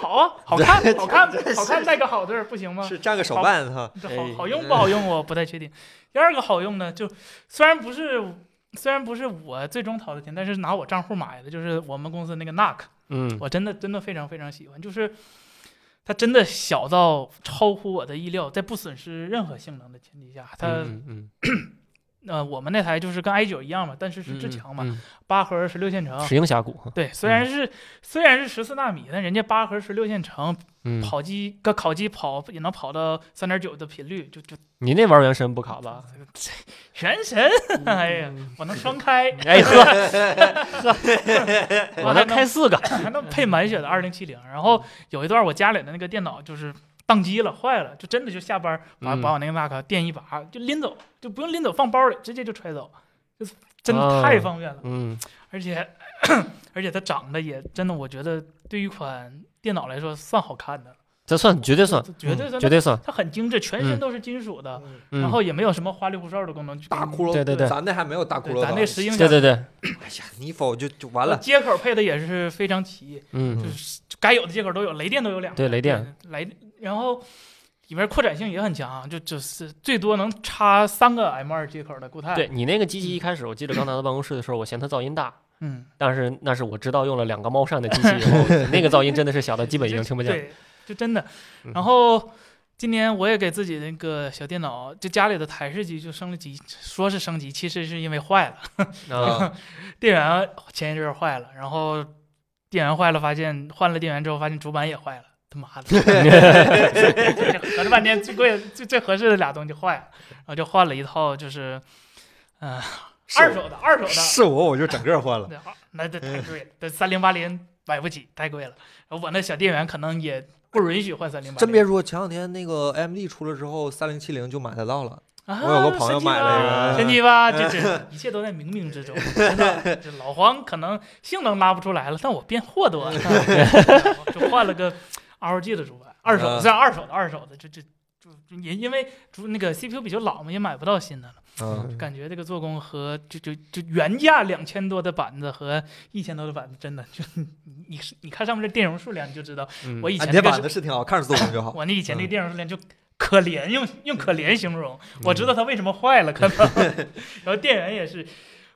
S3: 好啊，好看，好看，好看带个好字儿不行吗？
S1: 是占个手办哈。
S3: 这好
S5: 哎
S3: 好用不好用我不太确定。第二个好用呢，就虽然不是虽然不是我最终掏的钱，但是拿我账户买的，就是我们公司那个 NAC，
S5: 嗯，
S3: 我真的真的非常非常喜欢，就是它真的小到超乎我的意料，在不损失任何性能的前提下，它
S5: 嗯嗯
S3: 呃我们那台就是跟 i 9一样嘛，但是是
S5: 嗯
S3: 至强嘛，
S5: 嗯
S3: 八核十六线程。
S5: 石英峡谷，
S3: 对，虽
S5: 嗯
S3: 然是、虽然是十四纳米，但人家八核十六线程
S5: 嗯，
S3: 跑机跟烤鸡跑也能跑到三点九的频率，就就
S5: 你那玩原神不卡吧？
S3: 全神， 哎呀，我能双开，
S5: 哎呵，
S3: 我
S5: 我
S3: 还
S5: 能
S3: 能
S5: 开嗯 四个，
S3: 还能配满血的二零七零。然后有一段我家里的那个电脑就是宕机了，坏了，就真的就下班把
S5: 嗯
S3: 把我那个 Mac 电一拔就拎走，就不用拎走，放包里直接就揣走，就是真
S5: 哦
S3: 的太方便了。
S5: 嗯
S3: 而且 而且它长得也真的，我觉得对于一款电脑来说算好看的了。
S5: 这算绝对算，
S3: 绝 对
S5: 嗯
S3: 算
S5: 绝对算。
S3: 它很精致，全身
S5: 嗯
S3: 都是金属的，
S5: 嗯
S3: 然后也没有什么花里胡哨的功能。
S1: 大骷髅，
S5: 对对对
S1: 咱那还没有大骷
S3: 对
S1: 髅
S3: 咱
S1: 头
S3: 那石英
S5: 对
S3: 响
S5: 对对，
S1: 哎呀，你否就就完了。
S3: 接口配的也是非常齐，
S5: 嗯
S3: 就，是该有的接口都有，雷电都有两个。
S5: 对雷电，
S3: 来，然后里边扩展性也很强啊，就就是最多能插三个 M 二接口的固态。
S5: 对，你那个机器一开始，我记得刚拿到办公室的时候，我嫌它噪音大，
S3: 嗯，
S5: 但是那是我知道用了两个猫扇的机器以后， 那个噪音真的是小到基本已经听不见了。
S3: 对，就真的
S5: 嗯。
S3: 然后今年我也给自己那个小电脑，就家里的台式机就升了级，说是升级，其实是因为坏了，嗯
S5: 啊，
S3: 电源前一阵儿坏了，然后电源坏了，发现换了电源之后，发现主板也坏了。他妈的， 合着半天最贵、最最合适的俩东西坏了，然后就换了一套，就是，嗯、二手的，二手的，
S1: 是我，我就整个换了。
S3: 那好那这太贵了，这三零八零买不起，太贵了。然后我那小店员可能也不允许换三零八零。
S1: 真别说，前两天那个 AMD 出了之后，三零七零就买得到了。
S3: 啊，
S1: 我有个朋友买了一个
S3: 神奇 吧？神奇吧这这一切都在冥冥之中。真的这老黄可能性能拉不出来了，但我变 货多了，就换了个 ROG 的主板，二手
S1: 嗯
S3: 的，虽然二手的，二手的，这这。就就也因为主那个 CPU 比较老嘛，也买不到新的了。
S1: 嗯，
S3: 感觉这个做工和就就就原价两千多的板子和一千多的板子，真的就你你你看上面这电容数量你就知道，
S5: 嗯
S3: 我以
S1: 哎，
S3: 前
S1: 你
S3: 那
S1: 这
S3: 个
S1: 板
S3: 是
S1: 子是挺好看，是做工就 好。
S3: 我那以前那
S1: 嗯
S3: 电容数量就可怜，用用可怜形容。我知道它为什么坏了，可 能。然后电源也是，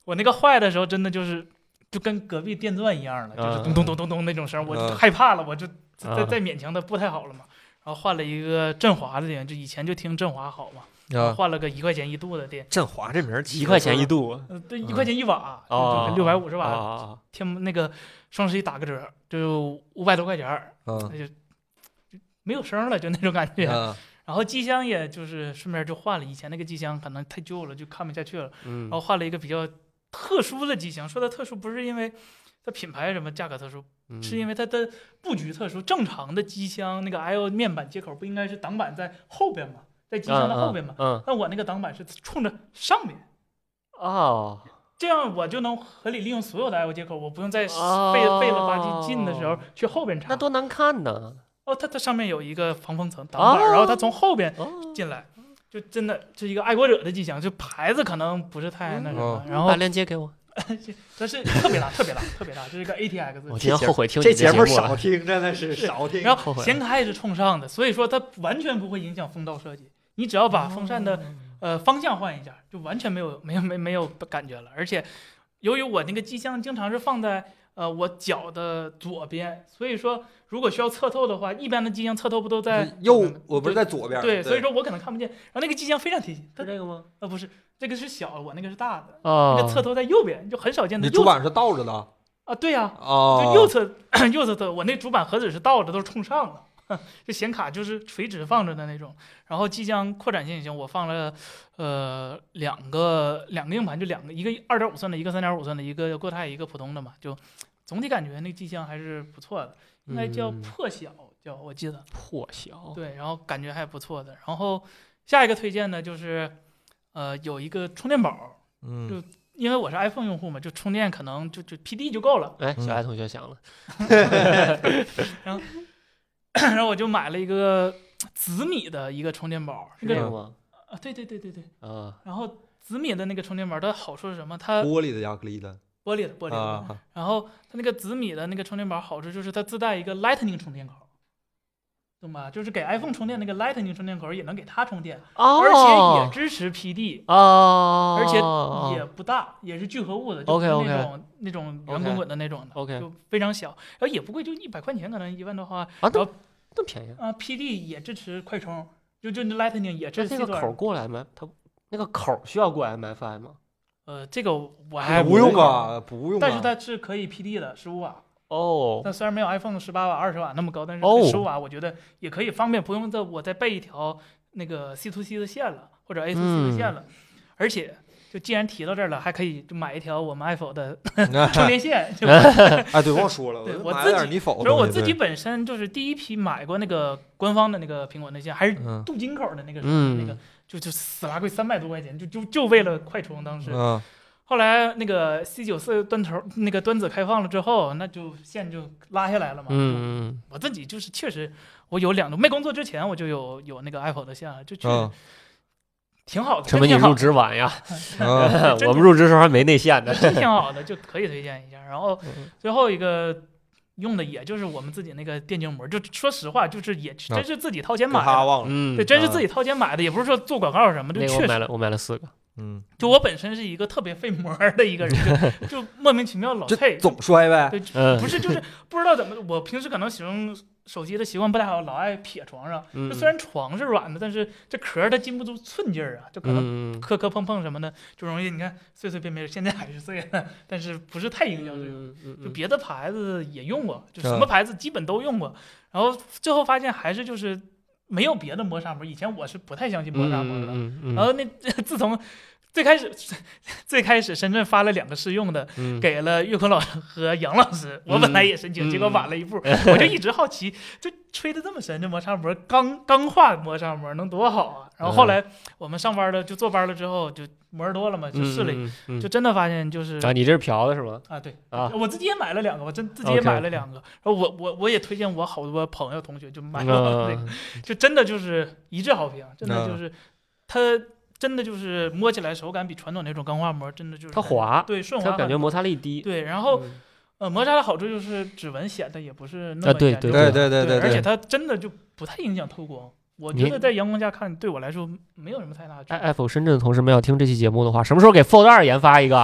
S3: 我那个坏的时候真的就是就跟隔壁电钻一样了，就是咚
S5: 嗯
S3: 咚咚咚咚那种声儿，我
S1: 嗯
S3: 就害怕了，我就再
S5: 嗯
S3: 再勉强它不太好了嘛。然后换了一个振华的电源，就以前就听振华好嘛，
S1: 啊，
S3: 换了个一块钱一度的电，
S1: 振华这名儿起
S5: 一
S1: 得
S5: 块钱
S1: 多
S5: 一度
S3: 呃，对，
S1: 嗯哦
S3: 一块钱一瓦，
S5: 啊，
S3: 嗯六百五十瓦，
S5: 啊，
S3: 天那个双十一打个折就五百多块钱儿，
S1: 啊
S3: 那就就没有声儿了，就那种感觉。
S1: 啊
S3: 然后机箱也就是顺便就换了，以前那个机箱可能太旧了，就看不下去了，
S5: 嗯
S3: 然后换了一个比较特殊的机箱。说它特殊，不是因为它品牌什么价格特殊，是因为
S5: 为
S3: 它的布局特殊。正常的机箱那个 I/O 面板接口不应该是挡板在后边吗？在机箱的后边吗？
S5: 嗯
S3: 那我那个挡板是冲着上面，
S5: 哦，
S3: 这样我就能合理利用所有的 I/O 接口，我不用再费
S5: 哦
S3: 费了吧唧进的时候去后边插。
S5: 那多难看呢！
S3: 哦，它它上面有一个防风层挡板，然后它从后边
S5: 哦，
S3: 进来，就真的是一个爱国者的迹象。就牌子可能不是太那什么
S1: 哦，
S3: 然
S5: 把
S3: 后
S5: 链接给我，
S3: 但是特别大，特别大，特别大，这是个 ATX
S5: 我
S3: 的。
S5: 今天后悔听你
S1: 这
S5: 节
S1: 节
S5: 目
S1: 目
S5: 了
S1: 少。听，真的是
S3: 是
S1: 少听。
S3: 然
S5: 后
S3: 后
S5: 悔了
S3: 掀开是冲上的，所以说它完全不会影响风道设计。你只要
S5: 哦
S3: 把风扇的呃方向换一下，就完全没有没有没没有感觉了。而且由于我那个机箱经常是放在呃我脚的左边，所以说如果需要侧透的话，一般的机箱侧透不都在
S1: 右，我不是
S3: 对
S1: 在左边儿。
S3: 对，所以说我可能看不见。然后那个机箱非常贴心，它
S5: 这个吗？
S3: 呃不是这个是小，我那个是大的。
S5: 啊，
S3: 那个侧头在右边，就很少见的
S1: 你
S3: 右
S1: 主
S3: 侧
S1: 板是倒着的
S3: 啊，对呀、
S1: 哦，
S3: 就右侧 右侧的，我那主板何止是倒着，都是冲上的，这显卡就是垂直放着的那种。然后即将扩展性也行，我放了呃两个两个硬盘，就两个，一个二点五寸的，一个三点五寸的，一个固态，一个普通的嘛，就总体感觉那机箱还是不错的，应该叫
S5: 嗯
S3: 破晓，叫我记得。
S5: 破晓。
S3: 对，然后感觉还不错的。然后下一个推荐呢，就是呃有一个充电宝，
S1: 嗯，
S3: 因为我是 iPhone 用户嘛，就充电可能就就 PD 就够了。
S5: 哎，小爱同学想了，
S3: 然后我就买了一个紫米的一个充电宝，
S5: 是
S3: 这
S5: 这
S3: 个
S5: 个吗？
S3: 啊，对对对对对。
S5: 啊，
S3: 然后紫米的那个充电宝，它好处是什么？它
S1: 玻璃的亚克力的
S3: 玻璃的玻璃的。
S1: 啊，
S3: 然后它那个紫米的那个充电宝好处就是它自带一个 Lightning 充电口，懂吧？就是给 iPhone 充电那个 Lightning 充电口也能给它充电，而且也
S5: 哦，
S3: 支持 PD，
S5: 哦，
S3: 而且也不大，也是聚合物的就是
S5: OK，OK
S3: 那种那种圆滚滚的那种的
S5: OK
S3: 就非常小，然后也不贵，就一百块钱，可能一万多花。
S5: 啊，
S3: 然
S5: 那
S3: 后
S5: 那便宜啊，
S3: 啊，PD 也支持快充，就就那 Lightning 也支持
S5: 那个
S3: C 端
S5: 口过来 M，它那个口需要过 MFI 吗？
S3: 呃，这个我还
S1: 不用
S3: 啊，
S1: 啊，不用啊。
S3: 但是它是可以 PD 的，十五瓦。
S5: 哦，
S3: 但虽然没有 iPhone 十八瓦、二十瓦那么高，但
S5: 哦
S3: 是十五瓦我觉得也可以方便，不用再我再备一条那个 C to C 的线了，或者 A to C 的线了。
S5: 嗯
S3: 而且，就既然提到这儿了，还可以就买一条我们 iPhone 的充电线，就
S1: 哎，对，忘说了，
S3: 对
S1: 我
S3: 我
S1: 买
S3: 自
S1: 了点
S3: 己
S1: 你否
S3: 可是
S1: 的
S3: 我
S1: 东西
S3: 自己
S1: 对
S3: 本身就是第一批买过那个官方的那个苹果那线，还是
S1: 嗯
S3: 镀金口的那个时候，
S5: 嗯
S3: 那个就就死拉贵三百多块钱，就就就为了快充当时。
S1: 嗯
S3: 后来那个 C 九四端头那个端子开放了之后，那就线就拉下来了嘛。
S5: 嗯，
S3: 我自己就是确实，我有两种，没工作之前我就有有那个 Apple 的线了，就确实
S1: 嗯
S3: 挺好的，真
S5: 陈文你
S3: 挺好
S5: 入职晚呀，
S1: 嗯，
S5: 我们入职时候还没内线 呢。
S3: 真挺好的，就可以推荐一下。然后
S5: 嗯
S3: 最后一个用的也就是我们自己那个电竞膜，就说实话，就是也真是自己掏钱买
S1: 嗯他
S3: 的，
S1: 忘了，
S5: 嗯
S3: 对，，真是自己掏钱买的，也不是说做广告什么，就
S5: 那个我
S3: 确
S5: 买
S3: 实，
S5: 了，我买了四个。
S1: 嗯，
S3: 就我本身是一个特别费膜儿的一个人， 就就莫名其妙老
S1: 就
S3: 配，
S1: 总摔呗，
S3: 对，
S5: 嗯，
S3: 不是就是不知道怎么，我平时可能使用手机的习惯不太好，老爱撇床上。
S5: 嗯，
S3: 就虽然床是软的，但是这壳儿它禁不住寸劲儿啊，就可能
S5: 嗯，
S3: 磕磕碰碰什么的，就容易你看碎碎便便，现在还是碎了，但是不是太影响这个。
S5: 嗯嗯啊
S3: 就
S5: 嗯，
S3: 别的牌子也用过，就
S1: 嗯
S3: 什么牌子基本都用过，然后最后发现还是就是没有别的磨砂膜。以前我是不呃太相信磨砂膜的，
S5: 嗯嗯，
S3: 然后那 自从最开始 最开始深圳发了两个试用的，
S5: 嗯
S3: 给了岳坤老师和杨老师，我本来也申请，
S5: 嗯
S3: 结果晚了一步，我 就一直好奇，这吹的这么深，这磨砂膜钢钢化磨砂膜能多好啊！然后
S5: 嗯
S3: 后来我们上班了，就坐班了之后，就膜儿多了嘛，就试了一，
S5: 嗯
S3: 就真的发现就是
S5: 啊，你这是嫖的是吗？
S3: 啊，对
S5: 啊
S3: 我自己也买了两个，我真自己也
S5: OK，OK
S3: 买了两个。然后我我我也推荐我好多朋友同学就买了这个，
S5: 嗯
S3: 就真的就是一致好评，真的
S1: 嗯
S3: 就是它真的就是摸起来手感比传统那种钢化膜真的就是
S5: 它滑，
S3: 对顺滑
S5: 它
S3: 很，
S5: 感觉摩擦力低。
S3: 对。然后
S5: 嗯
S3: 呃，磨砂的好处就是指纹显得也不是那
S5: 啊
S3: 么
S5: 对
S3: 严重
S5: 对
S1: 对对对
S3: 对而且
S1: 对，
S3: 它真的就不太影响透光。我
S5: 你
S3: 觉得在阳光下看对我来说没有什么太大的区别。
S5: 哎 Apple 深圳的同事们要听这期节目的话，什么时候给 Fold 二研发 一个？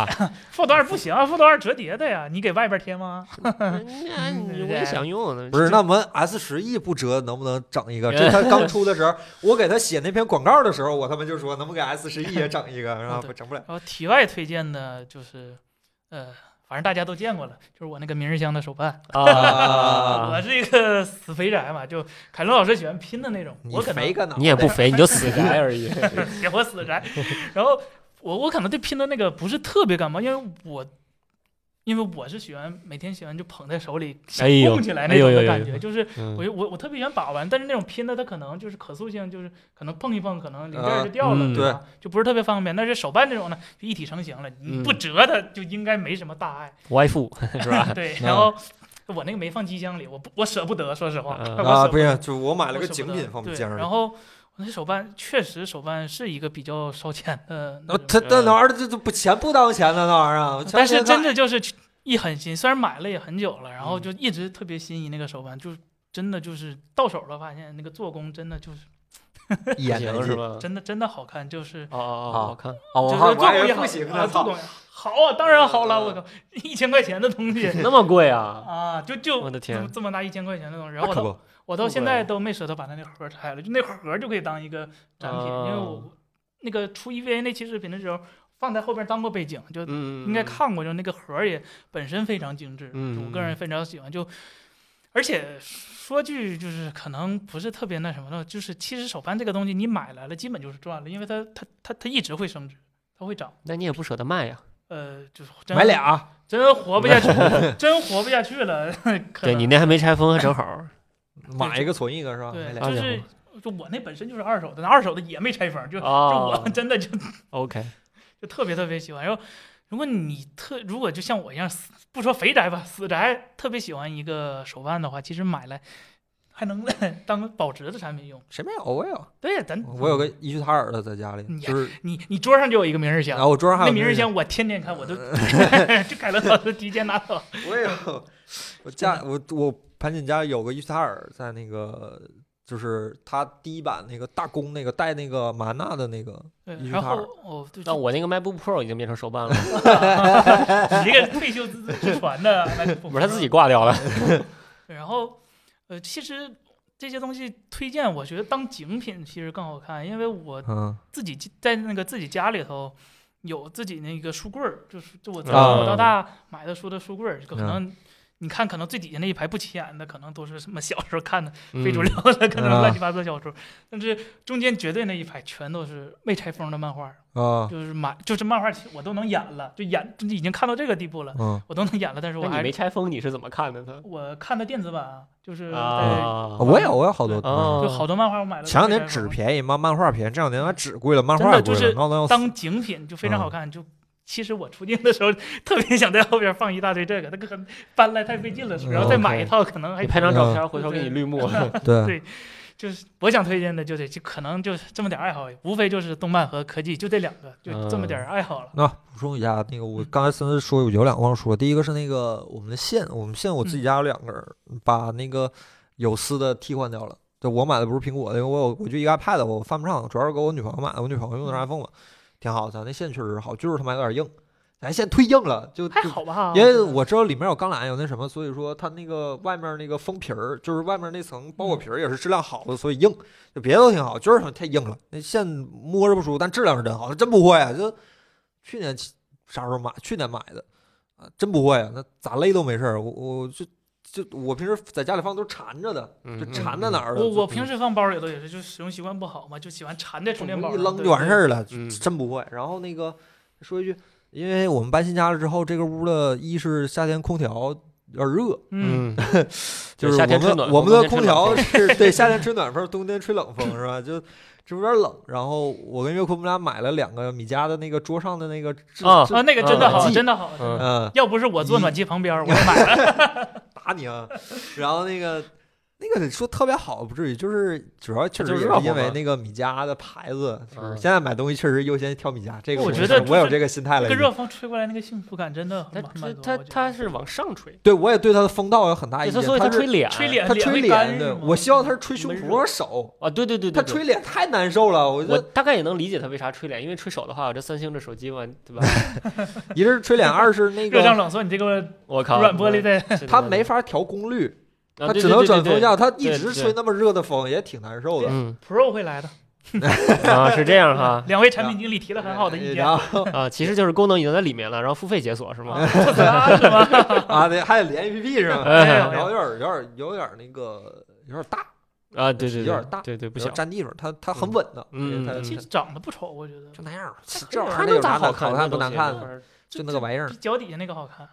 S3: Fold 二不行啊，Fold 二折叠的呀，你给外边贴吗？
S5: 那
S3: 你我也想
S5: 用呢
S1: 不是，那我们 S 十 E 不折能不能整 一个？这他刚出的时候，我给他写那篇广告的时候，我他妈就说能不能给 S 十 E 也整一个，然后
S3: 嗯对
S1: 不整不了。
S3: 然后体外推荐的就是，呃，反正大家都见过了，就是我那个明日香的手办。 我
S5: 啊，
S3: 是一个死肥宅嘛，就凯伦老师喜欢拼的那种，
S1: 你
S3: 我可
S1: 没
S3: 能
S1: 个脑啊
S5: 你也不肥，你就死宅 而已。
S3: 也我死宅，然后我我可能对拼的那个不是特别感冒，因为我。因为我是喜欢每天喜欢就捧在手里想
S5: 哎呦
S3: 动起来
S5: 哎
S3: 那
S5: 呦
S3: 种
S5: 呦
S3: 的
S5: 呦
S3: 感
S5: 呦
S3: 觉，就是
S5: 嗯
S3: 我我我特别喜欢把玩，但是那种拼的它可能就是可塑性，就是可能碰一碰，可能零件儿就掉了，
S5: 嗯
S3: 吧？就不是特别方便。但是手办这种呢，就一体成型了，你
S5: 嗯
S3: 不折它就应该没什么大碍，
S5: ，wife 是 吧？
S3: 对，
S1: 嗯
S3: 然后我那个没放机箱里，我不我舍不得，说实话，
S5: 嗯
S3: 我
S1: 啊，
S3: 舍
S1: 不
S3: 得
S1: 行，就我买了
S3: 我
S1: 个
S3: 舍不
S1: 精
S3: 得
S1: 品放
S3: 对
S1: 冰箱里
S3: 然。后我那手办确实手办是一个比较烧钱的那
S1: 那
S3: 种，
S1: 他那玩意儿，这这不钱不当钱的那玩意儿啊，
S3: 但是真
S1: 的
S3: 的就是一狠心，虽然买了也很久了，然后
S1: 嗯
S3: 就一直特别心仪那个手办，就是真的就是到手了，发现那个做工真的就是
S5: 不
S1: 眼
S5: 行
S1: 睛
S5: 是？吧？
S3: 真的真的好看，就是
S5: 哦哦哦，
S1: 好
S5: 好看。
S1: 嗯哦，我
S3: 就是
S1: 还
S3: 做
S1: 我还以
S3: 工
S1: 为
S3: 也
S1: 不
S3: 好
S1: 行嗯
S3: 啊，
S1: 呢，
S3: 做
S1: 操！
S3: 工也好啊，当然好了，我靠，一千块钱的 东西
S5: 那么贵啊！
S3: 啊，就就
S5: 我的天
S3: 这么这么大一千块钱的东西，
S1: 那
S3: 然后我
S1: 可
S3: 到
S1: 不，
S3: 我到现
S5: 对
S3: 在都没舍得把它那盒儿拆了，就那盒儿就可以当一个展品，因为
S5: 哦
S3: 我那个出 EVA 那期视频的时候放在后边当过背景，就
S5: 嗯，
S3: 应该看过，就那个盒儿也本身非常精致，
S5: 嗯
S3: 就我个人非常喜欢。就而且说句就是可能不是特别那什么的，就是其实手办这个东西你买来了基本就是赚了，因为它它它它一直会升值，它会涨。
S5: 那你也不舍得卖呀？
S3: 呃，就是真
S1: 买俩，
S3: 真活不 下去，真活不下去了。可
S5: 对
S3: 能
S5: 你那还没拆封，还正 好。
S1: 买一个存一个是吧？买
S3: 对，
S1: 俩
S5: 家
S3: 就
S5: 伙
S3: 是就我那本身就是二手的，那二手的也没拆封，就就
S5: 哦
S3: 我 真的就
S5: OK，
S3: 就特别特别喜欢。然后，如果你特如果就像我一样，死不说肥宅吧，死宅特别喜欢一个手办的话，其实买来还能 当保值的产品用。
S1: 谁没有？我有，
S3: 对，咱
S1: 我有个伊绪塔尔的在家里，
S3: 你
S1: 就是，
S3: 你你桌上就有一个明日
S1: 然
S3: 香。
S1: 啊后我桌上还
S3: 那
S1: 有
S3: 明日
S1: 日，
S3: 香我天天 看，我都 就凯伦老师提前拿走。
S1: 我也有， 我家我我盘锦家有个伊绪塔尔在那个。就是他第一版那个大公那个带那个玛娜的那个，
S3: 对
S1: 你是
S3: 然
S1: 他
S3: 后哦，对，
S5: 那我那个 MacBook Pro 已经变成手办 了，
S3: 你这个退休之之传的，
S5: 不是他自己挂掉了。
S3: 然后，呃，其实这些东西推荐，我觉得当景品其实更好看，因为我
S1: 嗯，
S3: 自己在那个自己家里头有自己那个书柜儿，就是就我从
S5: 啊嗯
S3: 小到大买的书的书柜儿，可能你看，可能最底下那一排不起眼的，可能都是什么小时候看的
S5: 嗯
S3: 非主流的，可能
S5: 啊
S3: 乱七八糟小说，但是中间绝对那一排全都是未拆封的漫画儿，
S1: 啊，
S3: 就是买就是漫画儿我都能演了，就演就已经看到这个地步了，
S1: 嗯，
S3: 我都能演了，但是
S5: 那
S3: 我
S5: 你
S3: 还
S5: 没拆封，你是怎么看的它？
S3: 我看的电子版啊，就是在
S5: 啊，
S1: 我有我有好多，嗯
S5: 哦
S3: 就好多漫画我买了。
S1: 前两年纸便宜，漫漫画便宜，这两年把纸贵了，漫
S3: 真
S1: 画
S3: 的
S1: 也贵
S3: 就是
S1: 了，闹得要死。
S3: 当景品就非常好看，就其实我出镜的时候特别想在后边放一大堆这个，那可能搬来太费劲了，是吧
S1: 嗯
S3: 然后再买
S5: OK
S3: 一套可能还
S5: 你拍张照
S1: 嗯
S5: 片，回头给你绿幕。
S1: 对，
S3: 就是我想推荐的，就这，就可能就是这么点儿爱好，无非就是动漫和科技，就这两个，就这么
S5: 嗯
S3: 点儿爱好了。嗯
S1: 那补充一下，那个我刚才森森说有两个忘了说，第一个是那个我们的线，我们线我自己家有两根儿，
S3: 嗯
S1: 把那个有丝的替换掉了。就我买的不是苹果的，因为我有我就一个 iPad，我犯不上，主要是给我女朋友买的，我女朋友用
S3: 嗯
S1: 的是 iPhone 嘛，挺好。咱那线确实好，就是他妈有点硬，咱线忒硬了，就
S3: 还
S1: 就
S3: 好吧？
S1: 因为我知道里面有钢缆有那什么，所以说它那个外面那个封皮儿，就是外面那层
S3: 嗯
S1: 包裹皮儿也是质量好的，所以硬。就别的都挺好，就是太硬了，那线摸着不舒服，但质量是真好，真不会啊！就去年起啥时候买？去年买的啊，真不会啊，那咋勒都没事儿。我我就就我平时在家里放都是缠着的，
S5: 嗯
S1: 就
S5: 嗯
S1: 缠在哪儿的，
S3: 我我
S1: 就
S3: 平时放包里头也是，就使用习惯不好嘛，就喜欢缠在充电宝
S1: 一
S3: 上
S1: 扔就完事。儿了，
S5: 嗯
S1: 真不会。然后那个说一句，因为我们搬新家了之后，这个屋的一是夏天空调有点热。
S3: 对嗯，，
S1: 就是
S5: 夏
S1: 我
S5: 天吹
S1: 们
S5: 暖
S1: 我
S5: 风
S1: 们的空
S5: 冬天吹冷
S1: 调是 对夏天吹暖风，冬天吹冷风是吧？就这有点冷。然后我跟岳坤我们俩买了两个米家的那个桌上的那个制
S5: 啊
S1: 制
S3: 啊，那个真的
S1: 嗯
S3: 好，
S1: 记
S3: 真的好。真的好
S5: 嗯
S1: 嗯，
S3: 要不是我坐暖气旁边儿，我也买了。
S1: 打你啊！然后那个那个说特别好不至于，就是主要确
S5: 啊就
S1: 实也
S5: 热乎
S1: 是因为
S5: 嘛
S1: 那个米家的牌子，就是
S5: 嗯
S1: 现在买东西确实优先挑米家。这个
S3: 我
S1: 是
S3: 觉得
S1: 我有
S3: 就是
S1: 这个心态了 已
S3: 那个
S1: 经。
S3: 热风吹过来，那个幸福感真的
S5: 它
S3: 满
S5: 它
S3: 满足。
S5: 它
S3: 我觉得
S5: 它是往上吹，
S1: 对我也对它的风道有很大意见。
S5: 对它所以哎它
S1: 它是
S5: 吹脸，
S3: 吹脸，
S1: 它吹
S3: 会干
S1: 脸
S3: 是
S1: 的，
S3: 吗
S1: 我希望它是吹胸
S5: 闷
S1: 脯
S5: 热
S1: 和手，
S5: 啊，对对对
S1: 它
S5: 对，对
S1: 吹脸太难受了。我觉
S5: 我
S1: 得
S5: 大概也能理解他为啥吹脸，因为吹手的话，我这三星这手机嘛，对吧？
S1: 一是吹脸，二是 那
S3: 热胀
S1: 个
S3: 冷缩，你这个
S5: 我靠，
S3: 软玻璃在
S1: 它没法调功率，
S5: 啊，
S1: 它
S5: 对
S1: 只能转
S5: 对对
S1: 风向，它一
S5: 对
S1: 直
S5: 对
S1: 吹那么热的风，也挺难受
S5: 对
S1: 的。
S5: 嗯
S3: Pro 会来的。
S5: 啊，是这样哈
S3: 两位产品经理提了很好的意见，
S1: 哎然后
S5: 啊，其实就是功能已经在里面了，然后付费解锁是
S1: 哎
S5: 吗？
S3: 特斯拉是吗？
S1: 啊，对，还得连 APP 是吧？
S5: 哎
S3: 呀
S1: 然后有点有点有点那个有点大，
S5: 啊，对对对，
S1: 有点大
S5: 对对不
S1: 有点
S5: 小，
S1: 占地方，它它很稳的，
S5: 嗯
S1: 它它
S5: 嗯
S3: 其实长得不丑，我觉得
S1: 就那样儿，
S3: 还可以
S1: 这玩意
S3: 它
S1: 儿
S5: 能
S1: 有
S5: 咋
S1: 啥
S5: 好
S1: 看？
S5: 看
S1: 好
S5: 那
S1: 不
S5: 东
S1: 难
S5: 西
S1: 看
S5: 那
S1: 的，
S5: 玩意儿
S1: 就那个玩意儿
S3: 比，脚底下那个好看。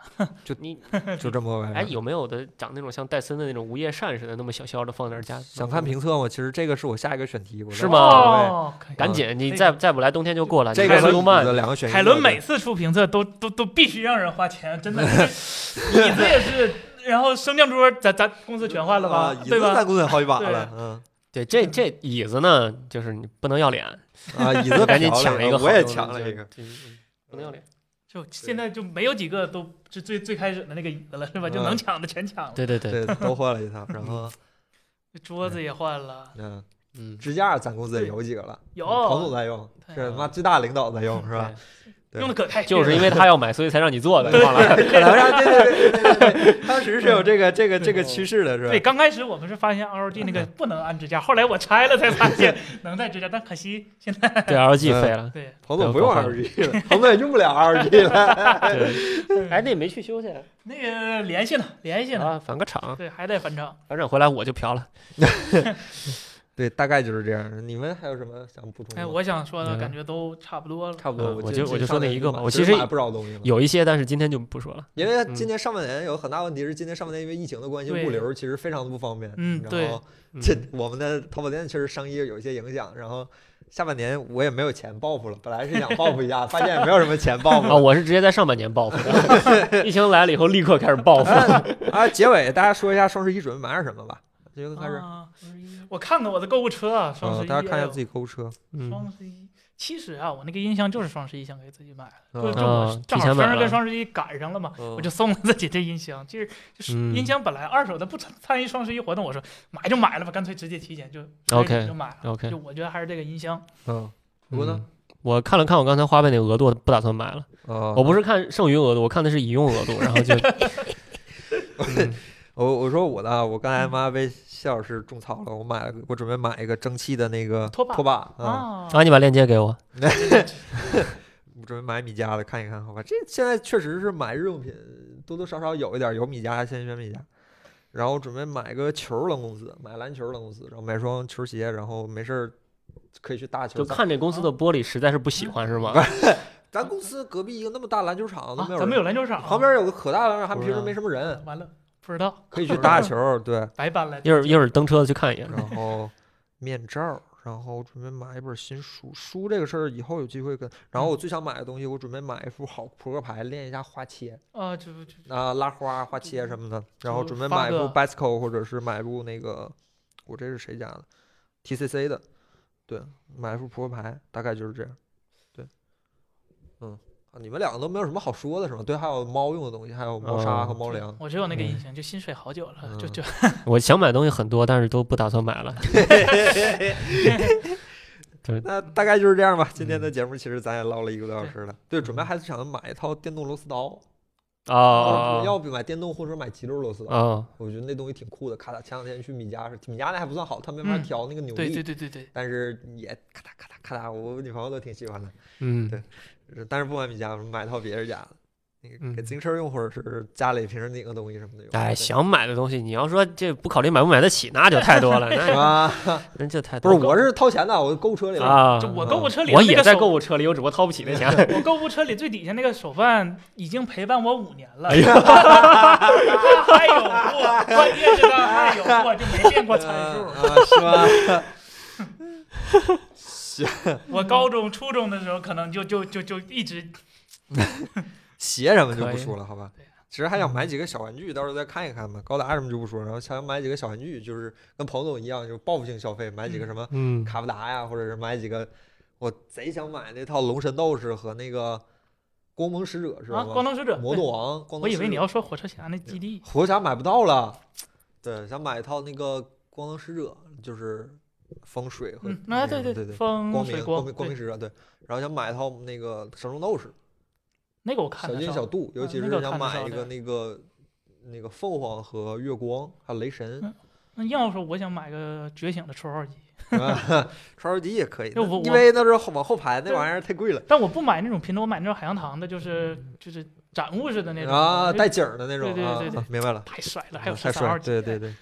S5: 你
S1: 就这么个玩意
S5: 哎
S1: 儿。
S5: 有没有的长那种像戴森的那种无叶扇似的，那么小小的放点儿家？
S1: 想看评测吗？其实这个是我下一个选题，我
S5: 是
S1: 在
S5: 吗
S3: 哦，可以
S5: 赶紧，你
S3: 那
S5: 再再不来，冬天就过了。你
S1: 这
S5: 还
S1: 个
S5: 是
S1: 是
S5: 动
S1: 我
S5: 漫
S1: 的两个选题。
S3: 海伦每次出评测都都都必须让人花钱，真的，椅子也是，然后升降桌咱咱公司全换了吧
S1: 啊，
S3: 对
S1: 椅子
S3: 吧
S1: 咱？公司好几把
S3: 对
S1: 了，嗯。
S5: 对，这这椅子呢，就是你不能要脸，
S1: 啊，椅子
S5: 赶紧
S1: 嫖了
S5: 抢一个好用的，
S1: 我也抢了一
S5: 就
S1: 个。，
S5: 对嗯不能要脸。
S3: 就现在就没有几个都是最最开始的那个椅子了，是吧？就能抢的全抢了，
S5: 对对对，
S1: 嗯对，嗯都换了一趟，然后
S3: 桌子也换了，
S1: 嗯，
S5: 嗯，
S1: 支架咱公司也有几个了，
S3: 有
S1: 彭总在用，是他
S5: 哦
S1: 妈最大领导在用是吧？对
S3: 用的可开心了，
S5: 就是因为他要买，所以才让你做的，
S3: 对
S5: 忘了。
S1: 可能上对对对对对对，当时是有这个这个这个趋势的是吧？
S3: 对，刚开始我们是发现 ROG 那个
S1: 嗯
S3: 不能按支架，后来我拆了才发 现能带支架，但可惜现在
S5: 对，LG
S1: 嗯
S5: 废了。
S3: 对
S1: 彭总不用 LG 了，彭总也用不了 LG 了。
S5: 对，哎，那也没去修去
S3: 那个联系呢，联系呢，
S5: 啊，返个场，
S3: 对，还得返场。
S5: 返场回来我就嫖了。
S1: 对，大概就是这样。你们还有什么想补充的？
S3: 哎，我想说的
S5: 嗯
S3: 感觉都差不多了。
S1: 差不多，
S5: 嗯
S1: 就
S5: 我就我就说那一个吧
S1: 上半年
S5: 我其实
S1: 买不少东西了。
S5: 有嗯一些，但是今天就不说了。
S1: 因为今年上半年有很大问题是，今年上半年因为疫情的关系，
S3: 对
S1: 物流其实非常的不方便。
S3: 嗯对
S1: 然后这我们的淘宝店确实生意有一些影响。然后下半年我也没有钱报复了，本来是想报复一下，发现也没有什么钱报复
S5: 啊，
S1: 了。
S5: 我是直接在上半年报复的， 疫情来了以后立刻开始 报复。
S1: 啊，结尾大家说一下双十一准备买点什么吧。这就开始，
S3: 啊，我看看我的购物车啊，双
S1: 嗯
S3: 十，一，
S1: 大家看一下自己购物车。
S3: 哎呦。
S5: 嗯，
S3: 双十一，其实啊，我那个音箱就是双十一想给自己买的，就
S1: 嗯
S3: 就我
S5: 啊
S3: 正
S5: 提
S3: 好
S5: 前买
S3: 生日跟
S5: 了
S3: 双十一赶上了嘛，
S1: 嗯
S3: 我就送了自己这音箱。其实就是
S5: 嗯
S3: 音箱本来二手的不参参与双十一活动，我说买就买了吧，干脆直接提前就
S5: OK
S3: 开始就买了。
S5: OK
S3: 就我觉得还是这个音箱，
S1: 嗯，我呢？
S5: 我看了看我刚才花呗那个额度，不打算买了。
S1: 哦，
S5: 嗯我不是看剩余额度，我看的是已用额度，然后就嗯
S1: 我我说我的啊，我刚
S3: 嗯
S1: 才妈被谢老师种草了，我买了个，我准备买一个蒸汽的那个
S3: 拖把
S1: 拖把啊，
S3: 啊，
S5: 啊，你把链接给我。
S1: 我准备买米家的看一看，好吧？这现在确实是买日用品多多少少有一点儿，有米家先选米家，然后准备买个球儿扔公司，买篮球儿扔公司，然后买双球鞋，然后没事儿可以去大球
S5: 就
S1: 赛。
S5: 看这公司的玻璃实在是不喜 欢是吗？
S1: 咱公司隔壁一个那么大篮球场都
S3: 啊
S1: 没有
S3: 咱
S1: 人，
S3: 们有篮球场啊，
S1: 旁边有个可大篮球场，
S5: 不
S1: 还平
S5: 是
S1: 时
S5: 啊
S1: 没什么人，
S3: 完了不知道，
S1: 可以去打打球儿，对，
S3: 白搬了。
S5: 一会儿一会儿登车去看一眼。
S1: 然后面罩儿。然后准备买一本新书，书这个事儿以后有机会跟。然后我最想买的东西，我准备买一副好扑克牌，练一下花切
S3: 啊，就就
S1: 啊、拉花、花切什么的。然后
S3: 就
S1: 准备
S3: 发
S1: 买一部
S3: 个
S1: Basco，或者是买一部那个，我这是谁家的？TCC 的，对，买一副扑克牌，大概就是这样。对，嗯，啊你们两个都没有什么好说的是吗？对，还有猫用的东西，还有
S3: 嗯
S1: 猫砂和猫粮。
S3: 我只有那个印
S5: 嗯
S3: 象，就心水好久了，就
S1: 嗯
S3: 就
S5: 我想买东西很多，但是都不打算买了。
S1: 那大概就是这样吧。今天的节目其实咱也唠了一个多小时了。对，准备还是想买一套电动螺丝刀，
S5: 哦
S1: 要不买电动或者买极溜螺丝刀。
S5: 哦，
S1: 我觉得那东西挺酷的。咔嚓，前两天去米家是，米家那还不算好，他没法
S3: 嗯
S1: 调那个扭
S3: 对
S1: 力，
S3: 对对对对，
S1: 但是也咔嗒咔嗒咔嗒，我女朋友都挺喜欢的。
S5: 嗯
S1: 对是但是不买米家，买套别人家的，那个
S5: 嗯
S1: 给自行车用或者是家里平时拧个东西什么的用。
S5: 哎，
S1: 对
S5: 想买的东西，你要说这不考虑买不买得起，那就太 多了，
S1: 是
S5: 那
S1: 吧？
S5: 那就太
S1: 不
S5: 多
S1: 是，
S5: 了
S1: 我是掏钱的，我购物车里了。
S5: 啊，
S3: 就我购物车里
S5: 我
S3: 那
S5: 也
S3: 个
S5: 在
S3: 手
S5: 购物车里，我只不过掏不起那钱。
S3: 我购物车里最底下那个手办已经陪伴我五年了，
S5: 哎
S3: 它 还有货，关键是它还有货，就没变过参数。
S1: 啊，是吧？
S3: 我高中、初中的时候，可能就就就就一直
S1: 鞋什么就
S5: 可
S1: 不
S5: 以
S1: 说了，好吧
S3: 对？啊嗯
S1: 其实还想买几个小玩具，到时候再看一看吧。高达什么就不说了，然后想买几个小玩具，就是跟彭总一样，就报复性消费，买几个
S3: 嗯
S1: 什么
S5: 嗯，
S1: 卡布达呀，或者是买几个，我贼想买那套龙神斗士和那个光盟使者，知
S3: 啊，
S1: 道
S3: 光
S1: 吗？
S3: 能使者。
S1: 魔
S3: 对
S1: 斗王，光
S3: 我
S1: 能
S3: 以
S1: 使
S3: 为你
S1: 者，
S3: 要说火车侠那基地，
S1: 火侠买不到了，对，想买一套那个光能使者，就是风水和
S3: 嗯，啊，对
S1: 对
S3: 对，
S1: 对，
S3: 风
S1: 光
S3: 水
S1: 明光明
S3: 对
S1: 光明使者，对，然后想买一套那个神龙斗士。
S3: 那个我看
S1: 小
S3: 得
S1: 金、
S3: 上
S1: 小度，尤
S3: 嗯
S1: 其
S3: 那
S1: 是
S3: 个
S1: 想
S3: 看得
S1: 买
S3: 上
S1: 一个
S3: 对
S1: 那个那个凤凰和月光，还有雷神
S3: 嗯，那要说我想买个觉醒的绰号机，
S1: 啊超时机也可以
S3: 那我，
S1: 因
S3: 我
S1: 为那是后往后排那
S3: 对
S1: 玩意儿太贵了
S3: 但我不买那种品种，我买那种海洋堂的，就是就是展物似的那种
S1: 嗯啊，
S3: 就
S1: 带景儿的那种
S3: 对对
S1: 啊
S3: 对对，
S1: 啊明白了，
S3: 太帅了，还有
S1: 啊太
S3: 十
S1: 帅
S3: 三
S1: 了，
S3: 号机，
S1: 对对对，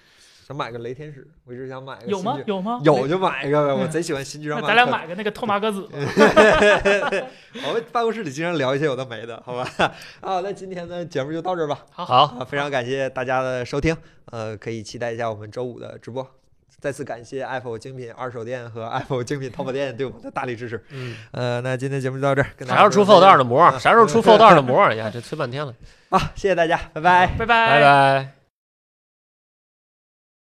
S1: 想买个雷天使，我一直想买个
S3: 有
S1: 新
S3: 吗
S1: 剧？
S3: 有吗？
S1: 有就买一个呗，我
S3: 嗯
S1: 贼喜欢新剧
S3: 那
S1: 场版。
S3: 咱俩买个那个透马格子吧，
S1: 我们办公室里经常聊一些有的没的，好吧？ 啊，那今天的节目就到这儿吧。
S5: 好，
S1: 啊，非常感谢大家的收听，呃，可以期待一下我们周五的直播。再次感谢 Apple 精品二手店和 Apple 精品淘宝店对我们的大力支持。
S5: 嗯，
S1: 呃，那今天节目就到这儿，跟大
S5: 啥
S1: 家
S5: 时候出
S1: 说
S5: Fold
S1: 再见
S5: 二的膜？啥时候出 Fold 二的膜？哎呀，这催半天了。
S1: 啊？谢谢大家，拜拜。
S3: 拜
S5: 拜拜。